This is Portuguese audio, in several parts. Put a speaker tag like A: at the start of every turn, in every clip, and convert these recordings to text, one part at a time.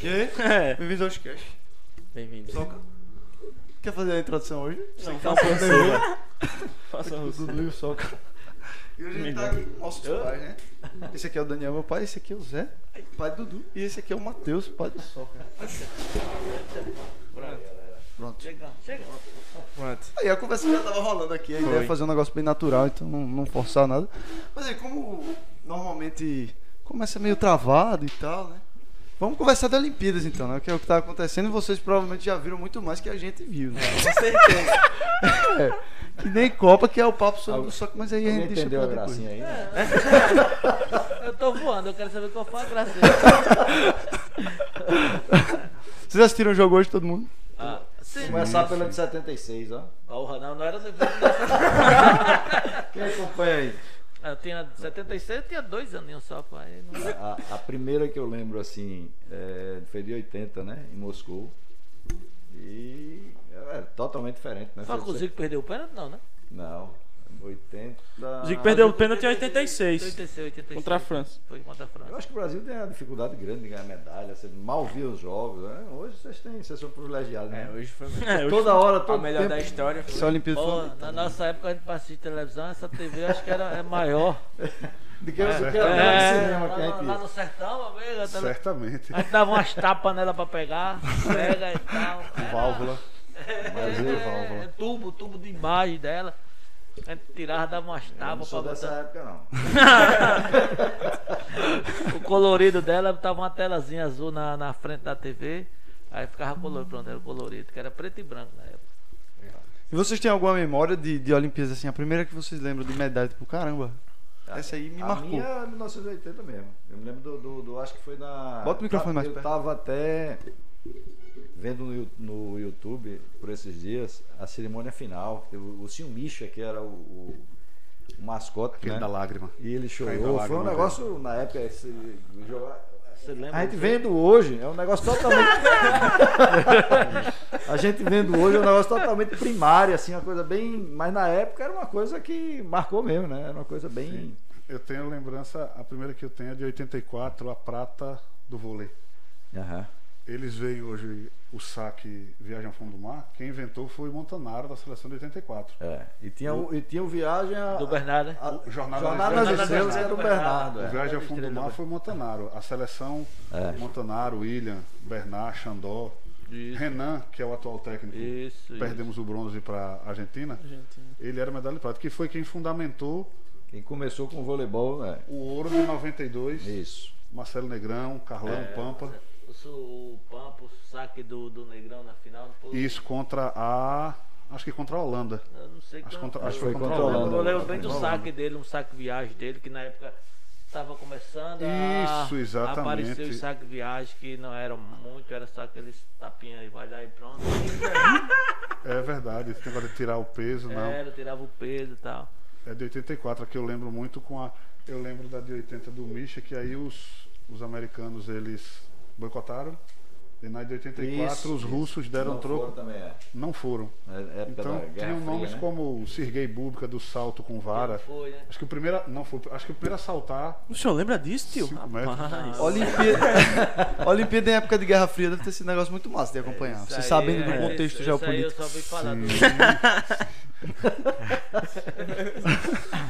A: quê?
B: É.
A: Bem-vindos ao Sketch.
B: Bem-vindo.
A: Soca. Quer fazer a introdução hoje?
B: Não, faça uma sua.
C: Ah,
B: Faça
C: um
B: uma sua.
A: Dudu e o Soca. E hoje a gente tá aqui com nossos
B: Eu?
A: pais, né? Esse aqui é o Daniel, meu pai. Esse aqui é o Zé, pai do Dudu. E esse aqui é o Matheus, pai do Soca. Pronto.
B: Chega, chega. Pronto.
A: Aí a conversa já tava rolando aqui, a ideia é
B: Foi.
A: fazer um negócio bem natural, então não, não forçar nada. Mas aí, como normalmente começa meio travado e tal, né? Vamos conversar das Olimpíadas então, né? Que é o que tá acontecendo e vocês provavelmente já viram muito mais que a gente viu, né?
B: Com certeza.
A: É, que nem Copa, que é o papo sobre o soco, mas aí a
D: Alguém
A: gente deixa
D: entendeu
A: pra
D: a
A: depois.
D: gracinha aí? né?
C: Eu tô voando, É, eu quero saber qual foi a graça.
A: Vocês assistiram o jogo hoje, todo mundo?
C: Ah, sim.
D: Começar pela de 76, ó.
C: Porra, não, não era.
D: Quem acompanha aí?
C: Ah, Eu tinha 76, eu tinha dois aninhos só, pô. aí não-
D: A, a primeira que eu lembro, assim, é, foi de 80, né? Em Moscou. E é, é totalmente diferente, né?
C: Foi
D: Foi
C: que o Zico perdeu o pênalti, não, né?
D: Não. 80.
B: O Zico perdeu o pênalti em 86
C: 86, 86.
B: contra a França.
C: Foi contra a
D: Eu
C: França.
D: acho que o Brasil tem uma dificuldade grande de ganhar medalha. Você mal viu os jogos. né? Hoje vocês têm, vocês são privilegiados, né?
E: hoje foi
B: É, hoje
D: Toda hora,
E: A
D: todo
E: melhor
D: tempo.
E: da história foi.
A: Essa Olimpíada
C: Pô,
A: foi...
D: né?
C: na nossa época a gente assistia televisão, essa TV eu acho que era é maior.
D: De que você quer
C: É, Tá
D: é, cinema que a
C: lá, no-
D: gente-
C: lá no sertão, meu amigo, a tele-
F: Certamente.
C: a gente dava umas tapas nela pra pegar, pega e tal.
F: Válvula.
D: Mas eu,
C: É,
D: Valvo,
C: tubo, tubo de imagem dela. A gente tirava, dava umas
D: eu não
C: tapas pra
D: sou dessa
C: botar.
D: época, não.
C: O colorido dela tava uma telazinha azul na, na frente da TV. Aí ficava colorido, pronto, era colorido, que era preto e branco na época.
A: E vocês têm alguma memória de, de Olimpíadas, assim? A primeira que vocês lembram de medalha, tipo, caramba, essa aí me
D: a
A: marcou.
D: minha é 1980 mesmo. Eu me lembro do, do- do- acho que foi na.
A: Bota o microfone mais
D: Eu
A: perto.
D: tava até vendo no, Yu- no YouTube por esses dias a cerimônia final. que teve O, o Sil Misha, que era o, o- o mascote,
F: Aquele
D: né?
F: da lágrima.
D: E ele
F: Caindo da
D: chorou. Foi
F: lágrima,
D: um
F: né?
D: negócio, na época, esse, jogar- né?
C: Você lembra?
D: a gente vendo hoje, é um negócio totalmente. a gente vendo hoje é um negócio totalmente primário, assim, uma coisa bem. Mas na época era uma coisa que marcou mesmo, né? Era uma coisa bem.
F: Sim. Eu tenho lembrança, a primeira que eu tenho é de 84, a prata do vôlei.
D: Aham.
F: Eles veem hoje o saque Viagem ao Fundo do Mar. Quem inventou foi o Montanaro da seleção de 84.
D: É, e tinha, o, e tinha o viagem a,
C: Do Bernardo, né?
D: a-
F: O Jornada,
D: Jornada
F: das
D: nas Estrelas
F: Estrelas.
D: era o
C: Bernardo.
D: Bernardo.
F: O
D: é.
F: Viagem ao Fundo do
C: né?
F: Mar foi o Montanaro. A seleção,
D: É.
F: Montanaro, William, Bernard, Xandó, Renan, que é o atual técnico.
C: Isso, isso.
F: Perdemos o bronze para a Argentina. Ele era medalha de prata, que foi quem fundamentou
D: Quem começou com o voleibol, né? É
F: o ouro de 92.
D: Isso.
F: Marcelo Negrão, Carlão, Pampa.
C: O, su- o pampo, o saque do, do Negrão na final. Pô,
F: Isso contra a. Acho que contra a Holanda.
C: Eu não sei
F: Acho,
C: quando-
F: contra,
D: acho
F: acho
D: que foi
F: contra a
D: contra a
F: Holanda.
C: Eu lembro
D: Holanda. né?
C: bem do saque dele, um saque viagem dele, que na época tava começando a
F: Isso, exatamente.
C: aparecer os saque viagem, que não eram muito, era só aqueles tapinhas e vai lá e pronto.
F: É verdade, esse negócio de tirar o peso, não.
D: É.
C: Era, tirava o peso e tal.
F: É de 84, a que eu lembro muito com a. Eu lembro da de 80 do Misha, que aí os, os americanos eles boicotaram. E na de 84
D: Isso,
F: os
D: isso.
F: russos deram
D: Não
F: troco.
D: foram também, é.
F: Não foram.
D: É- é época
F: Então
D: da Guerra
F: tinham
D: Fria,
F: nomes
D: né?
F: como o Sergei Bubka do salto com vara.
C: Foi, né?
F: Acho que o primeiro. a- Não foi. Acho que o primeiro a saltar.
B: O senhor lembra disso, tio?
F: Cinco metros.
B: Rapaz.
A: Olimpíada... Olimpíada em época de Guerra Fria deve ter sido um negócio muito massa de acompanhar.
C: Isso
A: Vocês
C: aí,
A: sabendo
C: é,
A: do contexto
C: isso,
A: geopolítico.
C: Isso aí eu só vi falar do...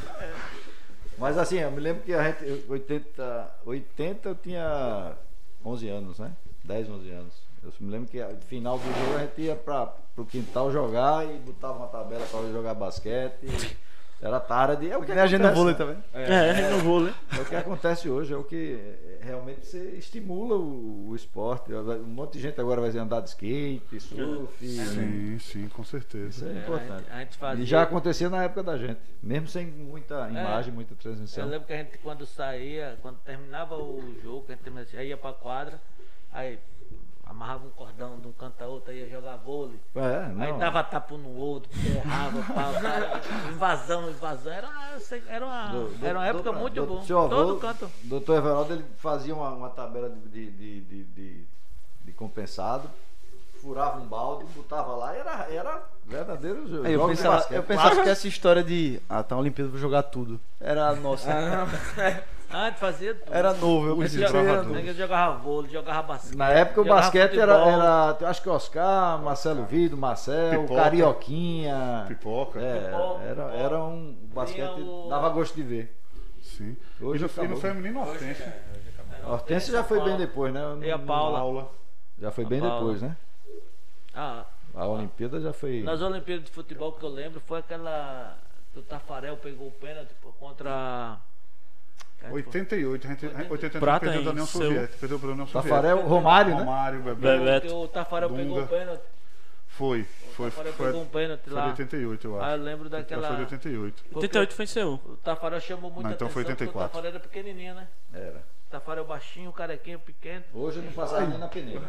D: Mas assim, eu me lembro que a gente, eu- 80, 80 eu tinha 11 anos, né? 10, 11 anos. Eu me lembro que no final do jogo a gente ia para pro quintal jogar e botava uma tabela para jogar basquete. Era tarde. É o que
A: Nem a gente no vôlei
D: acontece, né?
A: também.
B: É, no vôlei.
D: É o que acontece hoje, é o que realmente você estimula o, o esporte. Um monte de gente agora vai andar de skate, surf.
F: Sim, sim, com
D: Isso
F: certeza.
D: é
C: a,
D: importante.
C: gente, a gente fazia...
D: E já acontecia na época da gente, mesmo sem muita imagem, muita
C: É. Eu
D: transmissão.
C: lembro que a gente quando saía, quando terminava o jogo, que a gente terminava, assim, aí ia pra quadra, aí amarrava um cordão de um canto a outro, aí ia jogar vôlei.
D: É, não.
C: Aí dava tapa um no outro, porque errava, pá, pá, invasão, invasão. Era uma, era uma,
D: Do- do-
C: era uma época
D: do-
C: muito
D: do-
C: boa.
D: seu avô,
C: Todo canto.
D: Doutor Everaldo ele fazia uma, uma tabela de, de, de, de, de- de compensado, furava um balde, botava lá e era, era verdadeiro jogo. é
A: Aí eu pensava, eu pensava que essa história de. Ah, tá na Olimpíada, vou jogar tudo. Era a nossa.
C: Antes fazia tudo.
A: Era novo, eu
F: Os
A: pensei que você era
F: desbravadores.
A: novo.
C: Ele jogava vôlei, jogava basquete.
D: Na época o
C: jogava
D: basquete era,
C: futebol.
D: era. eu Acho que Oscar, Marcelo Vido, Marcel,
F: Pipoca.
D: Carioquinha.
F: Pipoca.
D: É,
C: Pipoca,
D: era,
C: pipoca.
D: era um o basquete.
C: Tinha o-
D: Dava gosto de ver.
F: Sim.
D: Hoje
F: Hoje e no, e
D: acabou. é.
F: no feminino Hortência.
D: A Hortência já foi bem depois, né? Eu
C: E a
D: não-
C: Paula.
F: Aula.
D: Já foi
C: A
D: bem
C: Paula.
D: depois, né?
C: Ah,
D: A Olimpíada já foi.
C: nas Olimpíadas de futebol que eu lembro foi aquela que o Tafarel pegou o pênalti pô, contra. Cara, pô,
F: 88. a gente- 88
B: Prata
F: perdeu da
B: em
F: União
B: seu-
F: Soviética. Perdeu pela União Soviética.
D: Tafarel, Romário, né?
F: Romário, Bebeto.
B: Bebeto.
C: que O Tafarel pegou o
F: Dunga.
C: pênalti.
F: Foi.
C: O
F: Foi, foi,
C: Tafarel
F: foi,
C: pegou um pênalti
F: de
C: lá.
F: 88, eu
C: Ah,
F: acho.
C: eu lembro daquela.
F: Então Foi de 88.
C: porque
B: 88 foi em Seul.
C: O Tafarel chamou muita
F: Não, então foi
C: atenção. porque
F: 84.
C: O Tafarel era pequenininho, né?
D: Era.
C: O Tafarel é baixinho, o carequinho pequeno.
D: Hoje eu não passava nem na peneira.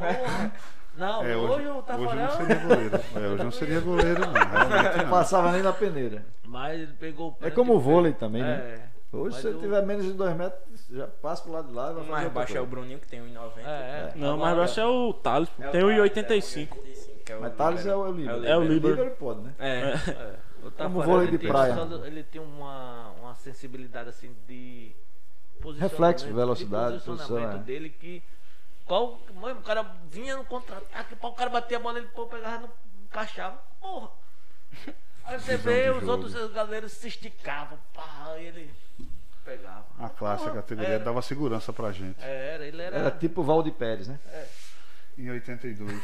C: Não,
F: É,
C: hoje,
F: hoje,
C: o
F: hoje eu
C: Tafarel.
F: não seria goleiro. É, hoje eu não seria goleiro, não. Realmente
D: Não
F: não.
D: passava nem na peneira.
C: Mas ele pegou o
D: É
C: pênalti.
D: como o vôlei também, né?
C: É. Mas
D: Hoje, se você
C: o-
D: tiver menos de 2 metros, já passa pro lado de lá e vai
E: O
D: fazer
E: mais
D: outra
E: baixo é o
D: coisa.
E: Bruninho, que tem 1,90.
C: É, é.
B: Não,
E: Agora-
B: mas eu acho que é o Thales. pô. Tem 1,85.
D: Mas Thales é o líder.
E: É o
B: líbero.
D: pode, né?
E: É.
C: O
D: Como
C: Tafarel,
D: vôlei
C: ele
D: de
C: tem
D: praia.
C: só- ele tem uma, uma sensibilidade assim de posicionamento,
D: Reflexo, velocidade, é.
C: de posicionamento
D: posicionamento.
C: dele que qual mano, o cara vinha no contra-ataque, pá, o cara batia a bola, ele pô, pegava no encaixava. Porra. Aí você
F: Visão
C: vê
F: de
C: os
F: jogo.
C: outros galeiros se esticavam, pá, e ele pegava.
F: A classe, a categoria
C: Era.
F: dava segurança pra gente.
C: É, Era, ele era,
D: Era tipo o Valde Pérez, né?
F: Em 82.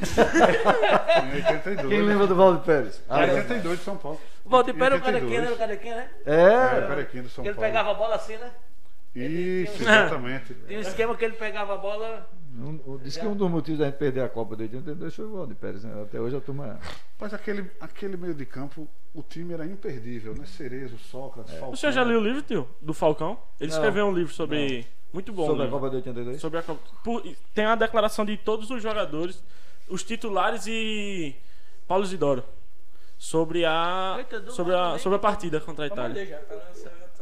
F: em 82.
D: Quem lembra do Valde Pérez?
F: Em
D: Ah, é.
F: 82 de São Paulo.
C: O Valdir Pera era o
F: 82.
C: carequinha, né? Era o carequinha, né?
F: É,
D: É,
F: Perequinho do São
C: Ele
F: Paulo.
C: pegava a bola assim, né?
F: Isso, exatamente.
C: Tem um esquema que ele pegava a bola.
D: um- um- diz que um dos motivos da gente perder a Copa de 82 foi o Valde Pérez, né? Até hoje a turma.
F: Mas aquele, aquele meio de campo, o time era imperdível, né? Cerezo,
C: É.
F: Sócrates, Falcão.
B: O senhor já leu o livro, tio? Do Falcão? Ele
D: Não.
B: escreveu um livro sobre. Muito bom. né?
D: Sobre
B: o
D: a
B: livro.
D: Copa de 82?
B: Sobre a Copa. Por- Tem a declaração de todos os jogadores, os titulares e Paulo Zidoro. Sobre a.
C: Eita, do
B: sobre a,
C: Madrid.
B: sobre a partida contra a Itália.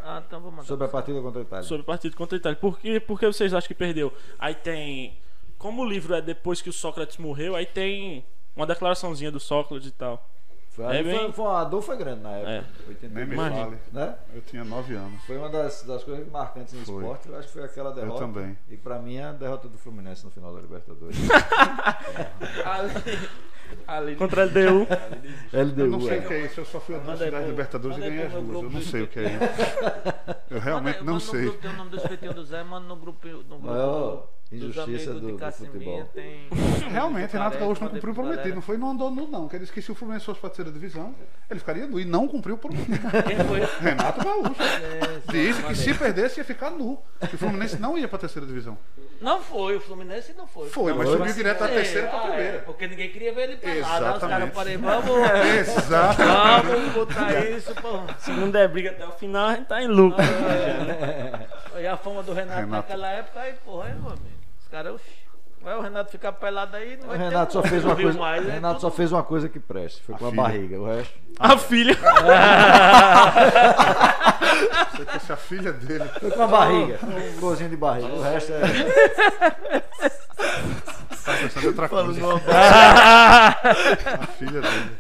C: Ah, então vou mandar.
D: Sobre a partida contra a Itália.
B: Sobre a partida contra a Itália. Por que, por que vocês acham que perdeu? Aí tem. Como o livro é depois que o Sócrates morreu, aí tem uma declaraçãozinha do Sócrates e tal.
D: Foi,
B: É
D: aí foi-
B: bem-
D: foi uma dor foi grande na época. 82,
F: Nem me
B: Imagina.
F: fale.
D: né?
F: Eu tinha 9 anos.
D: Foi uma das, das coisas marcantes no
F: Foi.
D: esporte, eu acho que foi aquela derrota.
F: também.
D: E pra mim a derrota do Fluminense no final da Libertadores.
E: Ali,
B: Contra a LDU.
F: Eu não
D: LDU,
F: sei
D: é.
F: o que é isso, eu só fui a duas
C: Manda aí
F: cidades
C: pro-
F: Libertadores e
C: manda aí
F: ganhei as
C: pro meu
F: duas. Eu
C: grupo.
F: não sei o que é isso. Eu realmente
C: Manda-
F: não
C: manda No
F: sei.
C: grupo, tem o nome do espetinho do Zé, manda no grupo. No grupo
D: Maior injustiça
C: amigos
D: do- do futebol.
C: Tem...
F: Realmente, Renato Gaúcho não cumpriu o
C: Galera.
F: prometido. Não foi não andou nu, não. Que ele disse que se o Fluminense fosse para a terceira divisão, ele ficaria nu. E não cumpriu o prometido.
C: né? Quem foi?
F: Renato Gaúcho disse É. que se perdesse ia ficar nu. Que o Fluminense não ia para a terceira divisão.
C: Não foi, o Fluminense não foi.
F: Foi, mas
D: foi.
F: subiu direto da
C: É,
F: terceira para a
C: ah, é,
F: primeira.
C: porque ninguém queria ver ele pra lá. né? Os caras
F: Exatamente.
C: parei, vamos,
F: Exato.
C: vamos botar isso, pô.
B: Se não der é briga até o final, a gente tá em lucro.
C: E a fama do Renato,
F: Renato.
C: naquela época, aí, porra, aí, meu amigo. Os caras, oxi. Vai o Renato ficar pelado aí, não
D: O
C: vai
D: Renato
C: ter
D: só
C: gol.
D: fez
C: Não
D: uma
C: viu
D: coisa.
C: mais,
D: o
C: né?
D: Renato só fez uma coisa que preste, foi com a
F: filha.
D: barriga. O resto.
B: A filha.
F: Se fosse a filha dele.
D: Foi com a barriga. Um golzinho de barriga. O resto é.
F: Tá pensando em outra coisa. A filha dele.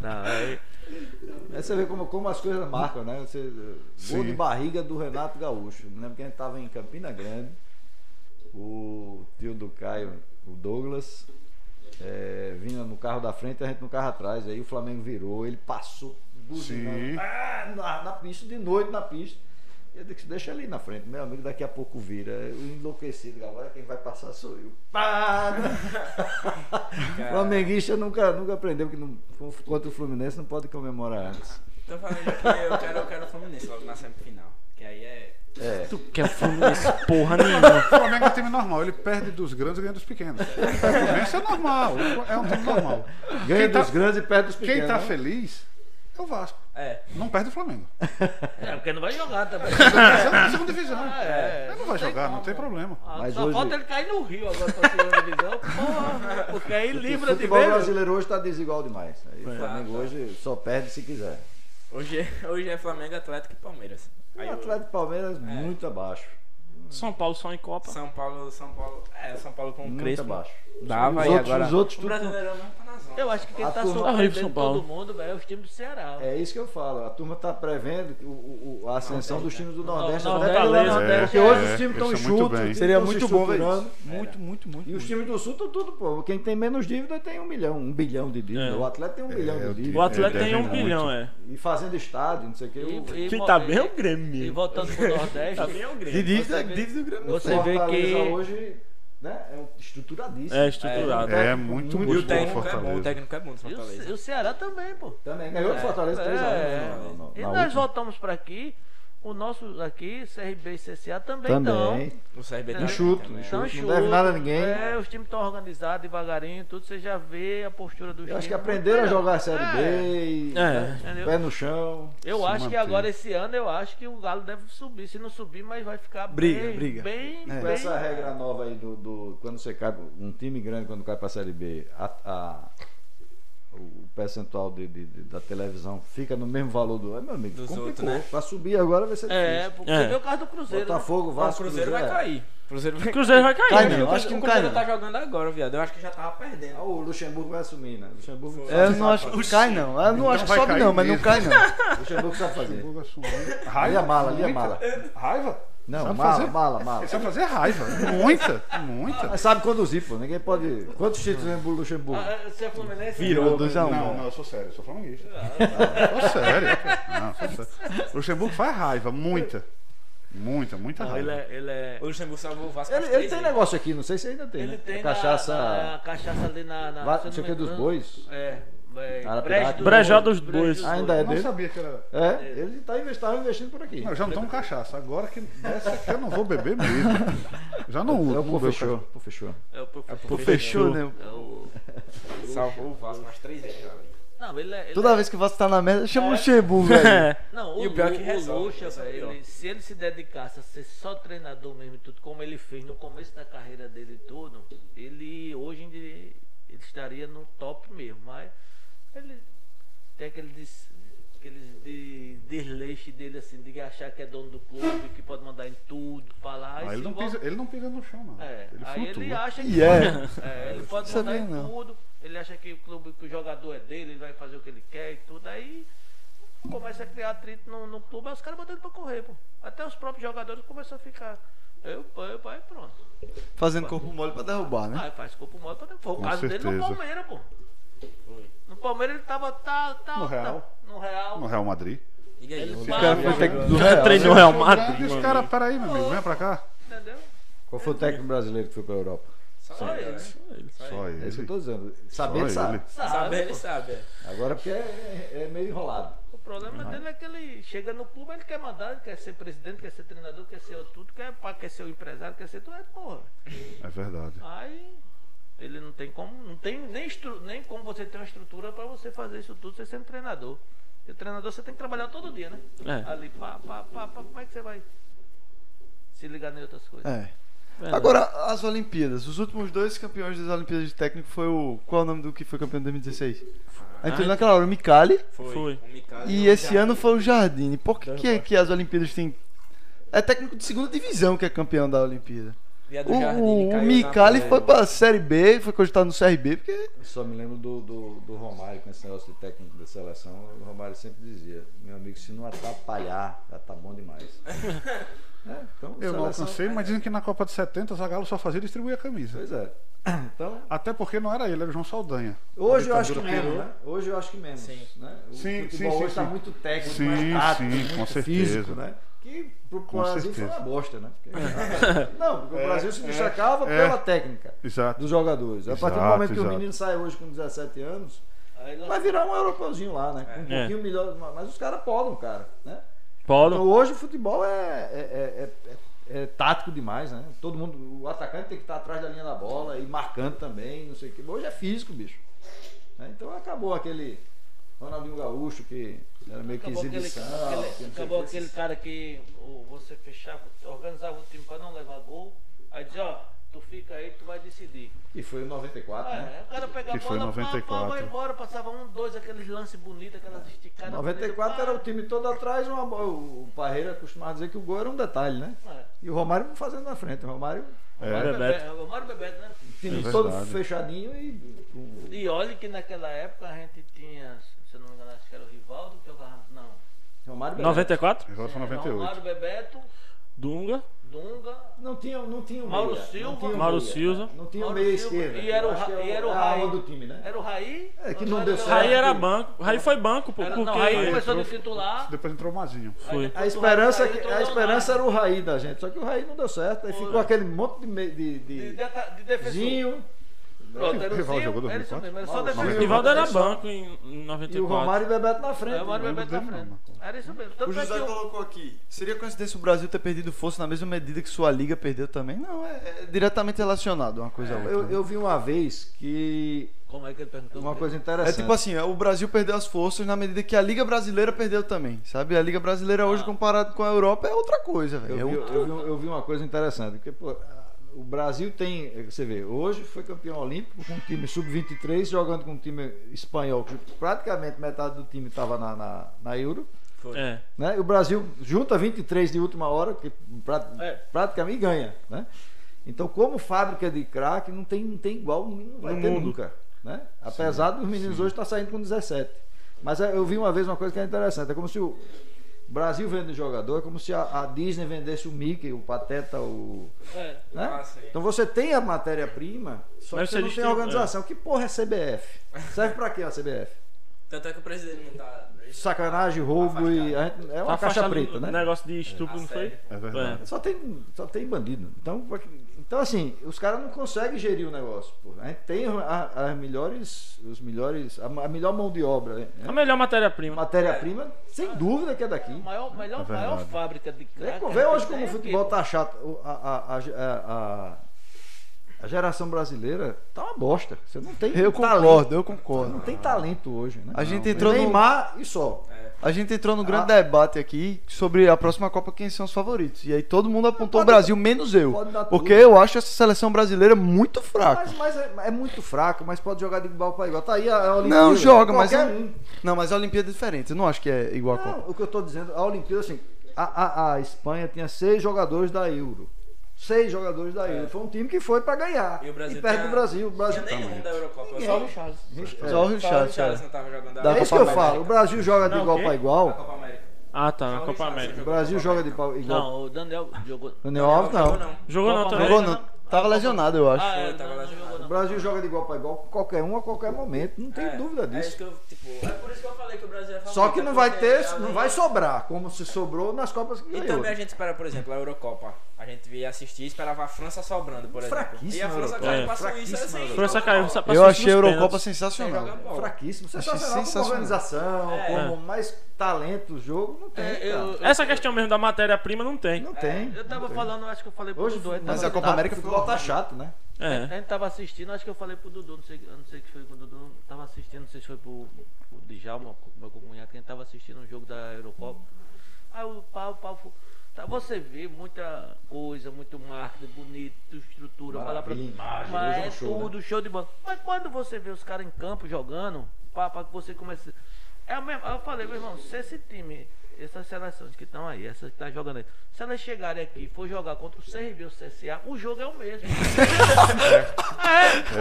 C: Não, aí...
D: Aí É você vê como, como as coisas marcam, né? Você, gol
F: Sim.
D: de barriga do Renato Gaúcho. Eu lembro que a gente estava em Campina Grande. O tio do Caio, o Douglas, eh, vinha no carro da frente e a gente no carro atrás. Aí o Flamengo virou, ele passou
F: Sim.
D: buzinando ah, na, na pista, de noite na pista. E Eu disse, deixa ele na frente, meu amigo, daqui a pouco vira. Eu enlouquecido, agora quem vai passar sou eu. Pá! Flamenguista nunca, nunca aprendeu que não, contra o Fluminense não pode comemorar antes.
E: Tô falando que eu quero, eu quero o Fluminense logo na semifinal. Que aí é.
D: É.
B: Tu quer Fluminense porra nenhuma.
F: O Flamengo é um time normal, ele perde dos grandes e ganha dos pequenos. O Fluminense é normal, é um time normal.
D: Ganha
F: Quem tá-
D: dos grandes e perde dos pequenos.
F: Quem tá
D: né?
F: feliz é o Vasco.
E: É.
F: Não perde o Flamengo.
C: É, porque não vai jogar também.
F: Segunda segunda divisão.
C: É,
F: Ele não vai jogar, não tem problema.
C: Ah,
D: Mas
C: só
D: hoje-
C: falta ele cair no Rio agora pra segunda divisão, porra, porque aí
D: o
C: livra de
D: futebol
C: vez.
D: brasileiro hoje tá desigual demais. Aí o Flamengo hoje só perde se quiser.
E: Hoje, é- hoje é Flamengo, Atlético e Palmeiras.
D: O
E: Aí eu-
F: É.
D: Atlético e Palmeiras muito abaixo.
B: São Paulo só em Copa.
E: São Paulo, São Paulo. É, São Paulo com o
D: Muito
E: Crespo.
D: abaixo.
E: Dava
D: os
E: e
D: outros,
E: agora.
D: os outros
E: O
D: tudo-
E: brasileirão mesmo tá na zona.
C: Eu acho que quem
D: A
C: tá
D: turma-
B: Horrível, São
C: surpreendendo
B: Paulo.
C: todo mundo, velho, é os times do Ceará. velho.
D: É isso que eu falo. A turma tá prevendo que o- o- o- a ascensão dos times do Nordeste
B: Nor-
D: até pela
B: Fortaleza,
D: Nordeste.
F: é,
D: Porque hoje
F: é,
D: os times estão
F: eles são muito
D: enxutos.
F: bem.
A: Então,
D: os times
A: Seria
D: tão se
A: muito bom ver
D: estruturando.
A: isso. Muito, muito, muito.
D: E os
A: muito.
D: times do Sul estão tudo, pô. Quem tem menos dívida tem um milhão, um bilhão de dívida.
B: É.
D: O atleta tem um
F: É,
D: bilhão
F: eu
D: de
B: O
F: digo.
D: dívida.
B: Atlético tem
F: Devem
B: um
F: muito.
B: bilhão, é.
D: E fazendo estádio, não sei o que.
C: E-
D: O-
C: e
B: Quem
C: mo-
B: tá
C: e-
B: bem é o
C: E
B: Grêmio.
C: voltando pro Nordeste,
B: Tá bem é o
A: De
B: Grêmio.
A: dívida, dívida do Grêmio.
C: Você vê
D: Fortaleza
C: que-
D: hoje né, é um- estruturadíssimo.
B: É, estruturado.
F: É muito,
E: E o
F: muito bom o
E: técnico é bom, o
F: Fortaleza.
E: técnico é bom do
B: tá
C: e o, Ce-
E: Fortaleza.
C: e o Ceará também, pô.
D: Também ganhou do Fortaleza 3
C: É.
D: a 1 no- no-
C: E
D: na
C: nós
D: última.
C: voltamos pra aqui, o nosso aqui, CRB e CCA também
D: Também.
C: estão.
E: O CRB também.
D: Enxuto,
E: também.
D: enxuto.
C: Então,
D: Não
C: enxuto.
D: deve nada a ninguém.
C: É, os times estão organizados devagarinho, tudo. Você já vê a postura dos
D: Eu acho que
C: times. é
D: aprenderam a
C: Muito
D: jogar a
C: melhor.
D: Série
C: É,
D: B, e,
B: É.
C: entendeu?
D: pé no chão.
C: Eu
F: Se
C: acho que
F: manter.
C: agora, esse ano, eu acho que o Galo deve subir. Se não subir, mas vai ficar
A: Briga,
C: bem.
A: briga.
C: Bem,
A: É.
C: bem.
D: Com essa regra nova aí do, do- quando você cai um time grande quando cai para a série B, a- a- o percentual de- de- de- da televisão fica no mesmo valor do, é, meu amigo,
E: Dos
D: complicou.
E: outros, né?
D: Para subir agora vai ser
C: É,
D: difícil.
C: porque
B: É.
C: é. o caso do Cruzeiro. né?
D: Botafogo,
E: Não, O
D: Vasco,
E: Cruzeiro vai
D: Cruzeiro, é.
E: cair. O Cruzeiro vai
B: O Cruzeiro vai
A: Cai
B: cair.
A: não,
B: né?
A: acho que
E: o
A: não cai
E: Cruzeiro
A: não.
E: tá jogando agora, viado. Eu acho que já tava perdendo.
D: Ah, O Luxemburgo vai assumir, né? Luxemburgo,
E: Foi.
A: É, eu
D: sabe,
A: não acho que cai, não. Eu não acho que
F: vai
A: sobe,
F: cair
A: não, mas não
F: mesmo.
A: cai, não.
D: Luxemburgo sabe fazer.
F: Luxemburgo assumiu.
D: Ali
F: é
D: a mala, ali a mala.
F: Raiva?
D: Não,
F: Sabe
D: mala,
F: fazer?
D: mala, mala.
F: Ele sabe fazer raiva. Muita, muita.
D: Mas sabe conduzir, pô. Ninguém pode. Quantos títulos lembra o Luxemburgo?
C: Ah, é, Você é Fluminense?
A: Virou 2x1.
F: Não, não, eu sou sério, eu sou flamenguista. Não, sou sério. Não, sou sério. O Luxemburgo faz raiva, muita. Muita, muita
B: Não, Ele
F: raiva.
B: é. Ele é...
E: O Luxemburgo salvou o Vasco.
D: Ele,
E: às
D: ele
E: três né?
D: tem
E: vezes.
D: negócio aqui, não sei se ainda tem.
C: Ele
D: né?
C: tem
D: A
C: na-
D: cachaça.
C: na- a cachaça ali na. na
D: Va-
C: se eu
D: não sei o
C: me
D: que dos
C: engano.
D: bois.
C: É. é
D: Arapiraca.
C: Brejo dos Bois,
B: Brejó dos
C: Brejo
B: Bois.
D: Ainda é
F: Eu não
D: dele?
F: sabia que era.
D: É, ele tá investindo, tava investindo por aqui.
F: Não, eu já não tomo cachaça. Agora que dessa aqui eu não vou beber mesmo. Já não
D: é
F: uso.
D: o
F: não bebo
D: professor. professor.
C: É o professor.
B: Pô,
A: Fechou,
B: fechou.
A: né?
C: É o-
E: Salvou o Vasco umas três vezes, já, velho.
C: Não, ele é. ele
A: Toda
C: é-
A: vez que o Vasco tá na merda, chama o
B: É.
A: Luxemburgo, velho.
C: Não,
E: E
C: o,
E: o pior é que
C: Lu-
E: resolve,
C: o Lucha,
E: esse é o
C: velho,
E: pior.
C: ele- se ele se dedicasse a ser só treinador mesmo e tudo, como ele fez no começo da carreira dele e tudo, ele hoje em dia, ele estaria no top mesmo, mas ele tem aquele, des, aquele de, desleixo dele assim, de achar que é dono do clube, que pode mandar em tudo, pra lá, e
F: Aí
C: se
F: ele não,
C: envolve-
F: pisa, ele não pisa no chão, não.
C: É,
F: ele
C: aí ele
F: flutua.
C: acha que
A: E é.
C: é, ele pode
A: Sabia
C: mandar em
A: não.
C: tudo, ele acha que o clube, que o jogador é dele, ele vai fazer o que ele quer e tudo, aí começa a criar atrito no, no clube, aí os caras botam ele pra correr, pô. Até os próprios jogadores começam a ficar. Eu, eu, pai, pronto.
A: Fazendo corpo mole pra derrubar, né?
C: Aí faz corpo mole pra dentro. Foi o
F: Com
C: caso dele no
F: certeza.
C: Palmeiras, pô. No Palmeiras ele tava. Tá, tá,
F: No
C: tá-
F: Real.
C: no Real.
F: No Real Madrid.
E: E aí?
A: O cara foi técnico do
B: Já
A: Real.
B: treinou o Real
F: E
B: Madrid.
F: os
B: mano.
F: caras, peraí, meu amigo, vem pra cá.
C: Entendeu?
D: Qual foi o técnico brasileiro que foi pra Europa?
E: Só ele. né?
F: Só
D: É isso que eu
F: ele.
D: tô dizendo. Saber ele
F: ele.
D: sabe.
C: Sabe,
E: Sabe, ele
C: pô.
E: sabe. é.
D: Agora porque é, é meio enrolado.
C: O problema dele é que ele chega no clube, ele quer mandar, ele quer ser presidente, quer ser treinador, quer ser tudo, quer, pá, quer ser o empresário, quer ser tudo. É porra.
F: É verdade.
C: Aí ele não tem como, não tem nem, estru- nem como você ter uma estrutura pra você fazer isso tudo, você sendo treinador. E o treinador você tem que trabalhar todo dia, né?
B: É.
C: Ali, pá, pá, pá, pá, como é que você vai se ligar em outras coisas?
A: É. Agora, as Olimpíadas. Os últimos dois campeões das Olimpíadas de técnico foi o. Qual é o nome do que foi campeão de 2016?
E: Ah,
A: Aí
E: é?
A: entrou naquela hora, o Micali.
E: Foi.
B: Foi.
E: O Micali
A: E
E: o
A: esse
E: Jardim.
A: ano foi o Jardine. Por que,
B: Dois
A: que, é
B: baixos.
A: que as Olimpíadas têm. É técnico de segunda divisão que é campeão da Olimpíada.
E: Viado
A: O,
E: Jardim
A: o,
E: caiu
A: o
E: na
A: Micali
E: primeira.
A: foi pra Série B, foi cogitado no CRB, porque.
D: Eu só me lembro do, do, do Romário com esse negócio de técnico da seleção. O Romário sempre dizia, meu amigo, se não atrapalhar, já tá bom demais. É, então,
F: Eu não
D: seleção-
F: alcancei, mas dizem que na Copa de 70 o Zagallo só fazia distribuir a camisa.
D: Pois é. Então,
F: Até porque não era ele, era o João Saldanha.
D: Hoje eu acho que
F: ditadura
D: menos,
F: pirou.
D: né? Hoje eu acho que menos.
E: Sim.
D: Né? O
F: Sim,
D: futebol
F: sim, sim,
D: hoje está
F: sim.
D: muito técnico,
F: Sim,
D: mais tático,
F: sim,
D: muito
F: com certeza.
D: físico, né? Que pro
F: Com
D: Brasil foi
F: certeza.
D: uma bosta, né? Porque- Não, porque o
F: É,
D: Brasil se
F: é,
D: destacava
F: é.
D: pela técnica
F: Exato.
D: dos jogadores. A partir do
F: Exato,
D: momento que o
F: exato.
D: menino sai hoje com 17 anos,
C: Aí lá-
D: vai virar um europeuzinho lá, né? Com um
B: É.
D: pouquinho melhor, mas os caras podem, cara, né? Então,
B: Paulo.
D: hoje o futebol é, é- é- é- é tático demais, né? Todo mundo, o atacante tem que estar atrás da linha da bola e marcando também, não sei o que. Hoje é físico, bicho. Né? Então acabou aquele Ronaldinho Gaúcho que era meio que
C: Acabou aquele,
D: exibição.
C: aquele-
D: que não sei
C: acabou
D: o quê.
C: aquele cara que o- você fechava, organizava o time pra não levar gol. Aí dizia, ó, Tu fica aí, tu vai decidir.
D: E foi em 94, né?
C: É, o cara pega a
F: Que foi
C: bola, pá, pá,
F: 94.
C: vai embora, passava um, dois, aqueles lances bonitos, aquelas esticadas.
D: 94 era o
C: bonitas,
D: time todo atrás, uma bo- o o Parreira costumava dizer que o gol era um detalhe, né?
C: pá.
D: E o Romário fazendo na frente. O Romário,
C: É,
B: Romário Bebeto.
C: Bebeto. Romário Bebeto, né?
D: time
F: É
D: todo
F: verdade.
D: fechadinho e. um-
C: E olha que naquela época a gente tinha, se eu não me engano, acho que era o Rivaldo que jogava. Não.
D: Romário Bebeto.
B: 94?
F: Agora foi
C: Era Romário
F: 98.
C: Bebeto,
B: Dunga.
C: Dunga,
D: Não tinha, não tinha o
C: Mauro
D: meia,
C: Silva.
D: não tinha o
B: Mauro
D: meia,
B: Silva.
D: Não tinha o
C: Mauro
D: meia
C: Silva.
D: esquerda.
C: E era o
D: Eu acho
C: Ra-
D: que é
C: e era o
D: a
C: Raí.
D: alma do time, né?
C: era o Raí.
D: É, que
C: Antônio
D: não deu
C: Leonardo.
D: certo.
B: Raí era banco. Raí foi banco, pô.
C: Era-
B: Porque.
C: não, Raí começou de
B: entrou-
C: titular.
F: Depois entrou o Mazinho.
B: Foi.
C: Aí
D: A esperança, é
C: Raí
D: que-
C: entrou
D: a
C: Leonardo.
D: esperança era o Raí da gente, só que o Raí não deu certo. Aí ficou aquele monte de, me- de,
C: De,
D: de,
C: de, de defensor.
D: Zinho,
C: Pronto, era o
F: Rivaldo
C: Zinho,
F: jogou
C: era isso
F: 2004?
C: mesmo, era só
D: Mauro
C: defensor.
F: Silva.
B: Rivaldo era
D: Só-
B: banco em em
D: e o
B: 94.
D: Romário e Bebeto na frente. né?
C: É, o Mário
F: Não
C: Bebeto na
F: lembro dele,
C: frente. Era isso mesmo. Tanto
A: O
C: é que
A: José
C: o-
A: colocou aqui. Seria coincidência o Brasil ter perdido força na mesma medida que sua liga perdeu também? Não, é, é diretamente relacionado uma coisa a outra. né?
D: Eu, eu vi uma vez que.
C: Como é que ele perguntou?
D: Uma coisa
A: É
D: interessante.
A: tipo assim, o Brasil perdeu as forças na medida que a Liga Brasileira perdeu também, sabe? A Liga Brasileira hoje,
C: Ah.
A: comparado com a Europa, é outra coisa,
D: Eu
A: velho.
D: vi,
A: É
D: eu,
A: outro-
D: vi, eu vi uma coisa interessante, porque pô, a- o Brasil tem, é, você vê, hoje foi campeão olímpico com um time sub-23 jogando com um time espanhol, que praticamente metade do time estava na, na, na Euro,
B: É.
D: né? E o Brasil junta 23 de última hora, que pra-
C: É.
D: praticamente ganha, né? Então, como fábrica de craque, não tem, não tem igual, não vai
B: No
D: ter
B: mundo.
D: nunca, né? Apesar dos meninos hoje estar saindo com 17. Mas é, eu vi uma vez uma coisa que é interessante, é como se o Brasil vende jogador, é como se a, a Disney vendesse o Mickey, o Pateta, o...
C: É.
D: né?
E: Ah, sim.
D: então você tem a matéria-prima, só
B: Mas
D: que você não
B: você
D: tem
B: distribui-
D: a organização. Que porra é CBF? Serve pra quê a CBF?
E: Tanto é que o presidente não tá.
D: Sacanagem, roubo e... a gente- é uma caixa
B: afastado
D: preta,
B: do
D: né?
B: um Negócio de estupro, não foi?
E: Assédio.
F: É verdade.
D: Só tem, só tem bandido. Então, pra que- então assim, os caras não conseguem gerir o negócio. pô. A gente tem a- as melhores, os melhores, a, a melhor mão de obra. né?
B: A melhor matéria-prima.
D: Matéria-prima, sem dúvida que é daqui. É,
C: Maior, melhor,
F: É verdade.
C: maior fábrica de crack. é
D: Vê,
C: que
D: vê
C: a
D: hoje
C: gente
D: como o
C: tem aqui.
D: futebol tá chato. O- A, a, a, a, a geração brasileira tá uma bosta. Você não tem
A: Eu
D: talento.
A: concordo, eu
D: Não
A: concordo.
D: tem talento hoje, né?
A: A gente
D: Não.
A: entrou no-
D: Neymar e só.
A: A gente entrou num grande
D: Ah.
A: debate aqui sobre a próxima Copa, quem são os favoritos. E aí todo mundo apontou
D: Pode
A: o Brasil, menos eu.
D: pode dar
A: Porque
D: tudo.
A: eu acho essa seleção brasileira muito fraca.
D: Mas, mas é, é muito fraco, mas pode jogar de igual para igual. Tá aí a, a Olimpíada.
A: Não, joga, mas.
D: Qualquer
A: eu-
D: um.
A: Não, mas a Olimpíada é diferente. Eu não acho que é igual a Copa.
D: Não, o que eu estou dizendo, a Olimpíada, assim, a, a, a Espanha tinha seis jogadores da Euro. Seis jogadores da Euro. Foi um time que foi para ganhar.
E: É. E o Brasil.
D: perde
E: tinha-
D: do Brasil. O Brasil
E: Tinha nenhum da Eurocopa. Só um o
D: Ninguém. É,
A: Só o
E: Charles
A: Richard.
E: não tava jogando da
A: Da
D: é
E: Copa
D: isso que eu
A: Copa
D: falo. O Brasil joga de
B: Não,
D: igual
B: quê?
D: para
E: Da
D: igual.
E: Copa América.
B: Ah, tá.
E: Só
B: Na
E: o
B: Copa
E: Richarlison
B: América.
D: O
E: jogou
D: Brasil
E: Copa
D: joga de
E: América.
D: pau- igual.
C: Não, o Daniel jogou.
D: O Neov,
E: Jogou
D: não.
E: não.
B: Jogou não
C: Copa
B: também.
A: Jogou,
C: América,
A: não. Tava lesionado, eu acho.
C: Ah, é,
E: Eu
D: tá
E: tava
C: não,
E: lá
C: não
E: jogando.
C: jogou
D: O
C: não.
D: Brasil joga de igual para igual com qualquer um a qualquer momento. Não tem
E: É,
D: dúvida
E: É, isso
D: disso.
E: que eu, tipo, é por isso que eu falei que o Brasil é favorito.
D: Só que não vai
E: porque
D: ter,
E: já
D: não
E: vem-
D: vai sobrar, como se sobrou nas Copas que
E: E
D: ganhou.
E: também a gente espera, por exemplo, a Eurocopa. A gente veio assistir e esperava a França sobrando, por exemplo. E a
D: Fraquíssima
E: França
D: Eurocopa.
E: caiu
B: É,
E: pra Suíça
D: fraquíssima
E: assim.
B: França caiu. Passou
A: Eu achei a
B: nos
A: Eurocopa
B: pênaltis.
E: sem jogar
A: sensacional.
E: bola.
D: Fraquíssimo.
A: Achei
D: Sensacional como
A: sensacional.
D: organização,
E: É.
D: como mais talento o jogo, não tem.
C: É,
D: cara.
A: assim.
C: eu-
B: Essa questão mesmo da matéria-prima não tem.
D: Não tem.
C: Eu tava falando, acho que eu falei pro
D: Hoje
C: Dudu.
D: dois,
A: Mas
C: tava-
A: a Copa América
D: o
A: ficou
D: futebol tá
A: horrível.
D: chato, né?
C: A
B: É.
C: gente tava assistindo, acho que eu falei pro Dudu, não sei, eu não sei que foi com o Dudu, tava assistindo, não sei se foi pro, pro Djalma, meu cunhado, quem tava assistindo um jogo da Eurocopa. Aí o pau, o pau, fu- tá, você vê muita coisa, muito marketing bonito, estrutura, palavra,
D: Maravilha, imagem,
C: mas
D: hoje é um
C: é
D: show,
C: tudo show de bola. Mas quando você vê os caras em campo jogando, pá, pá, que você começa é a mesma, eu falei, meu irmão, se esse time, essas seleções que estão aí, essas que tá jogando aí, se elas chegarem aqui e for jogar contra o CRB ou o CSA, o jogo é o mesmo. é.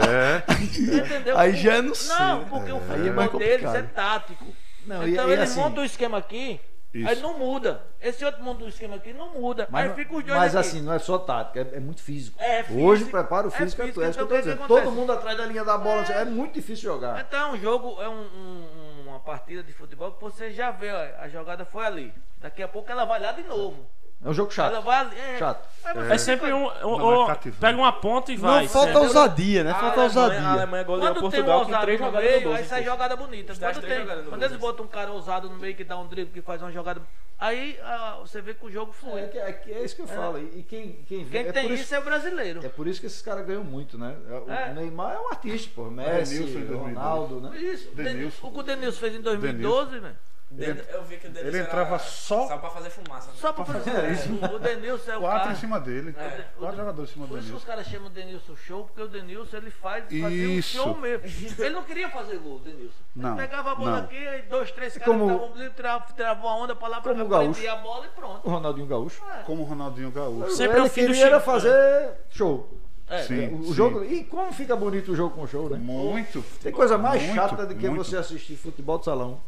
F: É.
C: Entendeu?
A: Aí
C: O-
A: já não sei,
C: Não,
A: né?
C: porque o
A: Aí é mais
C: futebol deles é
A: complicado. é
C: tático.
D: Não, e-
C: então
D: e
C: eles
D: assim-
C: montam o esquema aqui, aí
F: Isso.
C: não muda. Esse outro monta o esquema aqui, não
D: É,
C: muda. aí fica os dois
D: mas
C: aqui.
D: assim, não é só tática, é, é muito físico.
C: É
D: Hoje,
C: físico,
D: preparo
C: é
D: físico é,
C: físico,
D: tudo. É isso que eu tô
C: então o que
D: dizendo.
C: acontece?
D: Todo mundo atrás da linha da bola, é, muito difícil jogar.
C: Então, o jogo é um- um- uma partida de futebol que você já vê, ó, a jogada foi ali. Daqui a pouco ela vai lá de novo.
D: É um jogo
C: Ela
D: chato.
C: vai ali. É,
D: Chato.
C: Aí você
B: É sempre um. ou-
F: é
B: ou
F: cativante.
B: pega uma ponta e vai. é
A: Não, falta
B: sempre.
A: ousadia, né?
E: A
A: Falta
E: Ah, Alemanha, a
A: ousadia.
E: Alemanha goleou
C: Quando tem um
E: Portugal com
C: ousado
E: três
C: no
E: tipo, jogadas no
C: meio, aí
E: bolso.
C: sai jogada bonita.
E: Os dez
C: Quando,
E: três
C: tem,
E: jogadas no
C: quando
E: bolso.
C: eles botam um cara ousado no meio que dá um drible, que faz uma jogada. Aí ah, você vê que o jogo flui.
D: É, que- é que- é isso que eu falo. E e quem, quem, vê-
C: Quem
D: é
C: tem
D: por
C: isso, é o brasileiro.
D: É por isso que esses caras ganham muito, né? O
C: É.
D: Neymar é um artista, pô. Messi,
F: Denilson em 2002.
D: Ronaldo, né?
C: Isso,
F: Denilson.
C: o que o Denilson fez em 2012, velho.
E: Dedo- eu vi que o Denilson
F: ele
E: era-
F: entrava só-
E: Só pra fazer fumaça. né?
C: Só pra
F: Pra
C: fazer
F: fazer É isso.
C: O Denilson é o
F: Quatro
C: cara.
F: em cima dele.
C: É.
F: Quatro jogadores em cima do
C: Por isso que os
F: Denilson.
C: caras chamam o Denilson show, porque o Denilson ele faz fazia um
F: Isso.
C: show mesmo. Ele não queria fazer gol, o Denilson.
F: Não,
C: ele pegava a bola
F: não. É
C: aqui, aí dois, três caras
D: como-
C: davam um drible, tra- travou a onda pra lá, pra
D: Como o
C: cá,
D: Gaúcho.
C: prendia a bola e pronto.
D: O Ronaldinho Gaúcho.
F: Como o Ronaldinho Gaúcho.
B: Sempre é
D: ele
B: o fim do
D: queria era
B: time.
D: fazer show.
C: É,
F: Sim,
D: o
F: sim.
D: jogo. E como fica bonito o jogo com show, né?
F: Muito.
D: Tem coisa mais
F: muito,
D: chata do que
F: muito.
D: você assistir futebol de salão.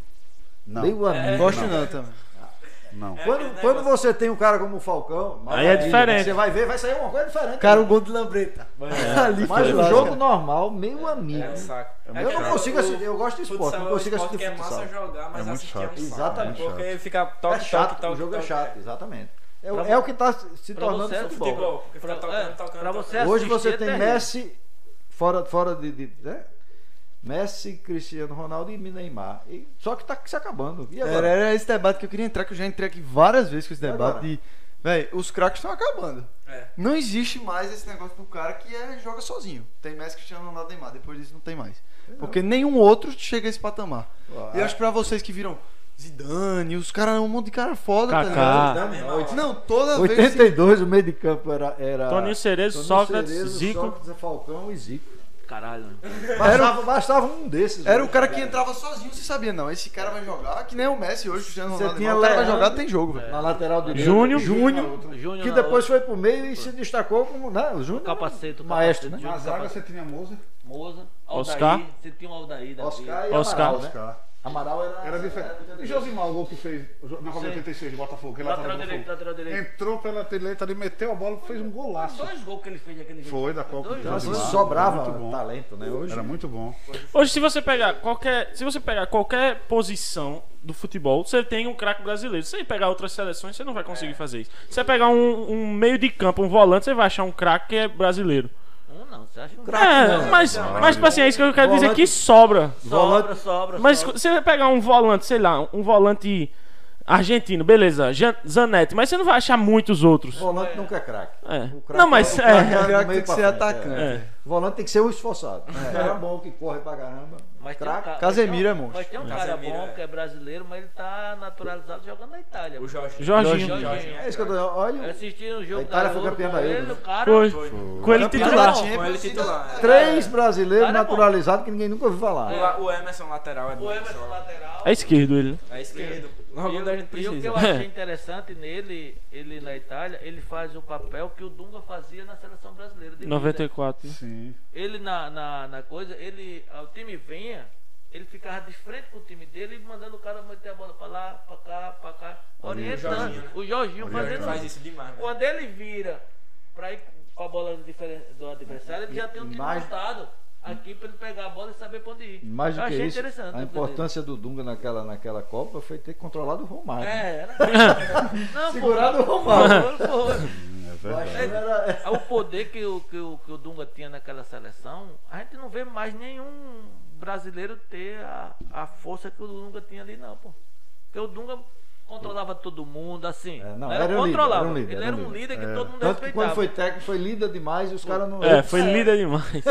F: Não,
D: Meu amigo.
A: Gosto não também.
F: não.
C: É,
E: aquele
D: Quando, quando
E: negócio.
D: você tem um cara como o Falcão,
B: Aí é
D: maravilha, né?
B: diferente.
D: Você vai ver, vai sair uma coisa diferente.
A: Cara, o gol de Lambreta. Ali
D: Mas
A: foi
D: o
A: lá,
D: jogo
A: cara.
D: normal, meu amigo.
E: É um saco.
D: eu não consigo assistir, eu gosto de esporte, não consigo assistir
E: Porque é massa
D: futsal.
E: jogar, mas
F: muito
E: assistir é um
F: chato.
E: saco.
D: Exatamente.
E: Porque fica toque,
D: É
E: toque,
D: chato,
E: toque,
D: o jogo é
E: toque,
D: chato, exatamente. É,
C: Pra
D: é o que está se
C: pra
D: tornando
C: você, é
D: futebol.
E: Futebol, porque fica
C: Pra-
E: tocando,
C: é,
E: tocando,
C: pra
E: tocando.
C: você-
D: Hoje
C: assistir
D: você
C: é
D: tem
C: terrível.
D: Messi fora, fora de, de- né? Messi, Cristiano Ronaldo e Neymar. E- só que tá se acabando. E
A: Era,
D: agora?
A: era esse debate que eu queria entrar, que eu já entrei aqui várias vezes com esse debate
D: Agora.
A: de. Véi, os craques estão acabando.
E: É.
A: Não existe mais esse negócio do cara que é, joga sozinho. Tem Messi, Cristiano Ronaldo, Neymar. Depois disso não tem mais. Porque nenhum outro chega a esse patamar.
D: É. Ah.
A: E eu acho que pra vocês que viram Zidane, os caras, um monte de cara foda,
B: Kaká.
A: tá
E: Na mesma hora.
A: ligado? Não, toda vez... se-
D: 82, o meio de campo era. era
B: Toninho Cerezo,
D: um- Toninho
B: Sócrates,
D: Cerezo,
B: Zico.
D: Sócrates, é Falcão e Zico.
C: Caralho.
D: Bastava, bastava um desses.
A: Era
D: velho.
A: o cara que entrava sozinho, você sabia, não. Esse cara vai jogar, que nem o Messi hoje, o Cristiano
D: Você
A: Ronaldo.
D: tinha né?
A: Neymar. O cara vai
D: Leandro.
A: jogar, tem jogo, velho.
D: Na lateral direita.
B: Júnior.
D: Júnior.
C: Júnior
D: Que
C: na
D: depois
C: outra,
D: foi pro meio e se destacou como. Né? O Júnior.
C: Capacete, o capacete
D: maestro, né?
F: Na
C: Júnior,
F: zaga
C: capacete.
F: você tinha Moza,
C: né? Moza,
B: Oscar.
C: Aldair, você tinha um Aldair da vida.
D: Oscar e
B: Oscar.
D: Amaral, né?
F: Oscar.
D: Amaral era.
F: Era
C: Ah, é,
F: diferente. E Josimar, o gol que fez na Copa de 86 de Botafogo, que ele
C: Lateral
F: lateral do
C: direito,
F: Botafogo.
C: lateral direito.
F: Entrou pela direita ali, meteu a bola, fez um golaço.
C: Dois gols que ele fez naquele jogo.
F: Foi da Copa
C: Dois
F: do
D: Então, assim,
F: Josimar.
D: sobrava
F: Muito bom.
D: talento, né? Hoje.
F: Era muito bom.
B: Hoje, se você pegar qualquer. Se você pegar qualquer posição do futebol, você tem um craque brasileiro. Se você pegar outras seleções, você não vai conseguir fazer isso. Se você pegar um, um meio de campo, um volante, você vai achar um craque que é brasileiro.
C: Um não, você acha um
B: é, mas, mas tipo assim, é isso que eu quero dizer que sobra.
C: Sobra, sobra.
B: Mas
C: sobra.
B: se você pegar um volante, sei lá, um volante argentino, beleza, Jan- Zanetti, mas você não vai achar muitos outros.
D: Volante nunca é craque.
B: É.
D: O craque-
B: Não, mas
D: o craque
B: é.
A: O cara
D: do
A: que
D: meio
A: tem que
D: pra
A: ser
D: frente, é.
A: atacante.
B: é.
D: O volante tem que ser o esforçado. O cara bom que corre pra caramba.
C: Mas tem um
D: craque.
C: ca-
A: Casemiro
C: mas
A: é
C: tem um-
A: monstro.
C: Mas tem um cara
E: Casemiro,
C: bom
E: é.
C: que é brasileiro, mas ele tá naturalizado jogando na Itália.
E: O Jorginho.
B: Jorginho.
E: Jorginho
D: É isso que eu tô dizendo.
C: Eu
D: Olha,
C: assisti um jogo
D: A Itália
C: da
D: foi
C: Euro
D: campeã
C: com
D: da Euro.
C: ele, o cara
B: Foi. Com ele
A: Campeão
B: titular.
A: da Champions, então,
E: Com ele titular. é.
A: ainda-
D: três brasileiros
C: Cara bom.
D: naturalizados que ninguém nunca ouviu
E: O,
D: falar.
E: la- o Emerson lateral é bom.
C: O Emerson
E: só.
C: lateral.
B: É esquerdo ele. né?
E: É esquerdo.
C: E
E: Logo onde a gente
C: o- e o que
E: precisa.
C: eu achei interessante nele, ele na Itália, ele faz o papel que o Dunga fazia na seleção brasileira. de
B: 94.
F: Sim.
C: Ele na, na, na coisa, ele. O time vinha, ele ficava de frente com o time dele e mandando o cara meter a bola pra lá, pra cá, pra cá. Orientando.
E: Jorginho, né?
C: O Jorginho fazendo.
E: Faz isso demais, né?
C: Quando ele vira pra ir com a bola do, diferen- do adversário, ele já tem um time
D: Mais-
C: montado aqui pra ele pegar a bola e saber pra onde ir.
D: Mais do
C: Eu
D: que
C: achei
D: isso,
C: interessante.
D: a
C: né,
D: importância do Dunga naquela, naquela Copa foi ter controlado o
C: dele.
D: Romário.
C: É, era. Não,
D: Segurado o Romário.
C: Foi, foi.
F: É
D: Eu
F: verdade.
D: acho que era-
C: O poder que o, que, o, que o Dunga tinha naquela seleção, a gente não vê mais nenhum brasileiro ter a, a força que o Dunga tinha ali, não, pô. Porque o Dunga controlava todo mundo, assim.
D: É, não,
C: era,
D: era um líder,
C: controlava.
D: era um líder, É.
C: ele era um líder, que todo mundo
D: Tanto que quando
C: respeitava.
D: foi técnico, foi líder demais e os caras não.
B: É, foi líder demais.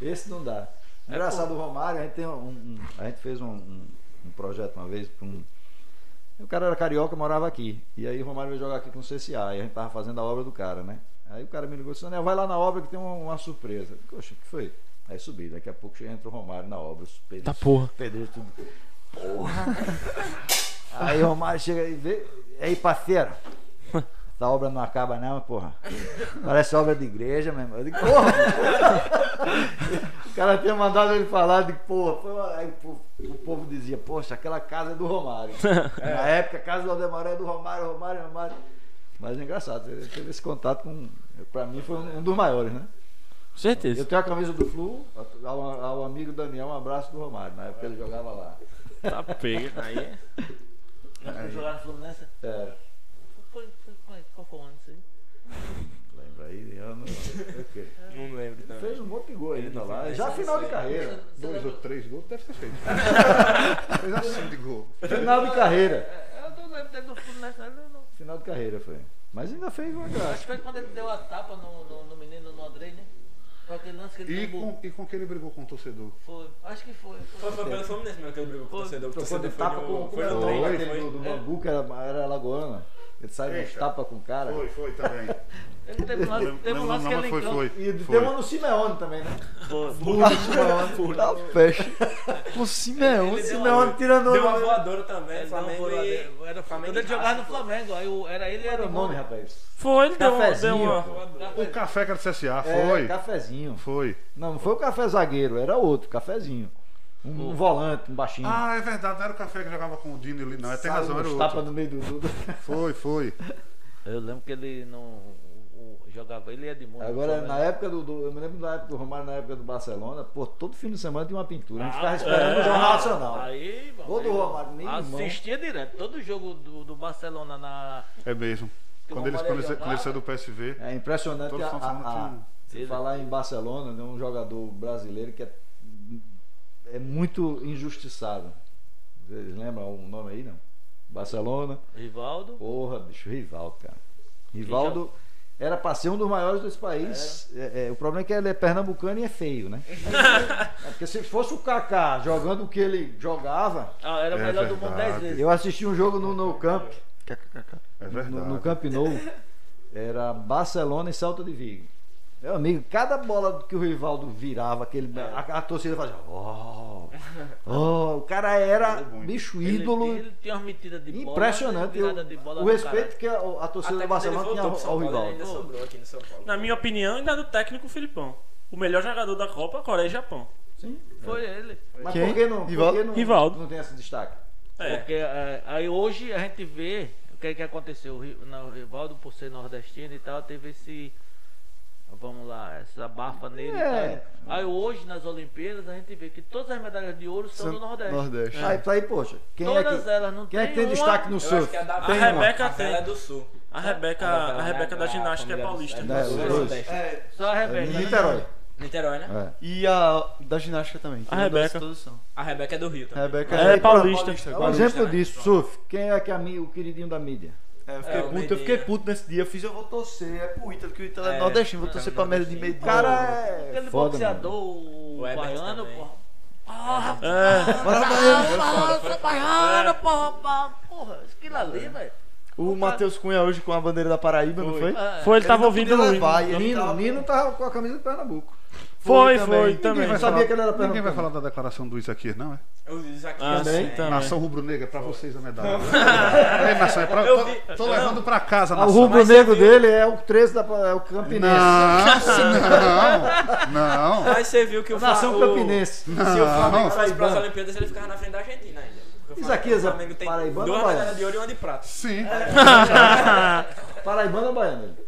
D: Esse não dá. Engraçado, o Romário, a gente, tem um, um- a gente fez um, um- um projeto uma vez para um. O cara era carioca, morava aqui. E aí o Romário veio jogar aqui com o CCA. E a gente tava fazendo a obra do cara, né? Aí o cara me ligou e disse: Daniel, vai lá na obra que tem um, uma, uma surpresa. Poxa, o que foi? Aí subi. Daqui a pouco chega- entra o Romário na obra. Os pedreiros,
B: Tá porra.
D: pedreiros tudo. Porra! aí o Romário chega e vê. Aí, parceiro. Essa obra não acaba, não, porra. Parece obra de igreja mesmo. Eu digo, porra! O cara tinha mandado ele falar de porra. foi uma- aí o povo, o povo dizia, poxa, aquela casa é do Romário. Na época, a casa do Aldemar é do Romário, Romário, Romário. Mas é engraçado, ele teve esse contato com. Pra mim foi um dos maiores, né?
B: Com
D: Eu
B: certeza.
D: tenho a camisa do Flu, ao, ao amigo Daniel, um abraço do Romário, na época ele jogava lá.
B: Tá pega. Aí é.
C: Nós fomos jogar no Fluminense.
D: É,
C: Foi, foi, foi, qual foi o ano isso aí?
D: lembra aí, ano. ok.
E: Não lembro também.
D: Fez um monte de gol ainda lá, já final de carreira.
F: Dois ou três gols deve ter feito. Fez assim de gol.
D: Final de carreira.
C: É, Eu não lembro dele do Fluminense, não, não. não.
D: Final de carreira foi. Mas ainda fez uma graça.
C: Acho que foi quando ele deu a tapa no, no, no menino, no Andrei, né? Foi aquele lance que ele
F: E
C: tombou.
F: com, e com que ele brigou com o torcedor?
C: Foi. Acho que foi. foi.
E: Foi, foi pelo Fluminense mesmo que ele brigou com o
C: Foi.
E: torcedor. O
D: Trocou de
E: torcedor
D: tapa
E: foi
D: com
E: no, foi
D: o
E: no
D: Foi,
E: treino.
D: aquele
E: foi-
D: do, do Bangu, que era, era lagoana. Ele sai uns
F: Eita.
D: tapa com o cara.
F: Foi, foi também.
C: Ele teve um lance, teve um lance que ele entrou.
D: E tem uma no Simeone também, né?
A: Tá fecha. Com o Simeone.
E: Ele deu uma-
D: Simeone tirando
E: Deu uma
D: o-
E: voadora também,
C: Ele
E: Flamengo
C: deu uma
E: e...
C: voadora. Era
E: Flamengo
C: é, Quando ele
E: e
C: jogava no
E: Racing, pô.
C: Flamengo, aí o- era ele e
D: Qual era
C: era
D: o nome, né? rapaz?
B: Foi, ele deu, uma- deu
D: Cafezinho,
B: uma.
D: pô.
F: O café que era do CSA,
D: É,
F: foi?
D: Cafezinho.
F: Foi.
D: Não, não foi o café zagueiro, era outro, cafezinho. Um, um volante, um baixinho.
F: Ah, é verdade, não era o café que jogava com o Dino ali, não. É, Tem
D: Saiu
F: razão, era
D: uns
F: o
D: tapa
F: outro.
D: no meio do Dudu.
F: Foi, foi.
C: Eu lembro que ele não o- o- jogava ele e Edmundo.
D: Agora,
C: Flamengo.
D: na época do, do- Eu me lembro da época do Romário, na época do Barcelona, pô, todo fim de semana tinha uma pintura. A gente ficava esperando o Jornal Nacional.
C: Ah, é. Aí, bom,
D: Gol do
C: aí-
D: Romário, nem
C: Assistia direto. Todo jogo do, do Barcelona na.
F: É mesmo. Quando eles, quando eles, quando eles saíram do PSV.
D: É impressionante a,
F: Todos estão
D: a-
F: falando
D: a-
C: que-
D: se falar em Barcelona, né, um jogador brasileiro que é, é muito injustiçado. Vocês lembram o nome aí, não? Barcelona.
C: Rivaldo.
D: Porra, bicho, Rivaldo, cara. Rivaldo era pra ser um dos maiores desse país. É, é, o problema é que ele é pernambucano e é feio, né? É porque se fosse o Kaká jogando o que ele jogava,
C: Ah, era o
F: É
C: melhor do mundo
F: verdade.
C: 10 vezes.
D: eu assisti um jogo no, no Camp,
F: É
D: no,
F: verdade.
D: no Camp Nou, era Barcelona e Salta de Vigo. Meu amigo, cada bola que o Rivaldo virava, aquele,
E: É.
D: a, a torcida fazia. Oh, oh, o cara
E: é
D: era
F: Jogou muito.
D: bicho
C: Ele-
D: ídolo.
C: Ele, tinha umas metidas de bola.
D: Impressionante
C: uma virada de bola
D: o
C: do
D: respeito que a, a torcida
E: Até
D: do
E: quando ele
D: Barcelona tinha
E: voltou pro
D: ao,
E: São
D: ao
E: Paulo, ele ainda
D: Rivaldo.
E: sobrou aqui no São Paulo.
B: Na minha opinião, ainda do técnico Filipão. O melhor jogador da Copa, Coreia e Japão.
C: cara. Foi ele.
D: Mas
A: Quem?
D: por que não, por
A: Rivaldo?
D: que não,
B: Rivaldo.
D: não tem esse destaque?
B: É.
C: Porque é, aí hoje a gente vê o que, que aconteceu. O Ri- na- O Rivaldo, por ser nordestino e tal, teve esse. Vamos lá, essa bafa nele.
D: É.
C: e tal. Aí hoje nas Olimpíadas a gente vê que todas as medalhas de ouro são do Nordeste.
A: Nordeste.
D: Aí, tá aí, poxa, quem é
C: Todas
D: que,
C: elas, não
D: quem é que tem
C: uma-
D: destaque no
E: Eu acho
D: surf?
E: que é da
B: A
E: Bahia,
B: Rebeca
E: mas ela
B: tem.
E: é do Sul.
B: A Rebeca, a Rebeca da ginástica é paulista.
E: É
D: né?
E: do Sul,
D: É,
E: é
D: dois.
E: Sudeste.
C: Só a
D: É,
C: Rebeca.
D: Niterói.
E: Niterói, né?
D: É.
A: E a da ginástica também.
B: A Rebeca.
A: Todos são.
E: A Rebeca é do Rio também.
A: Rebeca
B: Ah, É,
D: Aí, pronto,
B: paulista.
D: É um
E: Paulista,
D: exemplo
E: né?
D: disso, surf. Quem é que é a mi- o queridinho da mídia?
A: É, eu
E: É,
A: fiquei
E: o
A: puto, eu
E: Medina.
A: fiquei puto nesse dia. Eu fiz, eu vou torcer, é pro Ítalo, que o Ítalo é,
E: É,
A: nordestino, vou
E: é,
A: torcer pra merda de meio
E: nordestino.
A: de
D: Cara, é
C: Aquele
D: foda, mano.
C: boxeador, o
E: O Ebert
C: baiano,
E: também.
C: porra.
B: É.
A: Bora, Bahia.
C: Porra, baiano, porra, porra. Porra, aquilo ali, velho.
A: O Matheus Cunha hoje com a bandeira da Paraíba, não foi?
C: Ah,
B: Foi, ele, tava
A: não
B: ouvindo
A: podia
B: o hino.
A: levar, e ele
D: Nino,
A: tava-
D: Nino tava com a camisa do Pernambuco.
B: Foi,
A: Foi
B: foi,
F: Ninguém
B: também.
F: vai,
D: Sabia
F: falar,
D: que ele era
F: ninguém vai
D: pernambucano.
F: falar da declaração do Isaquias, não é?
E: Os Os aqui
B: Ah,
E: também.
B: sim, também.
F: Nação rubro-negra, pra vocês a medalha. Ei, nação, é pra,
E: Eu
F: tô,
E: vi-
F: tô
E: não.
F: levando pra casa,
D: Ah, O
F: nação.
D: rubro-negro dele é o 13 da é o Campinense.
F: Não, não, não.
E: Mas você viu que o
D: Nação
E: Fla- o-
D: Campinense.
E: Se o Flamengo
F: Não.
E: fosse para as
D: Paraibano.
E: Olimpíadas, ele ficava na frente da Argentina ainda. Porque o
D: Isaquias,
E: Flamengo- o Flamengo tem
D: paraibano
E: duas
D: ou baiano?
E: medalhas de ouro e uma de prata.
F: Sim,
D: Paraibano ou baiano? ele?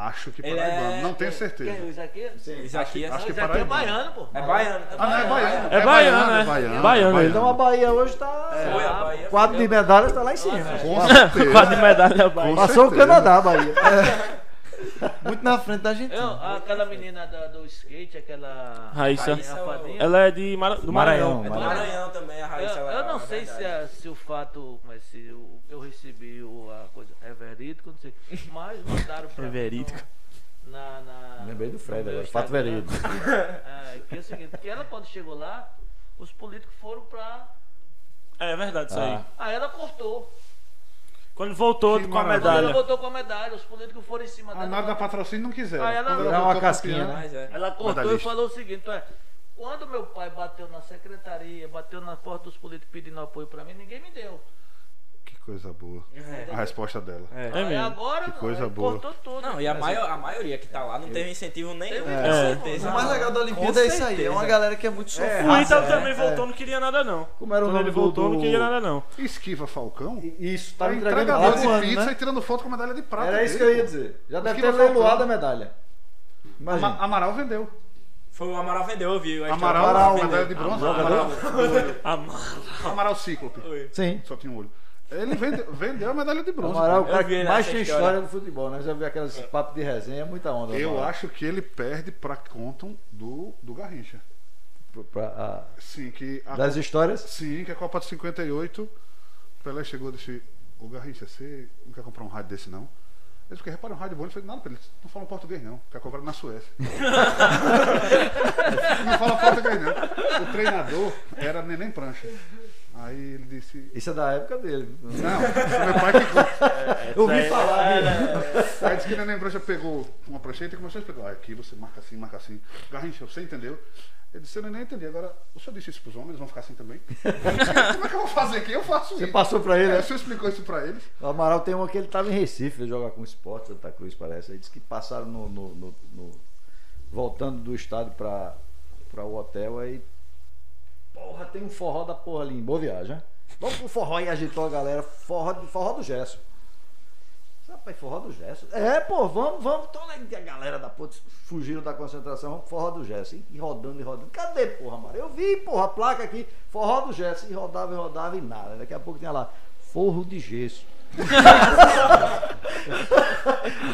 F: acho que
E: Ele
F: paraibano,
E: é-
F: não tenho
C: Quem?
F: certeza.
C: O Isaquias?
E: Isaquias
F: acho que
C: O
F: é
C: Isaquias é
F: paraibano.
C: baiano, pô.
E: é baiano.
F: Ah, não, é baiano.
B: É baiano, é.
F: baiano.
B: Baiano,
D: Então a Bahia hoje tá.
E: Foi a Bahia.
D: Quadro de medalhas tá lá em cima.
F: Com certeza.
B: Quadro de medalha
F: Com
B: baiana.
D: Passou o
F: certeza.
D: Canadá, a Bahia.
A: Muito na frente da gente.
C: Eu, aquela menina da- do skate, aquela.
B: Raíssa.
C: Rainha Fadinha.
B: Ela é de Mara... do Maranhão.
E: É Do Maranhão também, a
D: Ah,
C: Eu,
D: é
E: Raíssa. ela-
C: eu não
E: ela-
C: sei se, é.
E: verdade.
C: a- se o fato, mas se o, o que eu recebi ou a coisa é verídico, não sei. Mas mandaram pra
B: É
C: mim
B: verídico.
C: no- Na, na,
D: Lembrei é do Fred
C: no meu
D: agora, fato
C: Instagram.
D: verídico.
C: É, que é o seguinte, que ela quando chegou lá, os políticos foram pra.
B: É verdade isso aí.
C: Aí ela cortou.
B: Quando voltou
F: Que
B: com a
F: maravilha.
C: Quando ela
B: medalha.
C: botou com a medalha, os políticos foram em cima
F: A
C: dela.
F: Ah, nada da patrocínio não quiseram.
C: Ah, ela-
F: Quando
C: Virar
D: uma
F: voltou
D: casquinha, né?
F: campeã,
E: Mas é.
C: Ela cortou e
F: Madalista.
C: falou o seguinte, olha, quando meu pai bateu na secretaria, bateu na porta dos políticos pedindo apoio pra mim, ninguém me deu.
F: Que coisa boa. A resposta dela.
B: É
C: Aí
B: mesmo.
C: agora
F: Que
C: não,
F: coisa
C: aí
F: boa.
C: cortou tudo.
E: Não, e a, maior, a maioria que tá lá não teve incentivo nenhum,
C: Teve
E: com
B: incentivo.
E: certeza.
A: O mais legal da Olimpíada é isso aí. É uma galera que é muito sofrida.
B: O Ítalo também voltou, não queria nada não.
D: Como era o
B: Quando
D: nome
B: ele
D: do-
B: voltou,
D: do...
B: não queria nada não.
F: Esquiva Falcão?
D: Isso,
F: Tá
D: tava entregando
F: entregador
D: lá
F: de
D: um ano,
F: pizza
D: né?
F: e tirando foto com a medalha de prata.
D: Era isso que
F: dele,
D: eu ia
F: pô.
D: dizer. Já
F: Os
D: deve
F: que
D: ter
F: vai faltar.
D: leiloado a medalha. Imagina.
F: Ama- Amaral vendeu.
E: Foi o Amaral vendeu, eu vi. a história.
F: Amaral,
D: Amaral,
F: medalha de
E: vendeu.
F: bronze.
E: Amaral.
F: Amaral,
B: Amar.
F: Amaral Cíclope.
E: Foi.
D: Sim.
F: Só tinha um olho. Ele vende- vendeu a medalha de bronze.
D: Amaral é o
E: Eu
D: cara
E: vi
D: que
E: nessa
D: mais tem
E: história. É.
D: história no futebol, né? Já vi aqueles papos de resenha, é muita onda.
F: Eu
D: Amaral.
F: acho que ele perde pra Conton do, do Garrincha.
D: Pra-
F: Sim que,
E: Ah,
D: a-
F: a,
D: das histórias.
F: sim, que a Copa de 58, Pelé chegou e disse, o Garrincha, você não quer comprar um rádio desse não? Eles porque reparam, o Rádio Boni foi nada pra eles. Não falam português, não. Que é cobrado na Suécia. não falam português, não. O treinador era neném prancha. Aí ele disse.
D: Isso é da época dele.
F: Não, isso é meu pai que conta.
D: Eu ouvi falar.
E: é
F: Aí disse que a neném prancha pegou uma prancheta e começou a explicar. Ah, aqui você marca assim, marca assim. Garrincha, você entendeu? Ele disse, eu nem entendi. Agora, o senhor disse isso pros homens, eles vão ficar assim também? Como é que eu vou fazer aqui? Eu faço isso.
D: Você passou pra ele,
F: É,
D: né?
F: o senhor explicou isso pra eles?
D: O Amaral tem uma que ele tava em Recife, ele joga com o Sport Santa Cruz, parece. Aí disse que passaram no. no- no- no- voltando do estádio pra, pra o hotel, aí. Porra, tem um forró da porra ali em Boa Viagem, né? Vamos pro forró e agitou a galera. Forró, do- forró do Gesso. Rapaz, forró do Gesso. É, pô, vamos, vamos. Tô lá, e a galera da porra fugiram da concentração, vamos pro forró do Gesso. E, e rodando e rodando. Cadê, porra, Amaral? Eu vi, porra, a placa aqui, forró do Gesso. E rodava e rodava e nada. Daqui a pouco tinha lá, forro de gesso.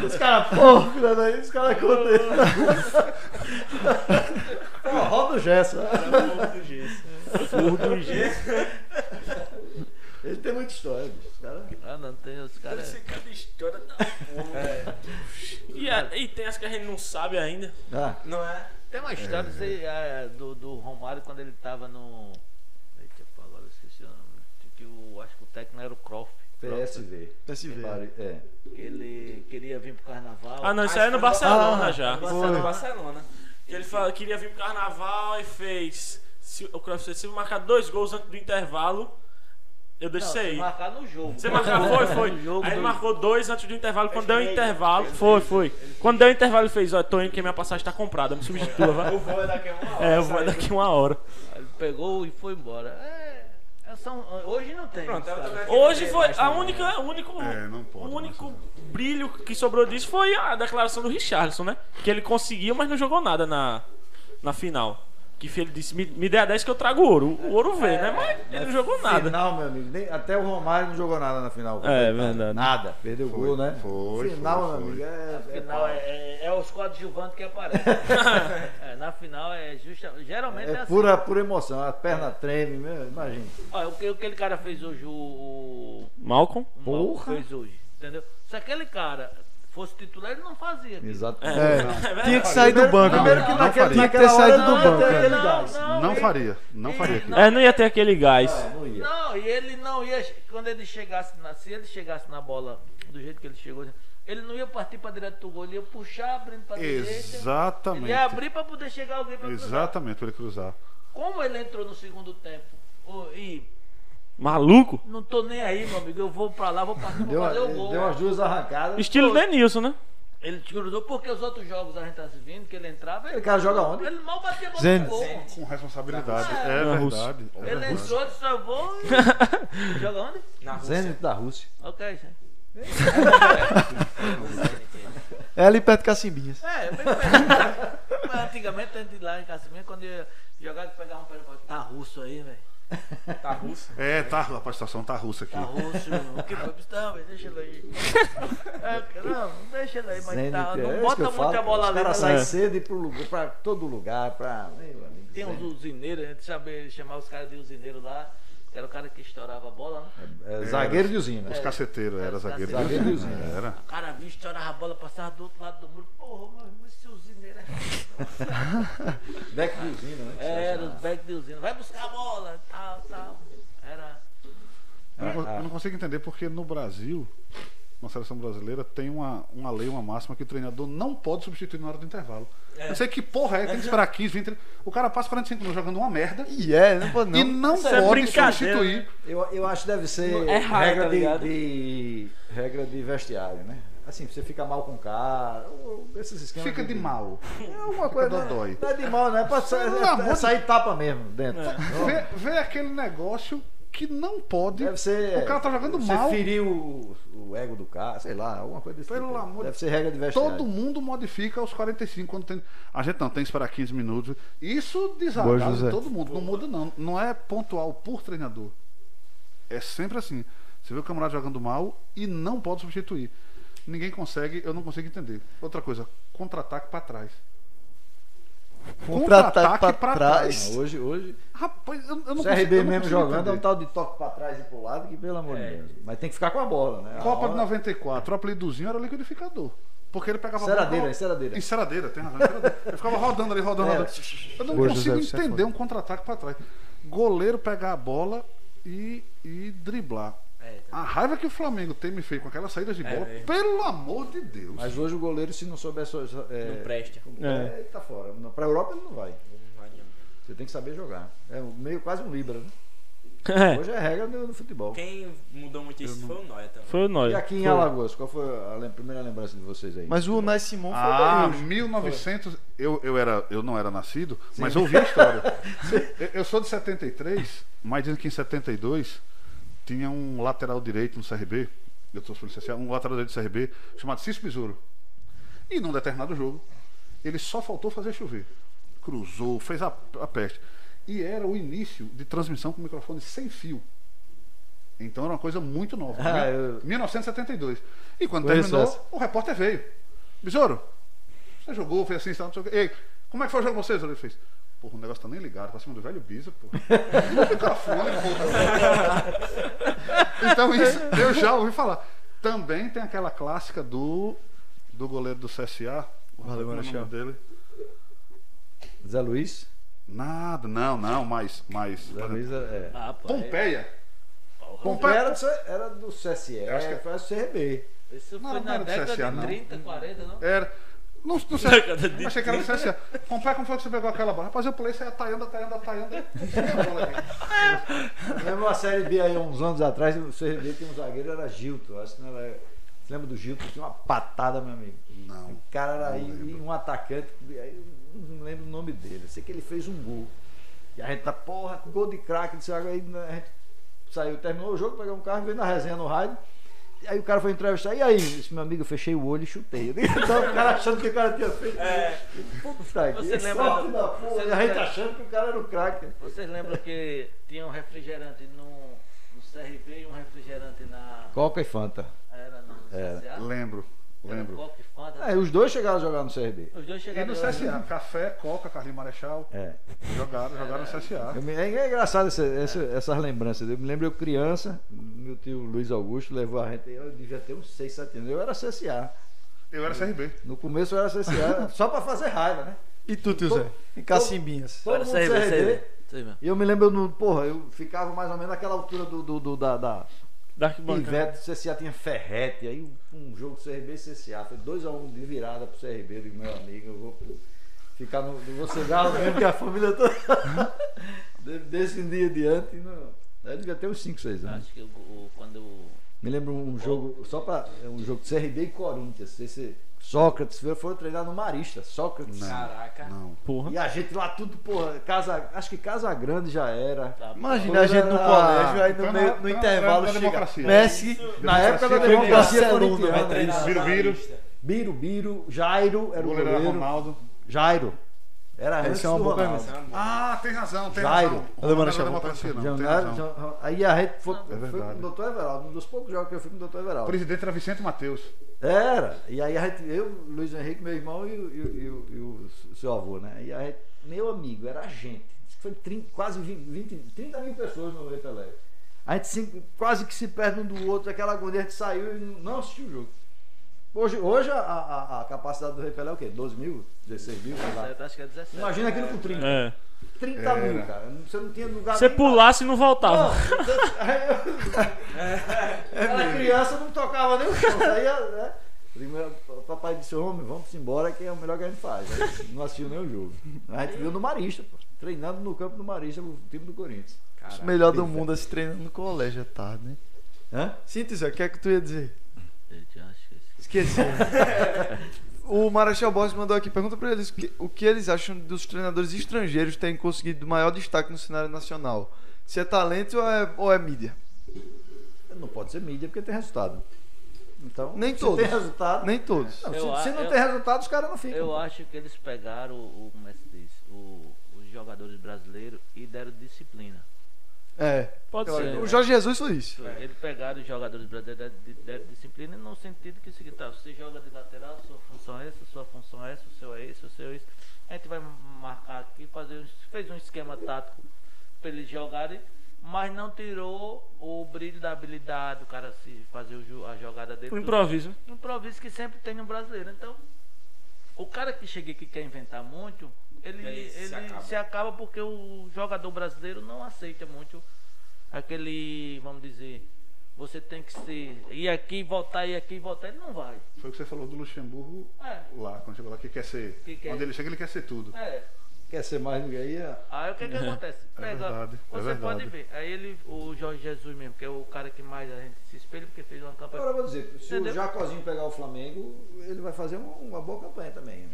D: Os caras, pô, filha daí, os caras contam. Roda o gesso.
B: Forro do gesso.
D: Ele tem muita história, bicho. Os caras.
C: Ah, não tem os caras.
E: cada história da porra.
B: E, a- e tem as que a gente não sabe ainda.
D: Ah,
E: Não é?
C: Tem uma história você, ah, do, do Romário quando ele tava no. Eita, pô, agora eu esqueci o nome. Que o, acho que o técnico era o Croft.
D: PSV.
A: PSV.
D: Pare- É.
C: Que ele queria vir pro carnaval.
B: Ah, não, isso
E: Ah,
B: aí é no
E: foi no
B: Barcelona
D: Barcelona.
B: já.
E: Barcelona, É Barcelona.
B: Que ele fala, queria vir pro carnaval e fez. Se, o Cruyff fez, se eu marcar dois gols antes do intervalo, eu
C: Não,
B: deixei
C: tem que
B: ir.
C: marcar no jogo.
B: Você marcou, foi,
C: No
B: foi.
C: jogo
B: Aí ele
C: do-
B: marcou dois antes do intervalo. Quando deu o
E: fez,
B: intervalo.
E: fez,
B: Foi, foi. Quando deu o intervalo, ele fez: Ó, tô indo que minha passagem tá comprada, me substitua, vai.
E: O voo é daqui a uma hora.
B: É, eu vou
E: sai.
B: daqui uma hora.
C: Aí Ele pegou e foi embora. É, é, são, hoje não tem.
E: Pronto, é outra
C: sabe?
E: coisa que
B: Hoje
E: eu
B: foi.
E: queria
B: A
E: mais também.
B: única, o único,
F: É, não pode,
B: o
F: não
B: único
F: pode.
B: brilho que sobrou disso foi a declaração do Richardson, né? Que ele conseguiu, mas não jogou nada na, na final. Que ele disse: me, me dê a 10 que eu trago ouro. O ouro veio, né? Mas ele não jogou nada.
D: Final, meu amigo. Nem- até o Romário não jogou nada na final.
B: É, verdade.
D: Nada. Perdeu o
F: Foi,
D: gol, né?
F: foi,
D: Final,
F: foi,
D: meu amigo. É, é
C: Final é, é, é os coadjuvantes que aparecem. É, na final é justa, geralmente é,
D: É
C: assim.
D: pura, pura emoção. A perna treme, meu, imagina.
C: Olha, o que o que aquele cara fez hoje, o, o
B: Malcolm?
C: o
D: Porra!
C: Mauro fez hoje, entendeu? Se aquele cara fosse titular, ele não fazia. aquilo.
D: Exatamente.
A: É, tinha que sair do banco. né?
D: Primeiro que
A: não
D: naquele-
A: faria. Tinha que ter
D: naquela hora
A: saído
D: não
A: do
D: ia
A: banco.
D: ter
A: é.
C: né?
D: aquele gás.
F: Não
C: ele-
F: faria. Não faria aquilo.
B: É, não ia ter aquele gás.
D: Não ia.
C: Não, e ele não ia. Quando ele chegasse na. Se ele chegasse na bola do jeito que ele chegou, ele não ia partir pra direto do gol, ele ia puxar, abrindo pra direita. Ele
F: Exatamente.
C: ia abrir pra poder chegar alguém pra cruzar.
F: Exatamente, pra ele cruzar.
C: Como ele entrou no segundo tempo? ô, e
B: Maluco?
C: não tô nem aí, meu amigo. Eu vou pra lá, vou partir
D: Deu,
C: pra fazer o gol.
D: deu umas duas arrancadas.
B: Estilo Denilson, né?
C: Ele te cruzou porque os outros jogos a gente tá assistindo, que ele entrava.
D: Aquele
C: Ele,
D: cara joga onde?
C: ele mal batia a bola
A: Zen-
C: no gol. mano.
F: Com responsabilidade.
C: Ah,
F: É
B: na
D: Tá
B: Rússia.
F: verdade. é
C: Ele
F: verdade.
C: entrou, ele só vou e. joga onde?
E: Na Rússia.
D: Zenit da Rússia.
C: Ok, gente.
A: É ali perto de Cacimbinhas.
C: É, bem perto. Mas antigamente a gente lá em Casimiro, quando ia jogar, pegava um pé no pau. Tá russo aí, velho.
E: Tá russa.
F: É, tá, rapaz, a situação tá russa aqui.
C: Tá russo, o que foi? Não, velho, deixa ele aí. É, não, deixa ele aí, mas
D: Zenit,
C: tá,
D: é
C: não
D: isso que
C: bota
D: eu falo,
C: muita bola
D: Os
C: ali.
D: caras
C: né?
D: saem cedo e pro lugar, pra todo lugar, pra. né, Meu amigo,
C: Tem uns
D: Zenit.
C: usineiros, a gente sabe chamar os caras de usineiros lá. que Era o cara que estourava a bola, né?
D: É, zagueiro de usina.
F: Os caceteiros,
C: É,
F: era zagueiro.
D: Zagueiro
F: Deus,
D: Deus,
F: né? Era.
C: O cara vinha, estourava a bola, passava do outro lado do muro. Porra, mano, esse usineiro é.
D: Deck de usina, né?
C: Era os back de usina. Vai buscar a bola, tal, tal. Era.
F: Eu não- Eu não consigo entender porque no Brasil, na seleção brasileira, tem uma, uma lei, uma máxima que o treinador não pode substituir na hora do intervalo. Não sei que porra é, tem que esperar 15, 20. 30. O cara passa 45 minutos jogando uma merda
A: E é, não pode
F: e né,
A: não.
F: não
B: é
F: pode
B: brincadeira,
F: substituir.
D: Eu, eu acho que deve ser
E: É raio,
D: regra,
E: tá
D: de,
E: ligado?
D: de- regra de vestiário, né? Assim, você fica mal com o cara, ou- ou esses esquemas.
F: Fica
D: que
F: de
D: tem.
F: mal.
D: É alguma coisa.
F: Fica
D: Não,
F: dodói.
D: não é de mal, não é pra sa-
F: Pelo
D: é-
F: amor
D: é,
F: de-
D: sair tapa mesmo dentro.
C: É.
F: Vê, vê aquele negócio que não pode.
D: Deve ser.
F: O cara tá jogando
D: você
F: mal.
D: feriu o, o ego do cara, sei lá, alguma coisa desse
F: Pelo
D: tipo.
F: amor de-
D: Deve ser regra de vestiário.
F: Todo mundo modifica aos 45 quando tem. A gente não tem que esperar 15 minutos. Isso desagrada
A: Boa, José.
F: todo mundo. Não muda, não. Não é pontual por treinador. É sempre assim. Você vê o camarada jogando mal e não pode substituir. Ninguém consegue, eu não consigo entender. Outra coisa, contra-ataque pra trás.
A: Contra-ataque pra
F: pra
A: trás.
D: Não, hoje, hoje.
F: Rapaz, eu, eu não
D: O
F: consigo-
D: CRB
F: eu não
D: mesmo
F: consigo
D: jogando é um
F: entender. É.
D: tal de toque pra trás e pro lado que, pelo amor de Deus. Mas tem que ficar com a bola, né? A
F: Copa de
D: hora-
F: 94, o apelidozinho era liquidificador. Porque ele pegava
D: Enceradeira,
F: a bola.
D: enceradeira.
F: Enceradeira, tem razão. enceradeira. Ele ficava rodando ali, rodando,
D: É.
F: rodando. Eu não
A: Gol de
F: consigo
A: José, isso é
F: entender
A: foda.
F: um contra-ataque pra trás. Goleiro pegar a bola e, e driblar.
E: É,
F: A raiva que o Flamengo tem me feito com aquelas saídas de
E: É
F: bola,
E: mesmo.
F: pelo amor de Deus.
D: Mas hoje o goleiro, se não souber. so- so- É,
E: Não presta.
B: É.
D: é, ele tá fora. Não, Pra Europa ele não vai.
E: Não vai nenhum.
D: Você tem que saber jogar. É um- meio quase um Libra, né?
B: É,
D: Hoje é regra do, do futebol.
E: Quem mudou muito isso foi o Noia também.
B: foi o
D: E
B: Noia.
D: aqui em
B: Foi.
D: Alagoas, qual foi a lem- primeira lembrança de vocês aí?
A: Mas o Unai Simon foi
F: Ah,
A: bem.
F: 1900. Eu, eu, era, eu não era nascido, mas eu ouvi a história. eu, eu sou de 73, mas dizem que em 72 tinha um lateral direito no CRB, eu torço pro CSA, um lateral direito do CRB chamado Cício Besouro. E num determinado jogo, ele só faltou fazer chover. Cruzou, fez a, a peste. E era o início de transmissão com microfone sem fio. Então era uma coisa muito nova.
D: Ah,
F: Mil-
D: eu-
F: 1972. E quando
D: Conheço
F: terminou,
D: essa.
F: o repórter veio. Besouro, você jogou, fez assim, tal, não sei o quê. Ei, como é que foi o jogo com vocês? Ele fez. Porra, o negócio tá nem ligado, tá cima do velho Bisa, pô. Microfone, pô. né, Então isso, eu já ouvi falar. Também tem aquela clássica do, do goleiro do CSA. Como é o nome
A: Marechal.
F: dele.
D: Zé Luiz?
F: Nada, não, não, mas. mas
D: Zé Luiz é.
C: Ah, pô,
F: Pompeia.
D: Pompeia
F: Pompeia.
D: era do, C- era do CSE,
F: Eu acho que-
D: foi a CRB.
C: Isso
F: Não,
C: foi
F: não
C: na
F: era do
C: década
F: CSA,
C: de
F: não.
C: 30, 40, não?
F: Era. Não, não sei. Achei que era do CSA. Pompeia, como foi que você pegou aquela bola? Rapaz, eu pulei, saiu a Taianda, a Taianda, a Taianda. e a bola aqui.
D: Eu lembro uma Série B aí, uns anos atrás, o CRB tinha um zagueiro, era Gilto. eu Acho que não era... Você lembra do Gilto? Tinha uma patada, meu amigo.
F: Não,
D: O cara era
F: não
D: aí,
F: lembro.
D: e um atacante, aí eu não lembro o nome dele. Eu sei que ele fez um gol. E a gente tá, porra, gol de craque, não sei o que, aí né, a gente saiu, terminou o jogo, pegamos um carro, veio na resenha no rádio. E aí o cara foi entrevistar, e aí, esse meu amigo, eu fechei o olho e chutei. Então o cara achando que o cara tinha feito.
E: É.
D: Puta que
C: Você lembra
D: sorte
C: do-
D: da porra,
C: você
D: A gente
C: lembra-
D: achando que o cara era o craque.
C: Vocês lembram que tinha um refrigerante no, no CRB e um refrigerante na.
D: Coca e Fanta.
C: Era no CSA?
D: Era.
C: Era
F: Lembro, lembro.
C: Coca e Fanta.
D: É, os dois chegaram a jogar no CRB.
C: Os dois
F: E
C: chegaram
F: no
C: lá, né?
F: CSA, café, coca, Carlinhos Marechal.
D: É.
F: Jogaram, jogaram no CSA.
D: Eu me- é engraçado essa- essa- essas lembranças. Eu me lembro eu criança, meu tio Luiz Augusto levou a gente, eu devia ter uns 6, 7 anos. Eu era CSA.
F: Eu era CRB.
D: No começo eu era CSA, só pra fazer raiva, né?
A: E tu, tio Zé? E Cacimbinhas.
D: Todo
C: Era
D: mundo
C: CRB,
D: CRB.
C: CRB.
D: E eu me lembro, eu não- porra, eu ficava mais ou menos naquela altura do, do- do- da, da
B: Dark né? Banca.
D: Ivete, CSA tinha Ferrete, aí um jogo CRB e CSA, foi 2x1 de virada pro CRB, eu digo, meu amigo, eu vou ficar no. Você dá mesmo que a família toda. De- Desse dia em diante, não. Eu devia ter uns 5, 6 anos.
C: Acho que o, o- quando o.
D: Me lembro um jogo, só pra. Um jogo de CRB e Corinthians. Esse Sócrates foram treinar no Marista. Sócrates.
E: Caraca.
F: Não.
B: Porra.
D: E a gente lá tudo, porra, casa, acho que Casa Grande já era.
A: Imagina a gente no
D: Ah,
A: colégio, aí
F: então
A: no, meio,
F: na-
A: no
F: então
A: intervalo
F: na
A: chega
F: democracia.
A: Messi,
D: Na época da
F: Foi um,
D: democracia
A: Barcelona,
F: né,
E: Vai
D: corintiana.
E: treinar lá
F: Viro,
E: na
F: viro.
E: lista.
D: Biro, Biro, Jairo era o
F: goleiro era
D: goleiro.
F: Ronaldo.
D: Jairo. Era antes
A: é uma
D: do
A: boa
D: Ronaldo.
E: Tá bom.
F: Ah, tem razão, tem
D: Jairo.
A: Olha
F: razão.
A: o
F: Ronaldo era
A: Marechal.
F: democracia, não. Tem
D: Januário,
F: razão.
D: Jan- aí a gente
A: É
D: foi, foi
F: verdade.
D: com o Dr. Everaldo, um dos poucos jogos que eu fui com o Dr.
F: O
D: Everaldo.
F: presidente era Vicente Matheus.
D: Era. E aí a gente, eu, Luiz Henrique, meu irmão e, o- e o- e o- e o s- seu avô, né? E a gente, meu amigo, era a gente. Diz que Foi 30, quase 20, 20, 30 mil pessoas no Rei Pelé. A gente se- quase que se perde um do outro, aquela agonia, a gente saiu e não assistiu o jogo. Hoje, hoje a, a- a capacidade do Rei Pelé é o quê? 12 mil? 16 mil? sei lá.
C: Acho que é 17.
D: Imagina aquilo com 30.
B: É.
D: 30
F: Era.
D: mil, cara. Você não tinha lugar
B: Você
D: nem-
B: pulasse e não
D: Não,
B: voltava.
D: era criança, não tocava nem o chão. Saía, né? Primeiro, o papai disse, homem, vamos embora que é o melhor que a gente faz. Aí Não assistiu nem o jogo. A gente viu no Marista, pô, treinando no campo do Marista, o time do Corinthians.
A: o
E: Caraca.
A: melhor do mundo a se treinando no colégio à tarde, né?
D: Hã?
A: Sim, tio Zé, o que é que tu ia dizer?
C: Eu te acho que esse-
A: Esqueci. o Marechal Borges mandou aqui, pergunta pra eles o que- o que eles acham dos treinadores estrangeiros terem conseguido maior destaque no cenário nacional. Se é talento ou é, ou é mídia?
D: Não pode ser mídia porque tem resultado. Então,
A: Nem
D: se
A: todos.
D: tem resultado.
A: Nem todos.
D: Não,
C: Eu
D: se, se
C: a-
D: não
C: eu-
D: tem resultado, os caras não ficam.
C: Eu
D: pô.
C: acho que eles pegaram o, como é que se diz, o- os jogadores brasileiros e deram disciplina.
A: É.
B: Pode
A: Eu-
B: ser.
A: O Jorge Jesus foi isso.
C: Eles pegaram os jogadores brasileiros de, de- de disciplina no sentido que é o seguinte, tá, você joga de lateral, sua função é essa, sua função é essa, o seu é esse, o seu é esse. A gente vai marcar aqui, fazer um, fez um esquema tático para eles jogarem, mas não tirou o brilho da habilidade do cara se fazer o ju- a jogada dele.
B: O
C: tudo
B: improviso.
C: Um improviso que sempre tem no brasileiro. Então, o cara que chega aqui e quer inventar muito, ele,
E: Ele
C: ele
E: se
C: se,
E: acaba.
C: acaba. porque o jogador brasileiro não aceita muito aquele, vamos dizer, você tem que ser ir aqui, voltar, ir aqui, voltar, ele não vai.
F: Foi o que você falou do Luxemburgo
C: É.
F: lá, quando chegou lá, que quer ser.
C: Que quer.
F: Quando ele chega, ele quer ser tudo.
C: É.
D: Quer ser mais ninguém aí? é-
C: Aí o que que acontece?
F: É
C: Pega-
F: verdade, é
C: você pode
F: verdade.
C: ver. Aí ele, o Jorge Jesus mesmo, que é o cara que mais a gente se espelha, porque fez uma campanha.
D: Agora eu vou dizer, se
C: Entendeu?
D: o Jacozinho pegar o Flamengo, ele vai fazer uma, uma boa campanha também. né?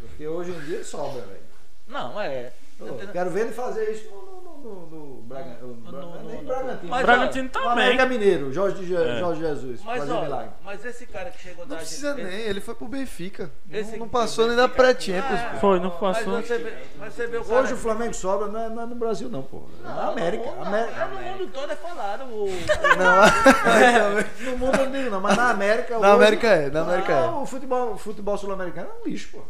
D: Porque hoje em dia ele sobra, velho.
C: Não, é.
D: Pô,
C: Eu tenho-
D: Quero ver ele fazer isso no, no, no, no, no Braga- o Bra-
C: no-
D: nem
C: no-
D: Bragantino.
C: Mas,
B: Bragantino tá
D: O
B: também.
D: América Mineiro, Jorge, Je-
A: É.
D: Jorge Jesus,
C: Mas
D: fazer
C: olha,
D: milagre.
C: mas esse cara que chegou
A: Não
C: da
A: precisa
C: gente-
A: nem, ele foi pro Benfica.
C: Esse
A: Não, não
C: que
A: passou nem da pré-Champions,
C: Ah,
A: pô.
B: Foi, não
C: Mas
B: passou.
C: você vê, mas você vê o cara.
D: Hoje o Flamengo sobra, não é, não é no Brasil não, pô. É na América. né?
C: Não,
D: América.
C: é no mundo todo é falado. O... É,
D: No mundo eu não digo não, mas na América.
A: Na
D: hoje-
A: América é, na América
D: Ah,
A: é.
D: O futebol, o futebol sul-americano é um lixo, pô.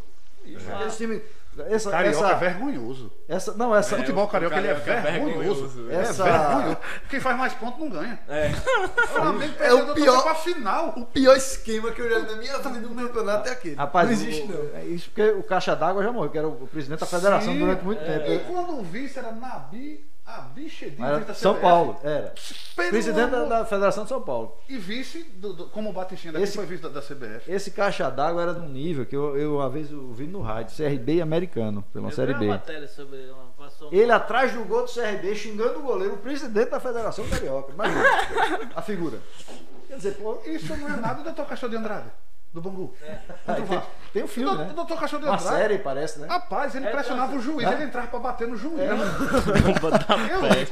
D: Lixo.
C: É.
D: Aqueles times- Essa,
F: Carioca é
D: essa,
F: vergonhoso.
D: essa, não, essa.
F: O futebol carioca, ele é
E: carioca é vergonhoso,
F: vergonhoso. É
D: Essa-
F: vergonhoso. Quem faz mais ponto não ganha.
E: É.
F: O Flamengo
A: É o
F: perdeu
A: pior.
F: pra final.
A: O pior esquema que eu já vi na minha vida no campeonato é aquele.
D: Rapaz,
A: não existe,
D: o-
A: não.
D: é Isso porque o Caixa d'Água já morreu, que era o presidente da federação
F: Sim,
D: durante muito
F: é. E
D: tempo.
F: quando o vice era Nabi, Abichedi,
D: Mas era
F: da
D: São
F: CBF,
D: Paulo, era.
F: pelo
D: Presidente da,
F: amor-
D: da Federação de São Paulo.
F: E vice, do, do- como o Batistinha daqui
D: Esse-
F: foi vice da, da CBF.
D: Esse Caixa d'Água era de um nível que eu, eu uma vez ouvi no rádio, CRB e americano, pela
C: Eu
D: Série
C: vi
D: B.
C: uma matéria sobre ele, uma- passou um-
D: Ele atrás do gol do CRB xingando o goleiro, o presidente da Federação Carioca. Imagina a figura. Quer dizer, pô,
F: Isso não é nada do Dr. Cachorro de Andrade, do Bangu.
D: aí tem, É. tem um
F: E
D: filme,
F: do,
D: né?
F: do Dr. Cachorro de
D: Uma
F: Andrade.
D: série, parece, né?
F: Rapaz, ele pressionava o juiz,
D: É.
F: ele entrava pra bater no juiz. né,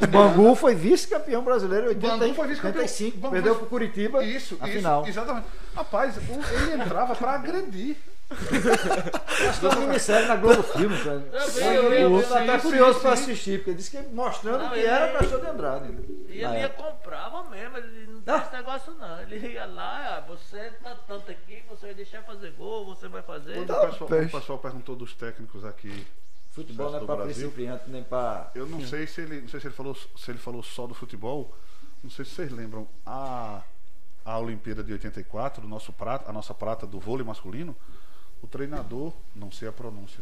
D: O Bangu foi vice-campeão brasileiro em
F: Bangu
D: 80
F: foi vice-campeão.
D: 85,
F: Bangu-
D: perdeu pro Curitiba
F: Isso,
D: na
F: isso,
D: final.
F: exatamente. Rapaz, o- ele entrava pra agredir.
D: Tem uma minissérie na Globo Filme, cara.
C: Eu vi, eu vi, eu vi,
D: Tá até
C: sim,
D: curioso
C: sim.
D: pra assistir, porque disse que é mostrando
C: Não,
D: que
C: ele- é
D: era Cachorro de Andrade. né?
C: E
D: Na
C: ele ia
D: época.
C: comprava mesmo, ele não tinha
D: Ah.
C: esse negócio não. Ele ia lá, ah, você tá tanto aqui, você vai deixar fazer gol, você vai fazer.
F: Quando
D: Então,
F: o, pessoal,
A: peixe.
F: o pessoal perguntou dos técnicos aqui.
D: Futebol não é
F: do
D: pra
F: Brasil.
D: principiante nem pra.
F: Eu não sei se ele, não sei se ele falou, se ele falou só do futebol. Não sei se vocês lembram a a Olimpíada de 84, o nosso prata, a nossa prata do vôlei masculino, o treinador, não sei a pronúncia,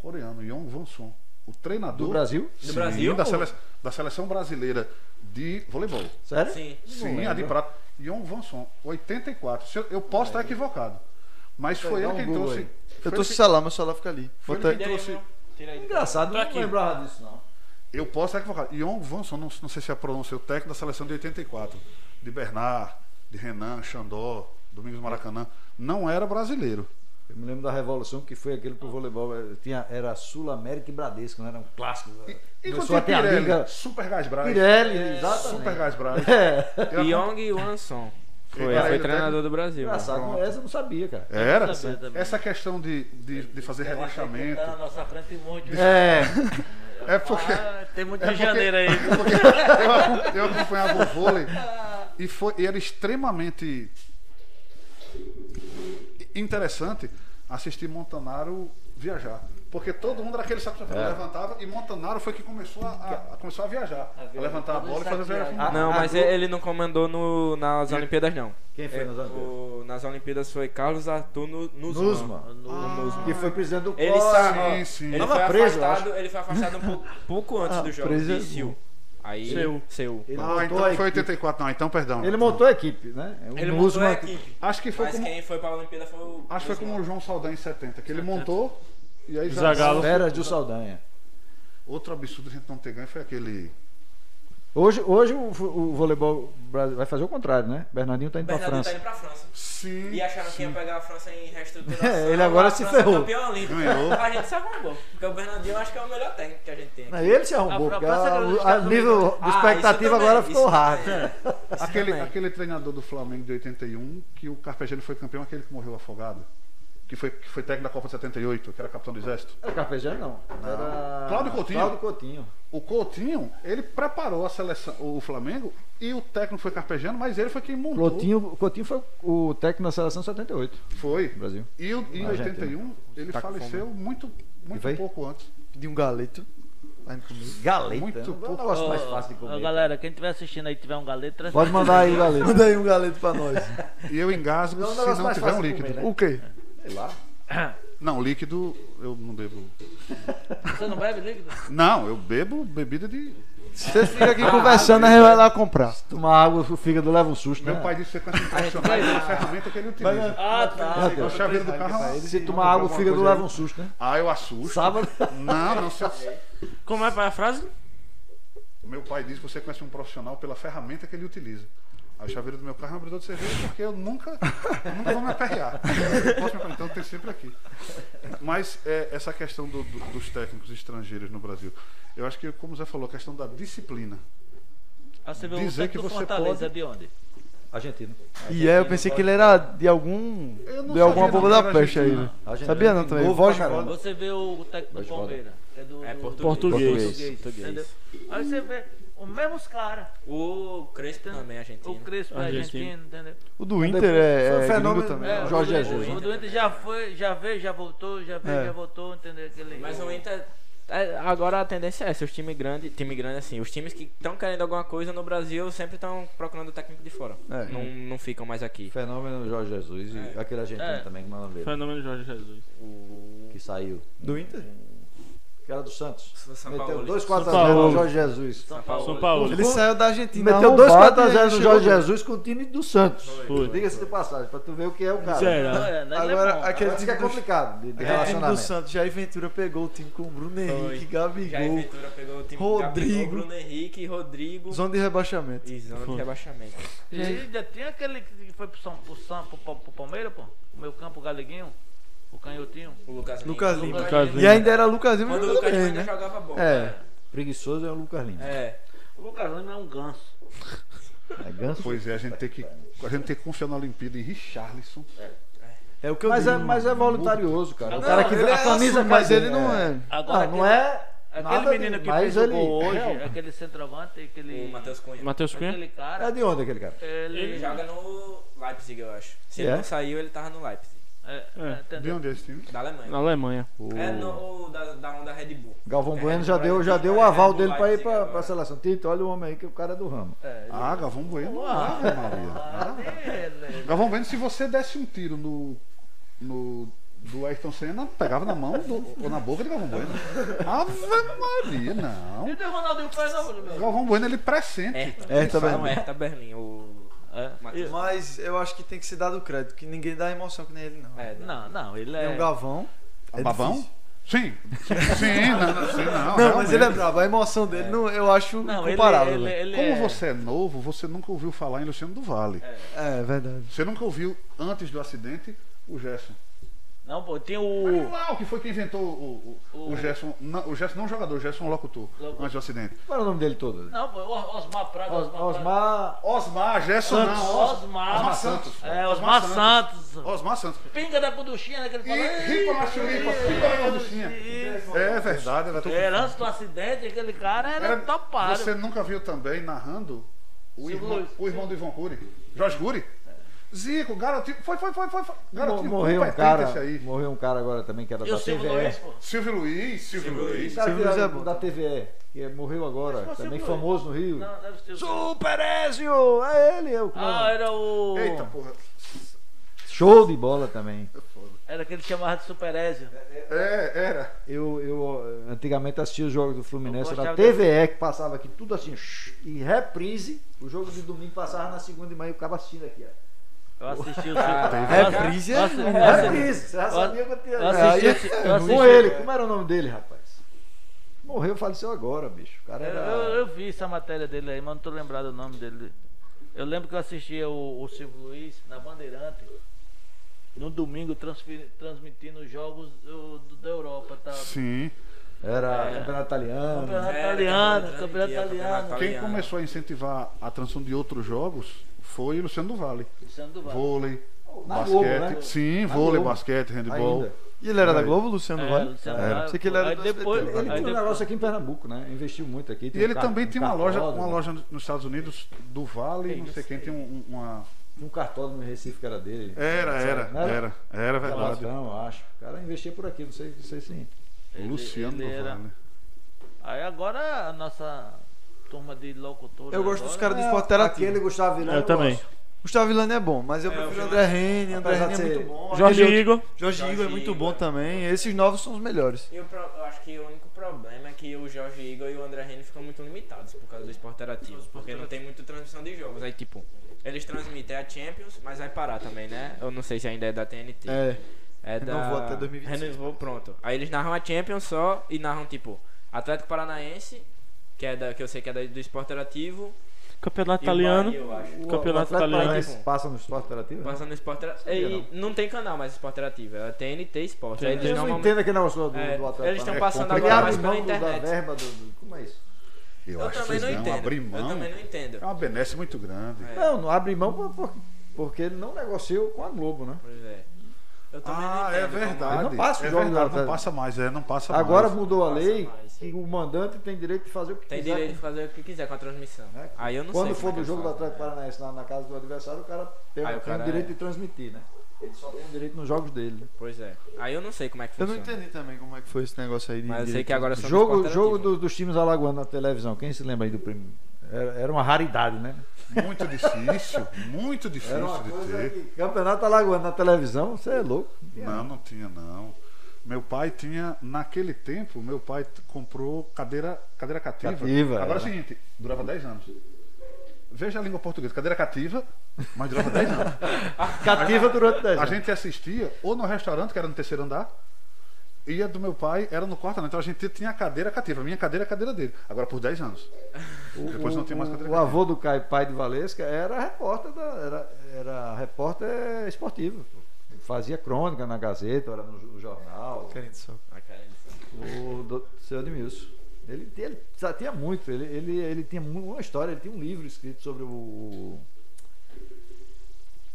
F: coreano Yong Van Son. O treinador
D: Do Brasil?
F: Sim,
E: Brasil?
F: da, sele- da seleção brasileira de voleibol.
D: Sério?
E: Sim.
F: Sim, a de prata. Ion Vanson, 84. Se Eu, eu posso estar equivocado. Mas foi
D: dá
F: ele
D: um
F: quem
D: Google
F: trouxe.
D: aí.
F: foi
A: Eu tô
F: ele
A: sem
F: que-
A: celular, meu celular fica ali.
F: foi
A: Bota
F: ele
A: aí.
F: quem trouxe.
D: É Engraçado,
B: Tá
D: não
B: aqui.
D: lembrava disso, não.
F: Eu posso estar equivocado. Ion Vanson, não, não sei se é a pronúncia, o técnico da seleção de 84. De Bernard, de Renan, Xandó, Domingos Maracanã. Não era brasileiro.
D: Eu me lembro da revolução que foi aquele pro voleibol. eh, Tinha, era Sul América e Bradesco, não era um clássico.
F: E
D: Começou
F: quando
D: até
F: tem
D: a
F: Pirelli,
D: liga-
F: Super Gasbras.
D: Pirelli, exatamente.
F: Super Gasbras.
D: É.
F: Eu-
E: Pyong Wanson.
F: Ele
E: Foi,
F: era
E: foi
F: ele,
E: treinador do Brasil.
B: Ah, né?
E: mano.
D: Engraçado,
F: Pronto.
D: essa eu não sabia, cara.
F: Era.
C: Eu sabia também.
F: Essa questão de, de, de fazer relaxamento.
C: Tá na nossa frente muito.
D: É,
F: É porque.
C: Ah, tem muito
F: É
C: de
F: porque-
C: janeiro aí.
F: Eu, acom- eu acompanhava o vôlei e, foi, e era extremamente interessante assistir Montanaro viajar. Porque todo mundo era aquele saco de
D: É.
F: chapéu que levantava e Montanaro foi que começou a, a- a- começou a viajar. A levantar a bola e fazer a viagem.
D: Ah,
E: Não,
D: a
E: mas
D: Glo-
E: ele não comandou no, nas Olimpíadas, não.
D: Quem foi
E: É,
D: nas Olimpíadas?
E: o- é- nas Olimpíadas foi Carlos Arthur Nu- Nusman.
D: Nusman.
E: O Nusman.
D: que foi presidente do
E: Ele,
D: COS,
E: sa...
F: sim, sim.
E: ele,
D: Tava
E: foi
D: preso, eu
E: afastado, ele foi afastado um pouco, pouco antes
A: Ah,
E: do jogo.
A: preso é
E: de Seul. Aí,
B: Seul.
E: Seul.
D: Ele
F: Ah,
D: montou
F: então
D: a
F: foi
D: equipe.
F: 84, não. Então, perdão.
D: Ele montou a equipe, né? O
E: Ele montou a
D: Nusman que-
E: equipe.
F: Acho que foi
E: Mas
F: como,
E: quem foi pra Olimpíada foi o.
F: acho que foi como o João Saldanha em 70, que ele montou e aí já...
B: Zagallo.
D: Feras de Saldanha.
F: Outro absurdo que a gente não ter ganho foi aquele...
D: Hoje, hoje o, fu- o voleibol brasileiro vai fazer o contrário, né? Bernardinho tá indo pra
E: Bernardo tá indo
D: França.
E: pra França.
F: Sim,
E: E acharam que ia pegar a França em reestruturação.
D: É, ele agora
E: a
D: se
E: França é
D: ferrou.
E: campeão olímpico.
F: Ganhou.
E: A gente se arrombou. Porque o Bernardinho acho que é o melhor técnico que a gente tem.
D: Não, Ele se arrumou,
C: A
D: porque
C: proposta
D: a-
C: era dos
D: o a
C: Estados
D: nível
C: Unidos. tá-
D: de
E: Ah, isso
D: expectativa
E: também,
D: agora ficou
E: isso
D: raro.
E: também. Isso
F: Aquele,
E: também.
F: um, aquele treinador do Flamengo de 81, que o Carpegiani foi campeão, aquele que morreu afogado. que foi, que foi técnico da Copa de 78, que era capitão do Exército.
D: Era Carpejano, não. Era.
F: Cláudio Coutinho.
D: Cláudio Coutinho.
F: O Coutinho, ele preparou a seleção, o Flamengo, e o técnico foi Carpejano, mas ele foi quem montou.
D: Coutinho, Coutinho foi o técnico da seleção em 78.
F: Foi.
D: Brasil.
F: E o- em
D: Na Argentina.
F: 81, ele
D: Tá com
F: faleceu muito, muito
D: foi?
F: pouco antes.
A: De um galeto. Vai no comigo.
D: Galeta.
F: Muito
D: Não é
F: pouco.
D: um negócio mais fácil de
C: Ó,
D: comer.
C: galera, quem estiver assistindo aí e tiver um galeto, traz
D: Pode mandar aí o galeta.
A: Manda aí um galeto pra nós.
F: E eu engasgo
D: Não é um
F: se
D: negócio
F: não
D: mais
F: tiver um
D: fácil de
F: líquido.
D: comer, né?
A: O quê?
D: Sei lá.
F: Não, líquido eu não bebo.
C: Você não bebe líquido?
F: Não, eu bebo bebida de.
A: Vocês ficam aqui conversando, a gente vai lá comprar.
D: Tomar água, o fígado leva um susto.
F: Meu
D: né?
F: pai disse que você impressionado pelo ferramenta que ele utiliza.
D: é
C: Ah, tá.
F: A chaveira do carro. é
D: Se tomar água, o
F: alguma
D: fígado
F: coisa
D: leva
F: aí.
D: um susto, né?
F: Ah, eu assusto.
D: Sábado.
F: Não, não sei.
B: Como é a frase?
F: O meu pai diz que você conhece um profissional pela ferramenta que ele utiliza. A chaveira do meu carro é um abridor de cerveja porque eu nunca, eu nunca vou me aperrear. Eu posso me aperrear, então tem sempre aqui. Mas é, essa questão do- do- dos técnicos estrangeiros no Brasil, eu acho que, como o Zé falou, a questão da disciplina.
C: Ah, você vê o
F: Dizer
C: tanto
F: que
C: do
F: você
C: Fortaleza
F: pode-
C: de onde?
D: Argentino.
A: E é, eu pensei que ele era de algum.
F: Eu não
A: De alguma
F: sabia,
A: boba
F: não,
A: da
F: era
A: peste aí.
F: argentino,
A: né?
D: não. Argentino.
A: Sabia não também.
D: Novo
A: Voz de
D: pra
A: bola.
D: caramba.
C: Você vê o técnico do
D: Mas roda.
C: Palmeiras. que É, do,
E: É
C: do-
B: Português.
C: português,
E: Português.
C: entendeu? Aí você vê os mesmos caras.
E: O Crespo também,
C: O
E: argentino.
C: Crespo é
B: Argentino.
C: argentino, entendeu?
A: O do Inter é,
D: Foi um
A: é
D: fenômeno,
A: gringo também.
D: né?
A: né?
C: o
D: Jorge
C: do-
D: Jesus.
C: O doente já foi, já veio, já voltou, já veio,
A: É.
C: já voltou, entendeu? Aquele,
E: Mas o Inter. é, Agora a tendência é essa, os times grandes, time grande assim, os times que estão querendo alguma coisa no Brasil sempre estão procurando o técnico de fora.
A: É.
E: Não, não ficam mais aqui.
D: Fenômeno Jorge Jesus e aquele argentino
C: É.
D: também, como é o nome dele,
B: Fenômeno Jorge Jesus.
D: que saiu.
A: Do Inter?
D: Que era do Santos.
E: São
D: Meteu
E: Paulo.
D: 2
B: São
D: 4x0
B: Paulo.
D: no Jorge Jesus.
B: São Paulo.
A: Ele saiu da Argentina.
D: Meteu 2
A: arrombado, e
D: 4x0 no
A: chegou-
D: Jorge Jesus com o time do Santos.
B: Foi. né?
D: Diga-se de passagem, pra tu ver o que é o cara.
B: Será?
C: É, nós é bom.
A: Agora,
D: Aquele
A: aquele
D: Agora que
A: time
D: é
A: do
D: complicado
A: Aquele
D: de, de
A: time do
D: relacionamento.
A: Santos, Jair Ventura pegou o time com o Bruno Henrique,
E: Jair
A: Gabigol,
E: é Ventura pegou o time
A: Rodrigo.
E: Gabigol, Bruno Henrique, Rodrigo
A: zona de rebaixamento.
E: e zona de rebaixamento.
C: E ainda tem aquele que foi pro, São, pro, São, pro, Pal- pro Palmeiras, pô. O meu campo, o Galeguinho. O Canhotinho.
E: O Lucas Lima.
A: Lucas Lima.
B: Lucas
A: E ainda era Lucas Lima
E: Quando o
A: jogando
E: Lucas Lima
A: bem,
E: ainda
A: né?
E: jogava bola.
A: É.
D: Preguiçoso é o Lucas Lima.
E: É.
C: O Lucas Lima é um ganso.
D: É ganso.
F: Pois é, a gente tem que, a gente tem que confiar na Olimpíada em Richarlison.
A: É o que eu
D: Mas é,
A: digo.
D: mas é voluntarioso, cara. O
C: Não,
D: cara que
A: ele
D: vê a
A: é
D: camisa
A: assim, mas
D: cai
A: ele
D: bem.
A: não é.
C: Agora,
D: Não, não é.
C: Aquele
D: nada
C: menino
D: de-
C: que
D: mas
C: fez o
D: ele-
C: gol hoje,
D: é,
C: aquele centroavante, aquele.
E: O Matheus Cunha.
B: Matheus Cunha?
C: Aquele cara,
D: É de onde aquele cara?
C: ele.
E: Ele joga no Leipzig, eu acho. Se ele
D: É?
E: não saiu, ele tava no Leipzig.
C: É,
B: É,
C: entendeu?
F: De onde é esse time?
E: Da Alemanha.
B: Na Alemanha.
E: É no, da, da onda Red Bull.
D: Galvão
E: É,
D: Bueno
E: é
D: já
E: do
D: deu,
E: Leipzig,
D: já deu o
E: é,
D: aval
E: do
D: dele pra ir
E: Leipzig
D: pra,
E: agora.
D: pra seleção. Tito, olha o homem aí que o cara é do ramo.
F: Ah, Gavão Bueno. Ah, Maria.
C: Ele-
F: Galvão Bueno, se você desse um tiro no. no do Ayrton Senna, pegava na mão do- ou na boca de Galvão Bueno. Ave Maria,
C: E
F: não.
C: o teu Ronaldinho faz não, meu?
F: Galvão Bueno, ele pressente.
E: Hertha.
A: É, tá
E: Não,
A: bem.
E: Hertha Berlim. O Matheus.
A: É. Mas eu acho que tem que se dar do crédito, que ninguém dá emoção que nem ele, não.
E: É, não.
C: Não, não, ele
A: É um
C: é.
A: Galvão. É
F: Babão?
A: difícil.
F: Sim. Sim, não, sim, não.
A: Não, mas
F: realmente.
A: ele é brabo. A emoção dele não, eu acho
C: Não, ele, é-
A: incomparável.
C: ele,
A: velho.
C: ele
F: Como
C: é-
F: você é novo, você nunca ouviu falar em Luciano do Vale.
A: É, verdade.
F: Você nunca ouviu, antes do acidente, o Gerson.
C: Não, pô, tem
F: Olha
C: o.
F: lá o que foi que inventou o, o, o,
C: O-
F: Gerson. Não, o Gerson não jogador, o Gerson locutor,
C: Locutor.
F: antes do acidente.
D: Qual é o nome dele todo?
C: Não, pô, o Osmar Prado,
D: Os-
C: Osmar.
D: Osmar.
F: Osmar, Gerson
C: Santos.
F: não. Os-
C: Osmar.
F: Osmar Santos.
C: Prado. É, Osmar Santos.
F: Osmar Santos.
C: Pinga da buduchinha, né? Que ele
F: E
C: fala. "Ih,
F: ripa na chulipa, ripa na gorduchinha.
C: isso."
F: É verdade, ela
C: Era antes do acidente, aquele cara era, topado.
F: Você nunca viu também narrando o
C: Silvio
F: irmão,
C: Luiz.
F: o irmão do Ivan Cury? Jorge Cury? Zico, garotinho. Foi, foi, foi, foi. foi.
D: Mo-
F: Garotinho
D: Morreu um
F: competente
D: cara.
F: esse é aí.
D: Morreu um cara agora também que era
C: E
D: da
C: o Silvio
D: TVE.
C: Luiz, pô.
F: Silvio Luiz, Silvio, Luiz.
D: Esse cara
A: Silvio
D: que era
A: Luiz é bom.
D: da TVE, que é- morreu agora,
C: Mas foi o
D: também
C: Silvio
D: famoso no Rio.
C: Não, deve ser o Silvio.
D: Super Ezio! É ele, é o
C: Ah,
D: cara.
C: era o.
F: Eita porra.
D: Show de bola também.
C: Era aquele que chamava de Super Ezio.
F: É, era.
D: Eu, eu eh, antigamente assistia os jogos do Fluminense
C: Eu
D: era
C: gostava
D: da TVE, que passava aqui tudo assim, shh, e reprise. O jogo de domingo passava na segunda de manhã e o cara assistindo aqui, ó.
C: Eu assisti o
D: Ah,
A: Reprise é.
C: Silvio.
A: ruim.
D: Reprise, você já sabia que eu tinha.
C: Eu assisti, esse- eu assisti-
D: é Com ele, como era o nome dele, rapaz? Morreu, faleceu agora, bicho. O cara
C: Eu,
D: era.
C: eu- eu vi essa matéria dele aí, mas não tô lembrado o nome dele. Eu lembro que eu assistia o, o Silvio Luiz na Bandeirante. No domingo, transferi- transmitindo os jogos do, do- da Europa. Tá?
F: Sim.
D: Era
F: É.
D: campeonato italiano.
C: Campeonato
E: Era,
C: italiano,
E: campeonato
C: campeonato
E: italiano,
C: italiano.
F: Quem
E: Italiano.
F: começou a incentivar a transmissão de outros jogos foi Luciano do Vale.
C: Sandoval.
F: Vôlei,
D: Na
F: basquete.
D: Globo, né?
F: Sim,
D: Na
F: vôlei,
D: Globo.
F: basquete, handball.
D: Ainda.
A: E ele era da
F: É.
A: Globo, Luciano
C: É,
A: Vale?
C: Luciano
A: É.
C: Vaz,
A: Pensei que ele era
C: aí
A: do
C: depois,
A: SBT.
D: Ele
C: aí
D: tem um
C: depois-
D: negócio aqui em Pernambuco, né? Investiu muito aqui.
F: E
D: um
F: ele
D: car-
F: também
D: um
F: tem uma loja,
D: cartódromo.
F: uma loja nos Estados Unidos do Vale,
C: Ei,
F: não
C: eu
F: sei quem, tem um- um- uma.
D: Tinha um cartódromo em Recife que era dele.
F: Era,
D: Não
F: era, era. Era verdade.
D: Relação, eu acho. O cara investia por aqui, não sei, não sei se.
C: Ele-
F: Luciano né?
C: ele
F: do
C: era-
F: Vale.
C: Aí agora a nossa turma de locutores.
A: Eu gosto dos
C: agora-
A: caras do esporte interativo.
D: Aquele Gustavo Vilani.
B: Eu
D: gosto.
B: também.
A: Gustavo Villani é bom, mas eu prefiro o André Rene. André
D: Apesar
A: Rene é
D: de ser-
A: muito bom.
B: Jorge
A: Aquele outro-
B: Igor.
A: Jorge Igor é muito
E: Igor.
A: bom também. Esses novos são os melhores.
E: E o pro- eu acho que o único problema é que o Jorge Igor e o André Henrique ficam muito limitados por causa do esporte interativo. Porque não tem muita transmissão de jogos. Aí, tipo, eles transmitem a Champions, mas vai parar também, né? Eu não sei se ainda é da TNT.
A: É.
E: É da...
A: Renovou até 2026.
E: Renovou, pronto. Aí eles narram a Champions só e narram, tipo, Atlético Paranaense, que, é da, que eu sei que é da- do esporte interativo.
B: Campeonato
E: e o
B: italiano.
E: Bahia, eu acho.
D: O-
B: Campeonato
D: o Atlético
B: italiano.
D: Paranaense Passa no esporte interativo? né?
E: Passando no esporte
D: Sabia,
E: e não tem canal mais esporte interativo, é TNT Esporte. Aí eles
D: Eu não
E: normalmente-
D: entendo aquele negócio do, do
E: É,
D: Atlético.
E: eles estão
D: Paranaense.
E: passando
F: complicado.
E: agora
D: Ele
E: mais
D: abre
E: pela
D: mão do- da
E: internet.
D: verba do, do- Como é isso?
F: Eu,
E: Eu
F: acho que
E: também
F: vocês
E: não
F: não
E: entendo.
F: abrir
E: Eu
F: mão.
E: também não entendo.
F: É uma benesse muito grande.
E: É.
D: Não, não abre mão por- por- porque ele não negociou com a Globo, né?
E: Pois é. Eu
F: Ah,
E: também não
F: é
E: entendo como-
F: verdade.
D: Não passa o
F: é
D: jogo do
F: verdade, não
D: Atlético.
F: passa mais, é, não passa
D: Agora
F: mais.
D: mudou a
E: Passa
D: lei
E: mais.
D: que o mandante tem direito de fazer o que
E: Tem
D: quiser.
E: direito de fazer o que quiser com a transmissão.
D: É,
E: Aí eu não
D: Quando
E: sei.
D: for
E: como é
D: do
E: que
D: jogo do
E: eu faço.
D: Atlético Paranaense na, na casa do adversário, o cara tem, um
E: Aí o
D: tem
E: cara
D: o direito
E: é-
D: de transmitir, né? Ele só tem o direito nos jogos dele. né?
E: Pois é. Aí eu não sei como é que
A: Eu não
E: funciona.
A: entendi também como é que foi esse negócio aí de.
E: Mas eu sei
A: direito.
E: que agora são
D: Jogo,
E: esporte
D: jogo
E: interativo.
D: do- dos times alagoanos na televisão, quem se lembra aí do primeiro? Era, era uma raridade, né?
F: Muito difícil, muito
D: Era
F: difícil
D: uma
F: de
D: coisa
F: ter.
D: que campeonato alagoano na televisão, você é louco.
F: Não, não tinha não. Meu pai tinha, naquele tempo, meu pai t- comprou cadeira, cadeira cativa.
D: Cativa,
F: Agora é o
D: é.
F: seguinte, durava 10 anos. Veja a língua portuguesa, cadeira cativa, mas durava 10 anos.
D: Cativa durante
E: É.
D: 10
F: A
D: anos.
F: gente assistia ou no restaurante, que era no terceiro andar, e a do meu pai era no quarto andar. Então a gente tinha a cadeira cativa, a minha cadeira é a cadeira dele. Agora por 10 anos. Depois não tinha mais cadeira
D: O
F: cativa.
D: avô do Caio, pai de Valesca, era repórter, da- era, era repórter esportivo. pô. Fazia crônica na Gazeta, era no jo- jornal.
A: Querendo só.
E: Ah, cara, ele-
D: O do, seu Edmilson. Ele, tinha- ele já tinha muito, ele, ele, ele tinha mu- uma história, ele tinha um livro escrito sobre o, o-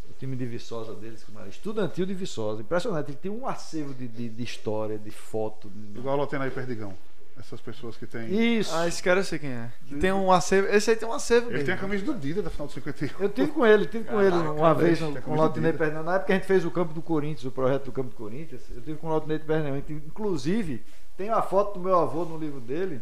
D: o time de Viçosa deles, como era, estudantil de Viçosa. Impressionante, ele tem um acervo de, de, de história, de foto. de-
F: Igual a Lotenaí Perdigão. Essas pessoas que têm.
D: Isso!
A: Ah, esse cara eu sei quem é. Que Tem um acervo. Esse aí tem um acervo
F: Ele
A: mesmo.
F: tem a camisa do Dida da final do 51.
D: Eu tive com ele, tive com ele uma vez
F: é
D: no, com o
F: muito
D: Lotinei
F: doido.
D: Pernambuco. Na época que a gente fez o campo do Corinthians, o projeto do campo do Corinthians, eu tive com o Lotinei Pernambuco. Inclusive, tem uma foto do meu avô no livro dele.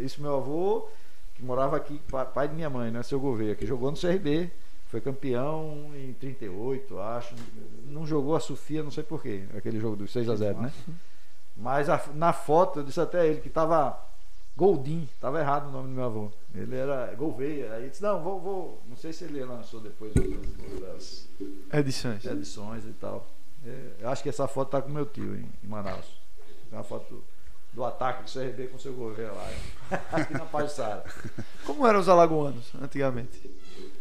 D: Esse meu avô, que morava aqui, pa- pai de minha mãe, né? Seu Gouveia, que jogou no CRB. Foi campeão em 38, acho. Não jogou a Sofia, não sei porquê. Aquele jogo dos 6x0, né? Mas a- na foto, eu disse até a ele que tava Goldim, tava errado o nome do meu avô. Ele era Gouveia. Aí eu disse, não, vou, vou. Não sei se ele lançou depois outras,
A: Edições.
D: outras edições e tal. É, Eu acho que essa foto tá com meu tio em, em Manaus. Tem uma foto do, do ataque do CRB com o seu Gouveia lá. Aqui na Pajussara.
A: Como eram os alagoanos antigamente?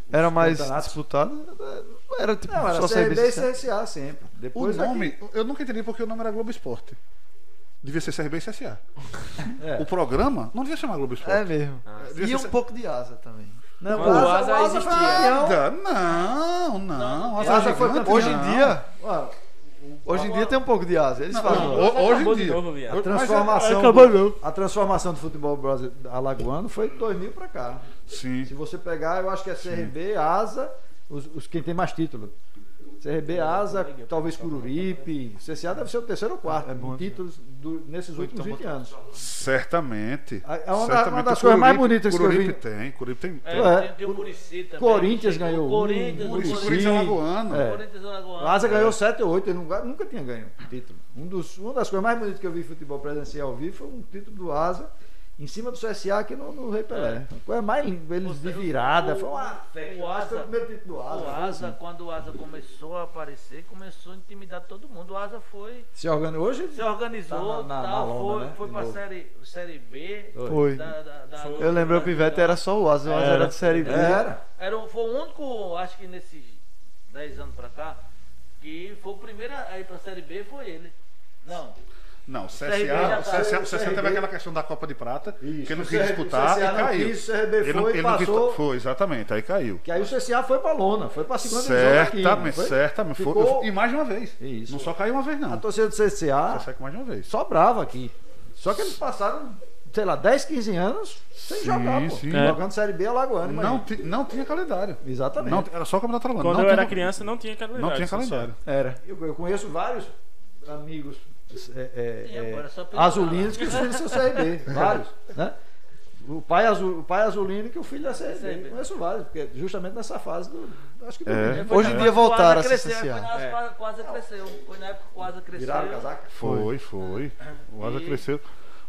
A: Era mais
D: campeonatos?
A: disputado? Era tipo
D: Não, era
A: só
D: CRB e
A: serviço.
D: CSA sempre.
F: O
E: é.
D: Depois é
F: nome,
D: aqui-
F: eu nunca entendi porque o nome era Globo Esporte. Devia ser CRB e CSA.
D: É.
F: O programa não devia chamar Globo Esporte.
A: É mesmo.
F: devia
A: E
F: ser
A: um pouco de asa também.
D: Não,
E: Quando o
F: é-
E: Asa
D: foi
E: existia.
D: campeão.
F: Nada, Não, não.
D: Asa
F: Asa
D: foi
F: Gigante,
D: campeã.
A: Hoje em
F: não.
A: dia,
D: Ó,
A: hoje em dia tem um pouco de asa. Eles
F: Não,
A: falam.
F: ho- hoje
E: Acabou
F: em
E: de
F: dia.
E: novo, viado.
F: Mas é-
D: transformação
B: Acabou
D: do-
B: não.
D: A transformação do futebol brasileiro alagoano foi de 2000 para cá. Se
F: Sim.
D: você pegar, eu acho que é CRB, Asa, os, os- quem tem mais título.
C: É,
D: CRB, Asa, talvez Cururipe. CCA deve ser o terceiro ou quarto
A: É
C: né?
A: bom,
D: em títulos do- nesses últimos 20 anos.
F: Certamente.
D: A- a- É uma
F: certamente.
D: das- uma das
F: O
D: coisas mais
F: Curipe-
D: bonitas que eu
F: Curipe
D: vi.
F: tem, Curipe tem.
C: É,
F: tem.
D: É.
C: tem- tem o Muricy também.
D: Corinthians
C: Chegou
D: ganhou um,
C: Corinthians,
F: O
D: Muricy.
C: o
F: Curipe é alagoano.
D: É.
C: Corinthians
D: O Asa ganhou 7 ou 8, ele nunca, nunca tinha ganho título. Um dos, uma das coisas mais bonitas que eu vi em futebol presencial ao vivo foi um título do Asa em cima do CSA aqui no, no Rei Pelé. Uma coisa mais linda, eles de virada. Foi uma festa.
C: É. o Asa-
D: Foi o primeiro título do Asa.
C: O
D: foi
C: Asa,
D: assim.
C: quando o Asa começou a aparecer, começou a intimidar todo mundo. O Asa foi,
D: Se organiza hoje?
C: se organizou,
D: Tá na- na-
C: tal,
D: na lona,
C: foi,
D: né?
C: foi
D: De
C: pra
D: novo.
C: série, série B.
A: Foi.
C: Da, da, da-
A: Eu lembro o Pivete era só o asa, o asa era de série B.
D: Era.
C: Era, o- foi o único, acho que nesses 10 anos pra cá, que foi o primeiro a ir pra série B, foi ele. Não.
F: Não, o
C: CRB já
F: CSA, o
C: tá-
F: CSA,
D: o
F: o CSA teve
D: CRB
F: aquela questão da Copa de Prata,
D: Isso,
F: que ele não
D: o
F: quis
D: CRB
F: disputar
D: não
F: e caiu.
D: quis, o CRB
F: ele não,
D: foi e
F: ele não quis-
D: passou.
F: foi, exatamente, aí caiu.
D: Que aí o CSA foi pra lona, foi pra segunda divisão daqui. não
F: Certamente,
D: foi?
F: certamente. Foi-
D: Ficou-
F: E mais de uma vez.
D: Isso.
F: Não só caiu uma vez, não.
D: A torcida do CSA
F: Só sai mais de uma vez.
D: sobrava aqui. Só que eles passaram, sei lá, 10, 15 anos sem
F: Sim,
D: jogar, pô.
F: sim.
D: Jogando Série B Alagoana,
F: Não,
D: imagina.
F: ti- não tinha calendário.
D: Exatamente.
F: Não, era só o Campeonato Alagoano.
B: Quando
F: não
B: eu era
F: tinha-
B: criança, não tinha calendário.
F: Não tinha
B: só-
F: calendário.
D: Era. Eu, eu conheço vários amigos é, é,
C: Tem
D: é,
C: agora, só pelo
D: azulinos que os filhos são CRB. Vários, né? O pai, azul, o pai azulino que o filho da CRB. Conheço vários, porque justamente nessa fase do. Acho que do
F: É.
D: menino.
A: Hoje em dia voltaram a se
C: cresceu, Foi
A: associar.
C: na época que quase cresceu. Foi na época que quase cresceu.
D: É. Viraram casaca.
F: Foi, foi. O Asa
C: E-
F: cresceu.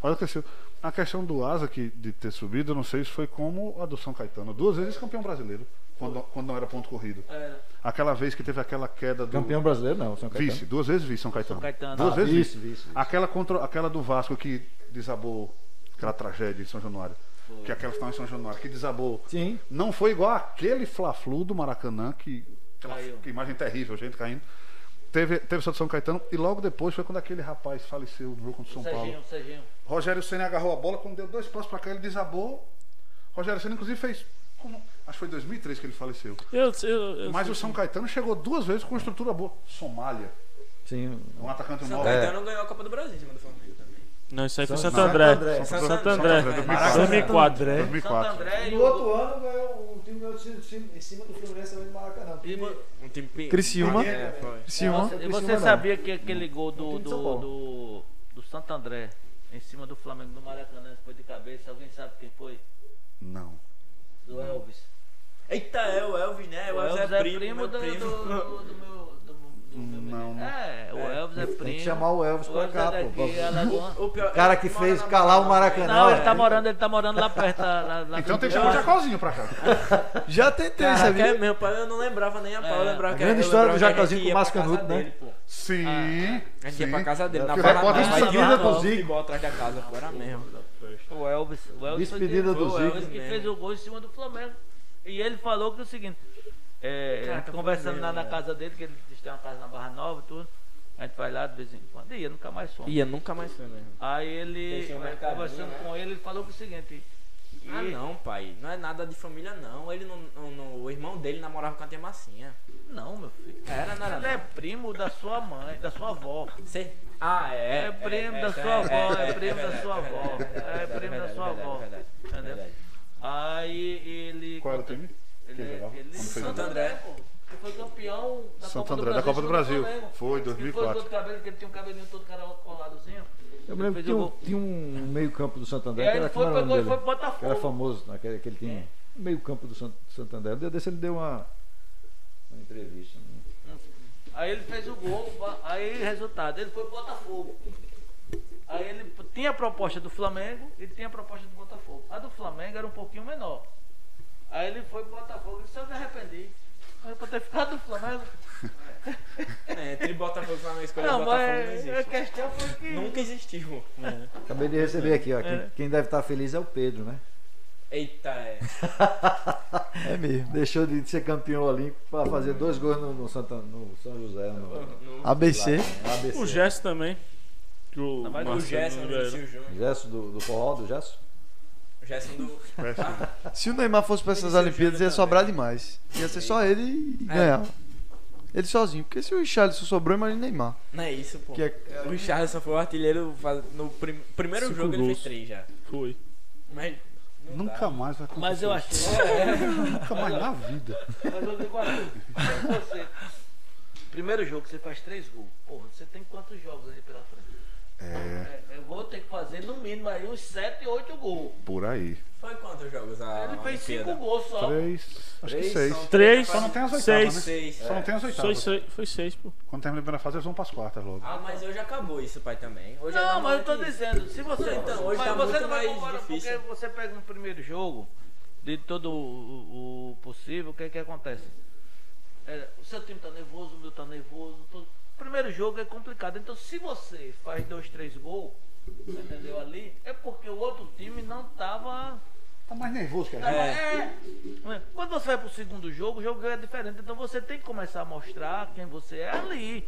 F: O Asa cresceu. A questão do Asa que, de ter subido, eu não sei se foi como a do São Caetano. Duas vezes campeão brasileiro, quando, quando não era ponto corrido.
C: Era.
F: Aquela vez que teve aquela queda do.
D: Campeão brasileiro, não. São Caetano.
F: Vice, duas vezes vice São Caetano.
C: Caetano.
F: Duas
D: Ah,
F: vezes
D: vice,
F: vice.
D: vice, vice.
F: Aquela, contra, aquela do Vasco que desabou, aquela tragédia em São Januário. Que aquela final em São Januário, que desabou.
D: Sim.
F: Não foi igual aquele Fla-Flu do Maracanã, que, aquela
C: Caiu.
F: que imagem terrível, gente caindo. Teve, teve só do São Caetano e logo depois foi quando aquele rapaz faleceu no jogo contra o São Paulo.
C: Serginho, Serginho.
F: Rogério Senna agarrou a bola, quando deu dois passos pra cá, ele desabou. Rogério Senna, inclusive, fez. como- acho que foi em 2003 que ele faleceu.
B: Eu, eu, eu,
F: Mas o São Caetano chegou duas vezes com uma estrutura boa. Somália,
D: Sim.
F: um atacante
E: São
F: móvel.
D: É.
E: Caetano ganhou a Copa do Brasil em cima do Flamengo né? também.
B: Não, isso aí foi
F: É.
D: Santo-
B: Santo André.
D: Santo André.
B: Santo
E: Santo
B: André.
E: André.
F: 2004.
B: 2004.
D: André.
F: 2004.
C: Santo André É, e
D: No outro ano ganhou o time ganhou de cima- em cima do Fluminense também do Maracanã.
C: E vo-
E: Um time pe-
A: Criciúma.
E: É, foi.
A: Criciúma.
C: E
D: Criciúma
C: você
D: não.
C: sabia que aquele gol do,
D: time de São
C: do,
D: Paulo.
C: do, do Santo André em cima do Flamengo no Maracanã foi de cabeça? Alguém sabe quem foi?
F: Não.
C: Do Elvis.
E: Eita, é o Elvis, né? O Elvis, é, primo, meu
C: do,
E: primo.
C: do- do- do meu. Do, do meu
F: Não,
C: menino.
F: não.
C: É, o Elvis é primo.
D: Tem que chamar o Elvis pra
C: Elvis
D: cá,
C: é
D: pô.
C: daqui, Alagoas.
E: O pior-
D: cara
E: ele
D: que
E: mora
D: fez
E: na
D: calar o
E: Bahia,
D: Maracanã.
C: Não, ele tá
D: é.
C: morando, ele tá morando lá perto. Lá, lá-
F: Então tem que
C: lá-
F: chamar o Jacózinho pra cá.
A: Já tentei,
E: Caraca,
A: sabia?
E: é mesmo, pai, eu não lembrava nem a pau, eu lembrava
D: A
E: que
D: grande
E: eu
D: história do
E: lembrava que a
D: Jacazinho
E: gente ia
D: com o
E: pra
D: Mascanudo,
E: casa
D: né?
E: dele, pô.
F: Sim.
E: Ah, A gente
F: sim.
E: ia pra casa dele, na
F: Porque o
E: Paraná.
F: repórter
E: vai
F: sabia
E: lá,
D: do
E: ó,
D: Zico.
E: futebol atrás da casa, fora mesmo.
C: O Elvis, o Elvis foi
D: Despedida
C: que-
D: do
C: foi o Elvis
E: Zico.
C: que fez o gol em cima do Flamengo. E ele falou que é o seguinte, é,
E: Caraca,
C: a gente conversando
E: Flamengo,
C: lá na
E: né?
C: casa dele, que ele diz que tem uma casa na Barra Nova e tudo, a gente vai lá de vez em quando, e eu nunca mais fomos.
E: Ia, nunca mais foi mesmo.
C: Aí
E: Eles
C: ele,
E: tinham um
C: aí
E: mercadinho,
C: conversando
E: né?
C: com ele, ele falou que é o seguinte, e-
E: Ah não, pai, não é nada de família não. Ele não, não- não- o irmão dele namorava com a tia Massinha.
C: não meu filho,
E: Era, não era.
C: ele é
E: Não.
C: primo da sua mãe, da sua avó.
E: Cê- Ah, é.
C: É primo da
E: é,
C: sua
E: é,
C: avó, é primo da
E: verdade,
C: sua
E: verdade,
C: avó,
E: verdade,
C: é primo da
E: verdade,
C: sua
E: verdade,
C: avó.
E: verdade,
C: Entendeu?
E: verdade.
C: Aí ele...
F: Qual era o time?
C: Ele,
F: Que jogava?
C: ele-
F: Quando fez
E: Santo
F: o gol?
E: André.
C: pô. Ele foi campeão da
F: Santo
C: Copa
F: André,
C: do
F: da Copa do Brasil.
C: contra o Flamengo.
F: Foi,
C: Que foi
F: 2004.
C: todo cabelo, que ele tinha um cabelinho todo cara coladozinho.
D: Eu me lembro
C: Fez
D: que tinha
C: o
D: um,
C: gol.
D: tinha um meio-campo do Santo André.
C: E
D: que
C: aí
D: era
C: ele foi,
D: como era o
C: pegou
D: nome
C: e foi
D: dele?
C: pro É.
D: Que era
C: Botafogo.
D: famoso naquele aquele time. Meio-campo do Sant- Santo André. Um dia desse ele deu uma, uma entrevista. né?
C: Aí ele fez o gol, aí resultado, ele foi pro Botafogo. Aí ele p- tinha a proposta do Flamengo e tinha a proposta do Botafogo. A do Flamengo era um pouquinho menor. Aí ele foi pro Botafogo e disse, eu me arrependi. Era pra ter ficado no Flamengo.
E: É,
B: né?
E: entre Botafogo e Flamengo escolher
C: Não,
E: Botafogo não
C: mas a
E: existe.
C: questão foi que.
E: Nunca existiu.
D: Acabei de receber aqui, ó. Quem, quem deve estar feliz é o Pedro, né?
E: Eita, é.
A: É mesmo.
D: Deixou de ser campeão olímpico para fazer dois gols no, no, Santa, no São José. No, né,
E: No-
A: ABC.
D: lá, ABC.
B: é O Gesso também. Que o é
E: Mas
B: Marcelo
E: o Gerson,
B: não
E: do
B: ganhou.
E: Vinícius Júnior.
D: Gesso do, do forró, do Gesso?
E: O Gerson do.
A: Se o Neymar fosse pra essas
E: Vinícius
A: Olimpíadas, ia
E: Júnior né?
A: sobrar demais. Ia ser só ele e
E: É.
A: ganhar. Ele sozinho. Porque se o Richarlison sobrou, imagina o Neymar.
E: Não é isso, pô.
A: Que é-
E: O Richardson foi o artilheiro faz- no prim- primeiro
B: Cinco
E: jogo ele
B: gols.
E: fez três já.
B: Foi.
E: Mas. não dá.
F: Nunca mais vai acontecer.
C: Mas eu achei.
F: Nunca mais na vida.
C: Mas eu digo assim, se você. Primeiro jogo, você faz três gols. Porra, você tem quantos jogos aí pela frente?
F: É,
C: É, eu vou ter que fazer no mínimo aí uns 7, 8 gols.
F: por aí.
E: Foi quantos jogos a.
C: Ele fez cinco
E: Olimpíada?
C: gols só.
F: Três. Acho que
E: Três,
F: seis.
E: são
B: Três,
F: Só não tem as oitavas,
B: seis.
F: né?
E: Seis. é.
F: Só não tem as
B: Foi
F: oitavas.
B: seis, foi seis, pô.
F: Quando termina a primeira fase, eles vão para as quartas logo.
E: Ah, mas hoje acabou isso, pai, também. Hoje é
C: Não, mas eu tô
E: normalmente isso.
C: dizendo, se você.
E: Então, hoje
C: mas
E: tá
C: você
E: muito
C: não vai
E: mais
C: concordar,
E: difícil.
C: Porque você pega no primeiro jogo, de todo o, o possível, o que é que acontece? É, o seu time tá nervoso, o meu tá nervoso. Todo... Primeiro jogo é complicado. Então, se você faz dois, três gols, entendeu? Ali, é porque o outro time não tava.
F: Tá mais nervoso que a gente.
C: É. Quando você vai pro segundo jogo, o jogo é diferente. Então você tem que começar a mostrar quem você é ali.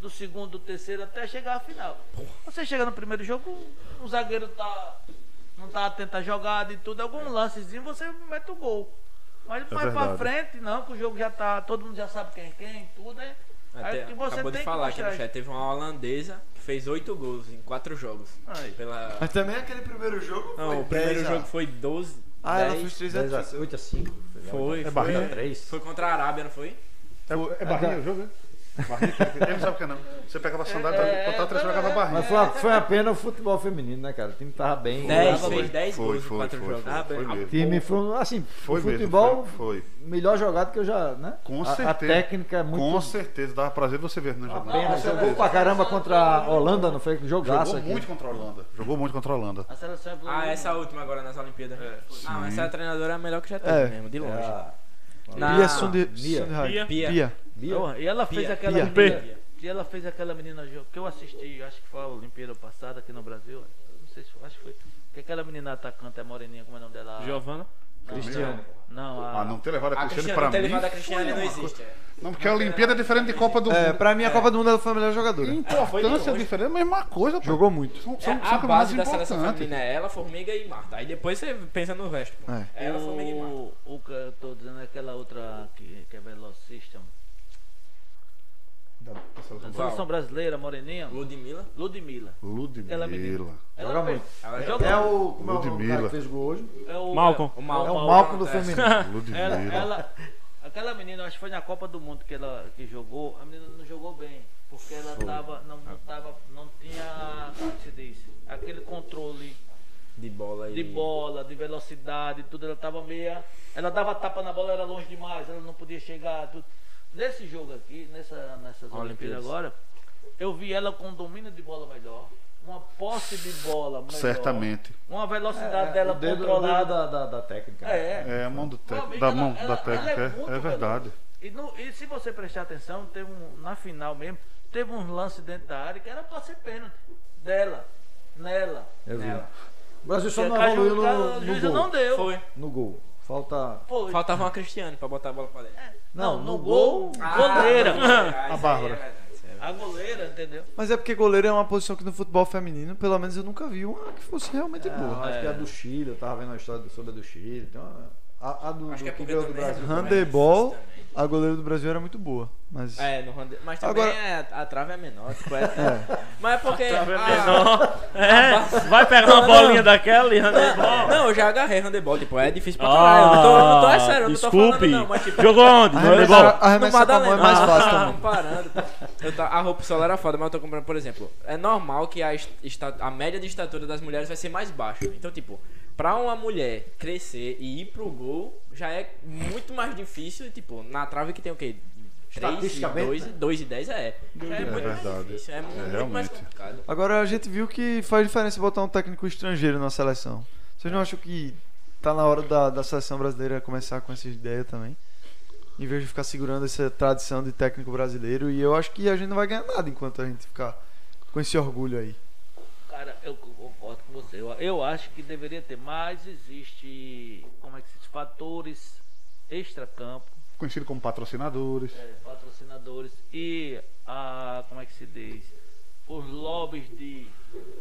C: do segundo, do terceiro, até chegar à final. Você chega no primeiro jogo, o zagueiro tá, não tá atento à jogada e tudo, algum lancezinho, você mete o gol. Mas mais pra
F: verdade.
C: frente, não, que o jogo já tá, todo mundo já sabe quem é quem, tudo, é.
E: Até
C: Aí que você
E: acabou
C: tem que
E: de falar aqui no
C: mostrar
E: chat, teve uma holandesa que fez oito gols em quatro jogos.
A: Aí.
E: Pela...
A: Mas também é aquele primeiro jogo.
E: Não,
A: foi
E: o primeiro
A: 10 a-
E: jogo foi 12.
A: Ah, ela
E: 10.
A: fez 3 a 3.
D: 8 a 5.
E: Foi,
F: É
E: foi.
F: Bahia?
E: Foi- Foi contra a Arábia, não foi?
F: É, é barrinha o jogo, né? Barrinha, ele não sabe o que é não. Você pegava sandália,
C: É,
F: botava três,
C: é,
F: jogava
C: é.
F: barrinha.
D: Mas foi, a- foi a pena o futebol feminino, né, cara? O time tava bem.
E: 10,
D: jogava
E: fez
D: bem.
E: 10
G: Foi,
E: gols em
G: foi,
E: 4
G: foi,
E: jogos.
G: foi,
E: Ah,
G: foi
E: bem,
G: mesmo.
D: O time foi, um- assim,
F: Foi
D: foi
F: mesmo,
D: futebol,
G: foi. foi.
D: melhor jogado que eu já, né?
F: Com
D: a,
F: certeza.
D: A técnica é muito
F: Com certeza, dava prazer você ver né, no jogo.
D: Pena,
C: Não,
D: jogou pra caramba contra a Holanda, não foi? Jogaço
F: Jogou
D: aqui.
F: muito contra a Holanda. Jogou muito contra a Holanda.
C: A seleção é
E: Ah, essa última agora nas Olimpíadas. ah, mas essa treinadora é a melhor que já teve
A: É.
E: mesmo, de longe.
D: Ah,
E: Na...
A: Bia Sundi-
D: Bia.
A: Sundhage.
B: Bia.
E: Bia.
D: Bia.
C: Porra, e ela fez
E: Pia,
C: aquela
A: Pia.
C: menina.
B: Pia.
C: E ela fez aquela menina jo- que eu assisti, acho que foi a Olimpíada passada aqui no Brasil. eu Não sei se foi, acho que foi. Que aquela menina atacante, a moreninha, como é o nome dela?
B: Giovana.
D: Cristiano.
C: Não, a.
F: Ah, não ter levado a
E: A
F: Cristiane
E: Cristiane,
F: pra
E: não ter
F: mim.
E: levado a Cristiane não existe. é.
F: Não, porque a Olimpíada é diferente de Copa do
A: É,
F: Mundo.
A: pra mim a Copa do Mundo ela foi a melhor jogadora. Então,
F: Importância é diferente, é a mesma coisa. pô.
A: Jogou muito.
F: São,
E: Então, É,
F: são,
E: a
F: são
E: base
F: campeonatos
E: da seleção
F: importantes.
E: feminina é ela, Formiga e Marta. Aí depois você pensa no resto. Pô.
A: É.
E: Ela, Formiga e Marta.
C: o, o que eu tô dizendo é aquela outra que, que é velocista.
F: Da- da seleção.
E: Qual?
C: Seleção brasileira, moreninha.
E: Ludmilla.
C: Ludmilla.
E: é
C: Ela me
F: Ludmilla.
C: Ela
D: Joga
C: fez-
D: muito.
E: Ela
C: Joga-
D: É o. Como é o nome do cara
F: Ludmilla.
D: que fez gol hoje?
C: É o,
B: Malcolm.
E: O
D: É
E: Malcolm.
D: o Malco do
E: acontece.
D: feminino.
C: Ela,
E: é
F: Ludmilla.
C: ela, aquela menina, acho que foi na Copa do Mundo que ela que jogou, a menina não jogou bem, porque ela tava, não, não tava, não tinha, como se diz, aquele controle
E: De bola aí.
C: de bola, de velocidade, tudo, ela tava meia, ela dava tapa na bola, era longe demais, ela não podia chegar, tudo. Nesse jogo aqui, nessa, nessas Olimpíadas
E: Olimpíadas.
C: agora, eu vi ela com domínio de bola melhor, uma posse de bola melhor,
F: Certamente.
C: uma velocidade
D: É,
C: dela
D: o dedo-
C: controlada.
D: o dedo Da, da, da técnica.
C: É,
F: É, a mão do
C: Meu
F: técnico.
C: amigo,
F: Da
C: ela-
F: mão
C: ela-
F: da
C: ela é
F: técnica.
C: muito
F: É, é verdade.
C: E, no- e se você prestar atenção, teve um, na final mesmo, teve um lance dentro da área que era pra ser pênalti. Dela, nela.
D: Eu vi.
C: nela.
D: O Brasil só
C: E
D: não
C: a caju- tá-
D: evoluiu
C: a
D: no, no
C: juíza
D: gol.
C: não deu.
E: Foi.
D: No gol. Falta.
C: Foi.
E: Faltava uma Cristiane pra botar a bola pra dentro.
C: Não,
D: Não,
C: no,
D: no
C: gol,
D: gol,
E: Ah,
C: goleira.
E: a
F: Bárbara.
E: é
C: A goleira, entendeu?
A: Mas é porque goleiro é uma posição que no futebol feminino, pelo menos eu nunca vi uma que fosse
C: Ah,
A: realmente
D: É, eu
A: boa.
D: acho que é a do Chile, eu tava vendo a história do- sobre a do Chile. Tem uma, a, a do,
E: Acho
D: do
E: que é
D: que
E: porque
D: veio do
E: também-
D: Brasil.
E: Hum.
A: Handebol,
E: Também.
A: a goleira do Brasil era muito boa. Mas.
E: É, no Honda. Mas também
A: Agora-
E: é, a trave é menor. Tipo, é, Mas é porque.
B: Tá vendo?
E: a-
B: Não.
E: Ah, tá.
B: É, vai pegar uma bolinha daquela e handebol.
E: Não, eu já agarrei handeball, tipo, é difícil pra caralho. eu não tô, eu não tô, é sério, eu não tô falando
B: desculpe.
E: não, mas tipo...
B: Jogou onde? Handebol.
A: Arremessar, arremessar com Ah, a mão é mais fácil
E: Ah,
A: também.
E: Comparando, pô. Eu tá- a roupa solar era foda, mas eu tô comprando, por exemplo, é normal que a, est- esta- a média de estatura das mulheres vai ser mais baixa. Então, tipo, pra uma mulher crescer e ir pro gol, já é muito mais difícil, tipo, na trave que tem o quê? 3,
D: Estatisticamente,
E: 2, 2 e 10 é. Já é, muito mais
F: verdade.
E: difícil, é, muito mais
F: realmente.
E: complicado.
A: Agora a gente viu que faz diferença botar um técnico estrangeiro na seleção. Vocês não acham que tá na hora da, da seleção brasileira começar com essa ideia também? Em vez de ficar segurando essa tradição de técnico brasileiro. E eu acho que a gente não vai ganhar nada enquanto a gente ficar com esse orgulho aí.
C: Cara, eu co- concordo com você. Eu, eu acho que deveria ter, mas existe, como é que se diz, fatores extra-campo,
F: Conhecido como patrocinadores.
C: é, patrocinadores e a, como é que se diz, os lobbies de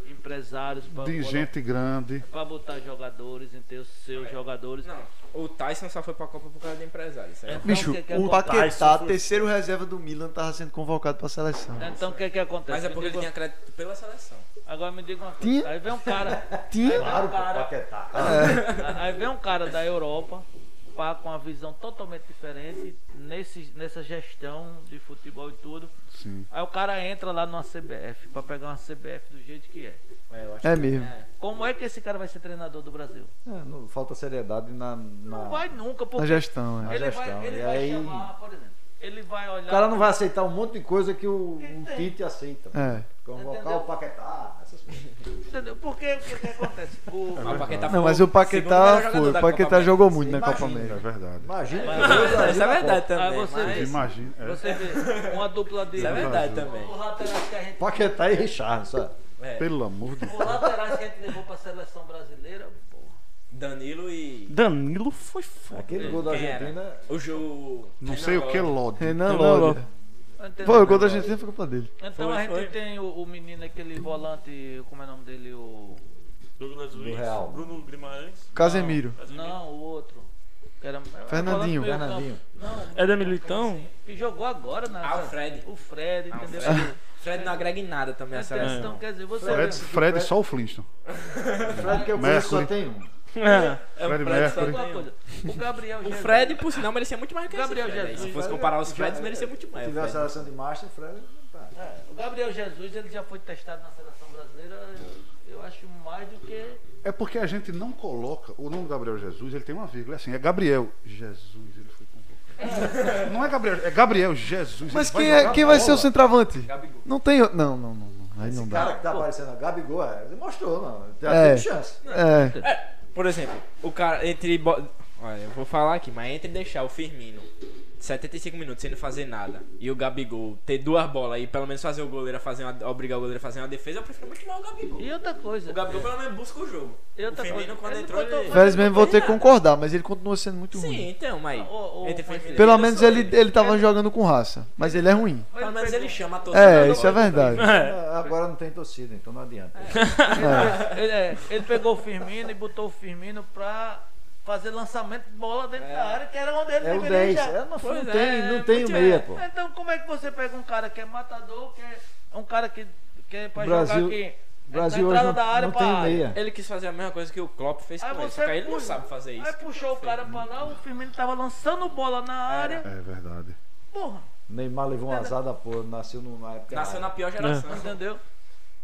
C: empresários pra
F: De
C: colo-
F: gente grande.
C: Pra botar jogadores, entender os seus jogadores.
E: Não, o Tyson só foi pra Copa por causa do empresário, certo?
C: Então,
A: Bicho,
C: o que que
A: o
C: acontece?
A: Paquetá, terceiro reserva do Milan, tava sendo convocado pra seleção.
C: Então o que que acontece?
E: Mas é porque
C: Me
E: ele
C: diga-
E: tinha crédito pela seleção.
C: Agora me diga uma coisa.
A: Tinha?
C: Aí vem um cara.
A: Tinha?
C: Aí vem um cara,
D: Paquetá.
C: aí vem um cara da Europa pá, com uma visão totalmente diferente nesse, nessa gestão de futebol e tudo.
F: Sim.
C: Aí o cara entra lá numa CBF pra pegar uma CBF do jeito que é.
E: É, eu acho
A: É mesmo.
C: Como é que esse cara vai ser treinador do Brasil?
D: É, não- falta seriedade na. na-
C: Não vai nunca,
A: Na
C: porque
A: gestão, é.
C: ele
D: Ah. gestão.
C: vai, ele
D: E
C: vai
D: aí-
C: chamar, por exemplo. Ele vai olhar.
D: O cara não vai aceitar um monte de coisa que o um
C: Tem.
D: Tite aceita.
A: É.
D: Convocar
C: Entendeu?
D: o Paquetá, essas coisas.
C: Entendeu? Porque o que, que acontece? O,
E: O Paquetá
A: Não,
E: foi
A: mas
E: o
A: o Paquetá
E: Tá segundo melhor
A: foi.
E: jogador
A: O
E: da
A: Paquetá
E: Copa
A: jogou muito na
D: Imagina.
A: Copa
F: É
A: América.
F: verdade.
D: Imagina.
E: América. Isso é verdade
C: Ah,
E: também.
C: você
E: mas-
C: vê.
F: Imagina. é.
C: Você vê uma dupla de.
E: Isso é verdade também.
C: Os laterais que a gente,
D: Paquetá e Richard, sabe?
E: É,
F: Pelo amor de
C: os laterais que a gente levou pra seleção brasileira, porra.
E: Danilo e.
B: Danilo foi foda.
D: Aquele gol da
E: Quem era?
D: Argentina.
E: O jogo.
C: é.
A: É,
F: Não sei o que, Lodi.
A: Renan
B: Renan
A: Lodi.
C: Entendeu?
A: Foi, contra a Argentina foi culpa dele.
C: Então
B: Foi,
C: a gente
B: foi.
C: tem o, o menino, aquele volante, como é o nome dele? O.
B: Douglas Luiz,
D: Real.
B: Bruno Grimalhães.
A: Casemiro.
B: Casemiro.
C: Não, o outro. Que era- era um
A: Fernandinho.
C: volante meio campo.
D: Fernandinho.
C: Não,
B: É da Militão?
C: que jogou agora na.
E: Ah, o Fred. Ah,
C: O Fred, entendeu?
E: Fred não agrega em nada também a
C: Então,
E: seleção.
C: então, quer dizer, você.
F: Fred, Fred só o Flintstone.
D: Fred que eu conheço só
F: Mercury.
D: tem um.
B: É.
E: É, o
F: Fred
E: Fred só
F: Mercury.
E: tem
C: Uma
E: um.
C: coisa, o Gabriel
E: O
C: Jesus-
E: Fred, por sinal, merecia muito mais que esse
C: Gabriel
E: Fred aí.
C: Jesus.
E: Se fosse comparar os Freds, merecia muito mais.
D: Se
E: o
D: tiver a
E: Fred.
D: seleção de Master, Fred. tá.
C: é, o Gabriel Jesus, ele já foi testado na seleção brasileira, eu acho mais do que.
F: É porque a gente não coloca. O nome Gabriel Jesus, ele tem uma vírgula. É assim, é Gabriel Jesus, ele foi convocado. Não é Gabriel, é Gabriel Jesus.
A: Mas
F: ele
A: quem, é,
F: jogar
A: quem vai ser o
F: bola.
A: centroavante?
E: Gabigol.
A: Não tem. o- Não, não, não. não. Aí não
D: Esse
A: dá.
D: cara que tá aparecendo, a Gabigol, é, ele mostrou, mano. Tem
A: É.
D: até chance.
A: É.
E: É, por exemplo, o cara entre. bo- Olha, eu vou falar aqui, mas entre deixar o Firmino 75 minutos sem não fazer nada e o Gabigol ter duas bolas e pelo menos fazer o goleiro a fazer uma, obrigar o goleiro a fazer uma defesa, eu prefiro muito mais o Gabigol.
C: E outra coisa.
E: O Gabigol pelo menos busca o jogo.
C: Eu
E: o
C: tá-
E: Firmino quando
C: ele
E: entrou
C: botou-
E: ele...
A: Félix mesmo vou ter que
E: Nada.
A: concordar, mas ele continua sendo muito
E: Sim, é
A: ruim.
E: então, mas
C: Ô, ô,
E: entre
C: ô,
E: Firmino
A: Pelo
E: e Firmino,
A: menos
E: sou
A: ele, ele tava jogando com raça, mas ele é ruim.
E: Pelo menos ele chama a torcida.
A: É, isso é
E: agora.
A: verdade.
D: É, Agora não tem torcida, então não adianta.
E: É.
C: Ele, é, ele pegou o Firmino e botou o Firmino pra fazer lançamento de bola dentro da área, que era onde ele
D: É o
C: deveria
D: 10.
C: já.
D: É, mas
E: Pois
D: não
E: é,
D: tem,
E: é,
D: não tem o
E: muito-
D: meia, pô.
C: Então como é que você pega um cara que é matador, que é um cara que, que é pra
D: Brasil-
C: jogar aqui?
D: Brasil
C: na
D: hoje
C: entrada
D: não,
C: da área
D: não
C: pra
D: tem
C: área.
D: meia.
E: Ele quis fazer a mesma coisa que o Klopp fez com
C: Aí
E: ele,
C: você
E: só que aí ele não
C: puxa.
E: sabe fazer
C: Aí
E: isso.
C: puxou o cara pra lá, o Firmino tava lançando bola na área.
F: É verdade.
C: Porra,
D: Neymar levou um azar da porra, nasceu numa época.
E: Nasceu na pior geração.
C: entendeu?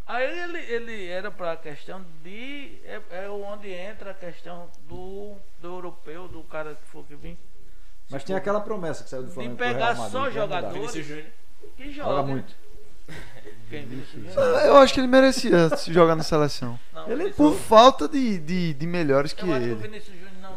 C: Aí ele, ele era pra questão de. É, é onde entra a questão do, do europeu, do cara que for que vim.
D: Mas tem aquela promessa que saiu do
C: De
D: Flamengo. pro
C: pegar
D: Real Madrid,
C: só
D: que vai mudar.
C: jogador.
E: Vinícius Júnior.
C: Que joga.
D: Joga
C: né?
D: muito.
C: Quem disse?
A: Eu acho que ele merecia se jogar na seleção.
C: Não,
A: Ele
C: Vinícius-
A: por falta de, de, de melhores que
C: Eu acho que o
A: ele.
C: Vinícius Júnior não.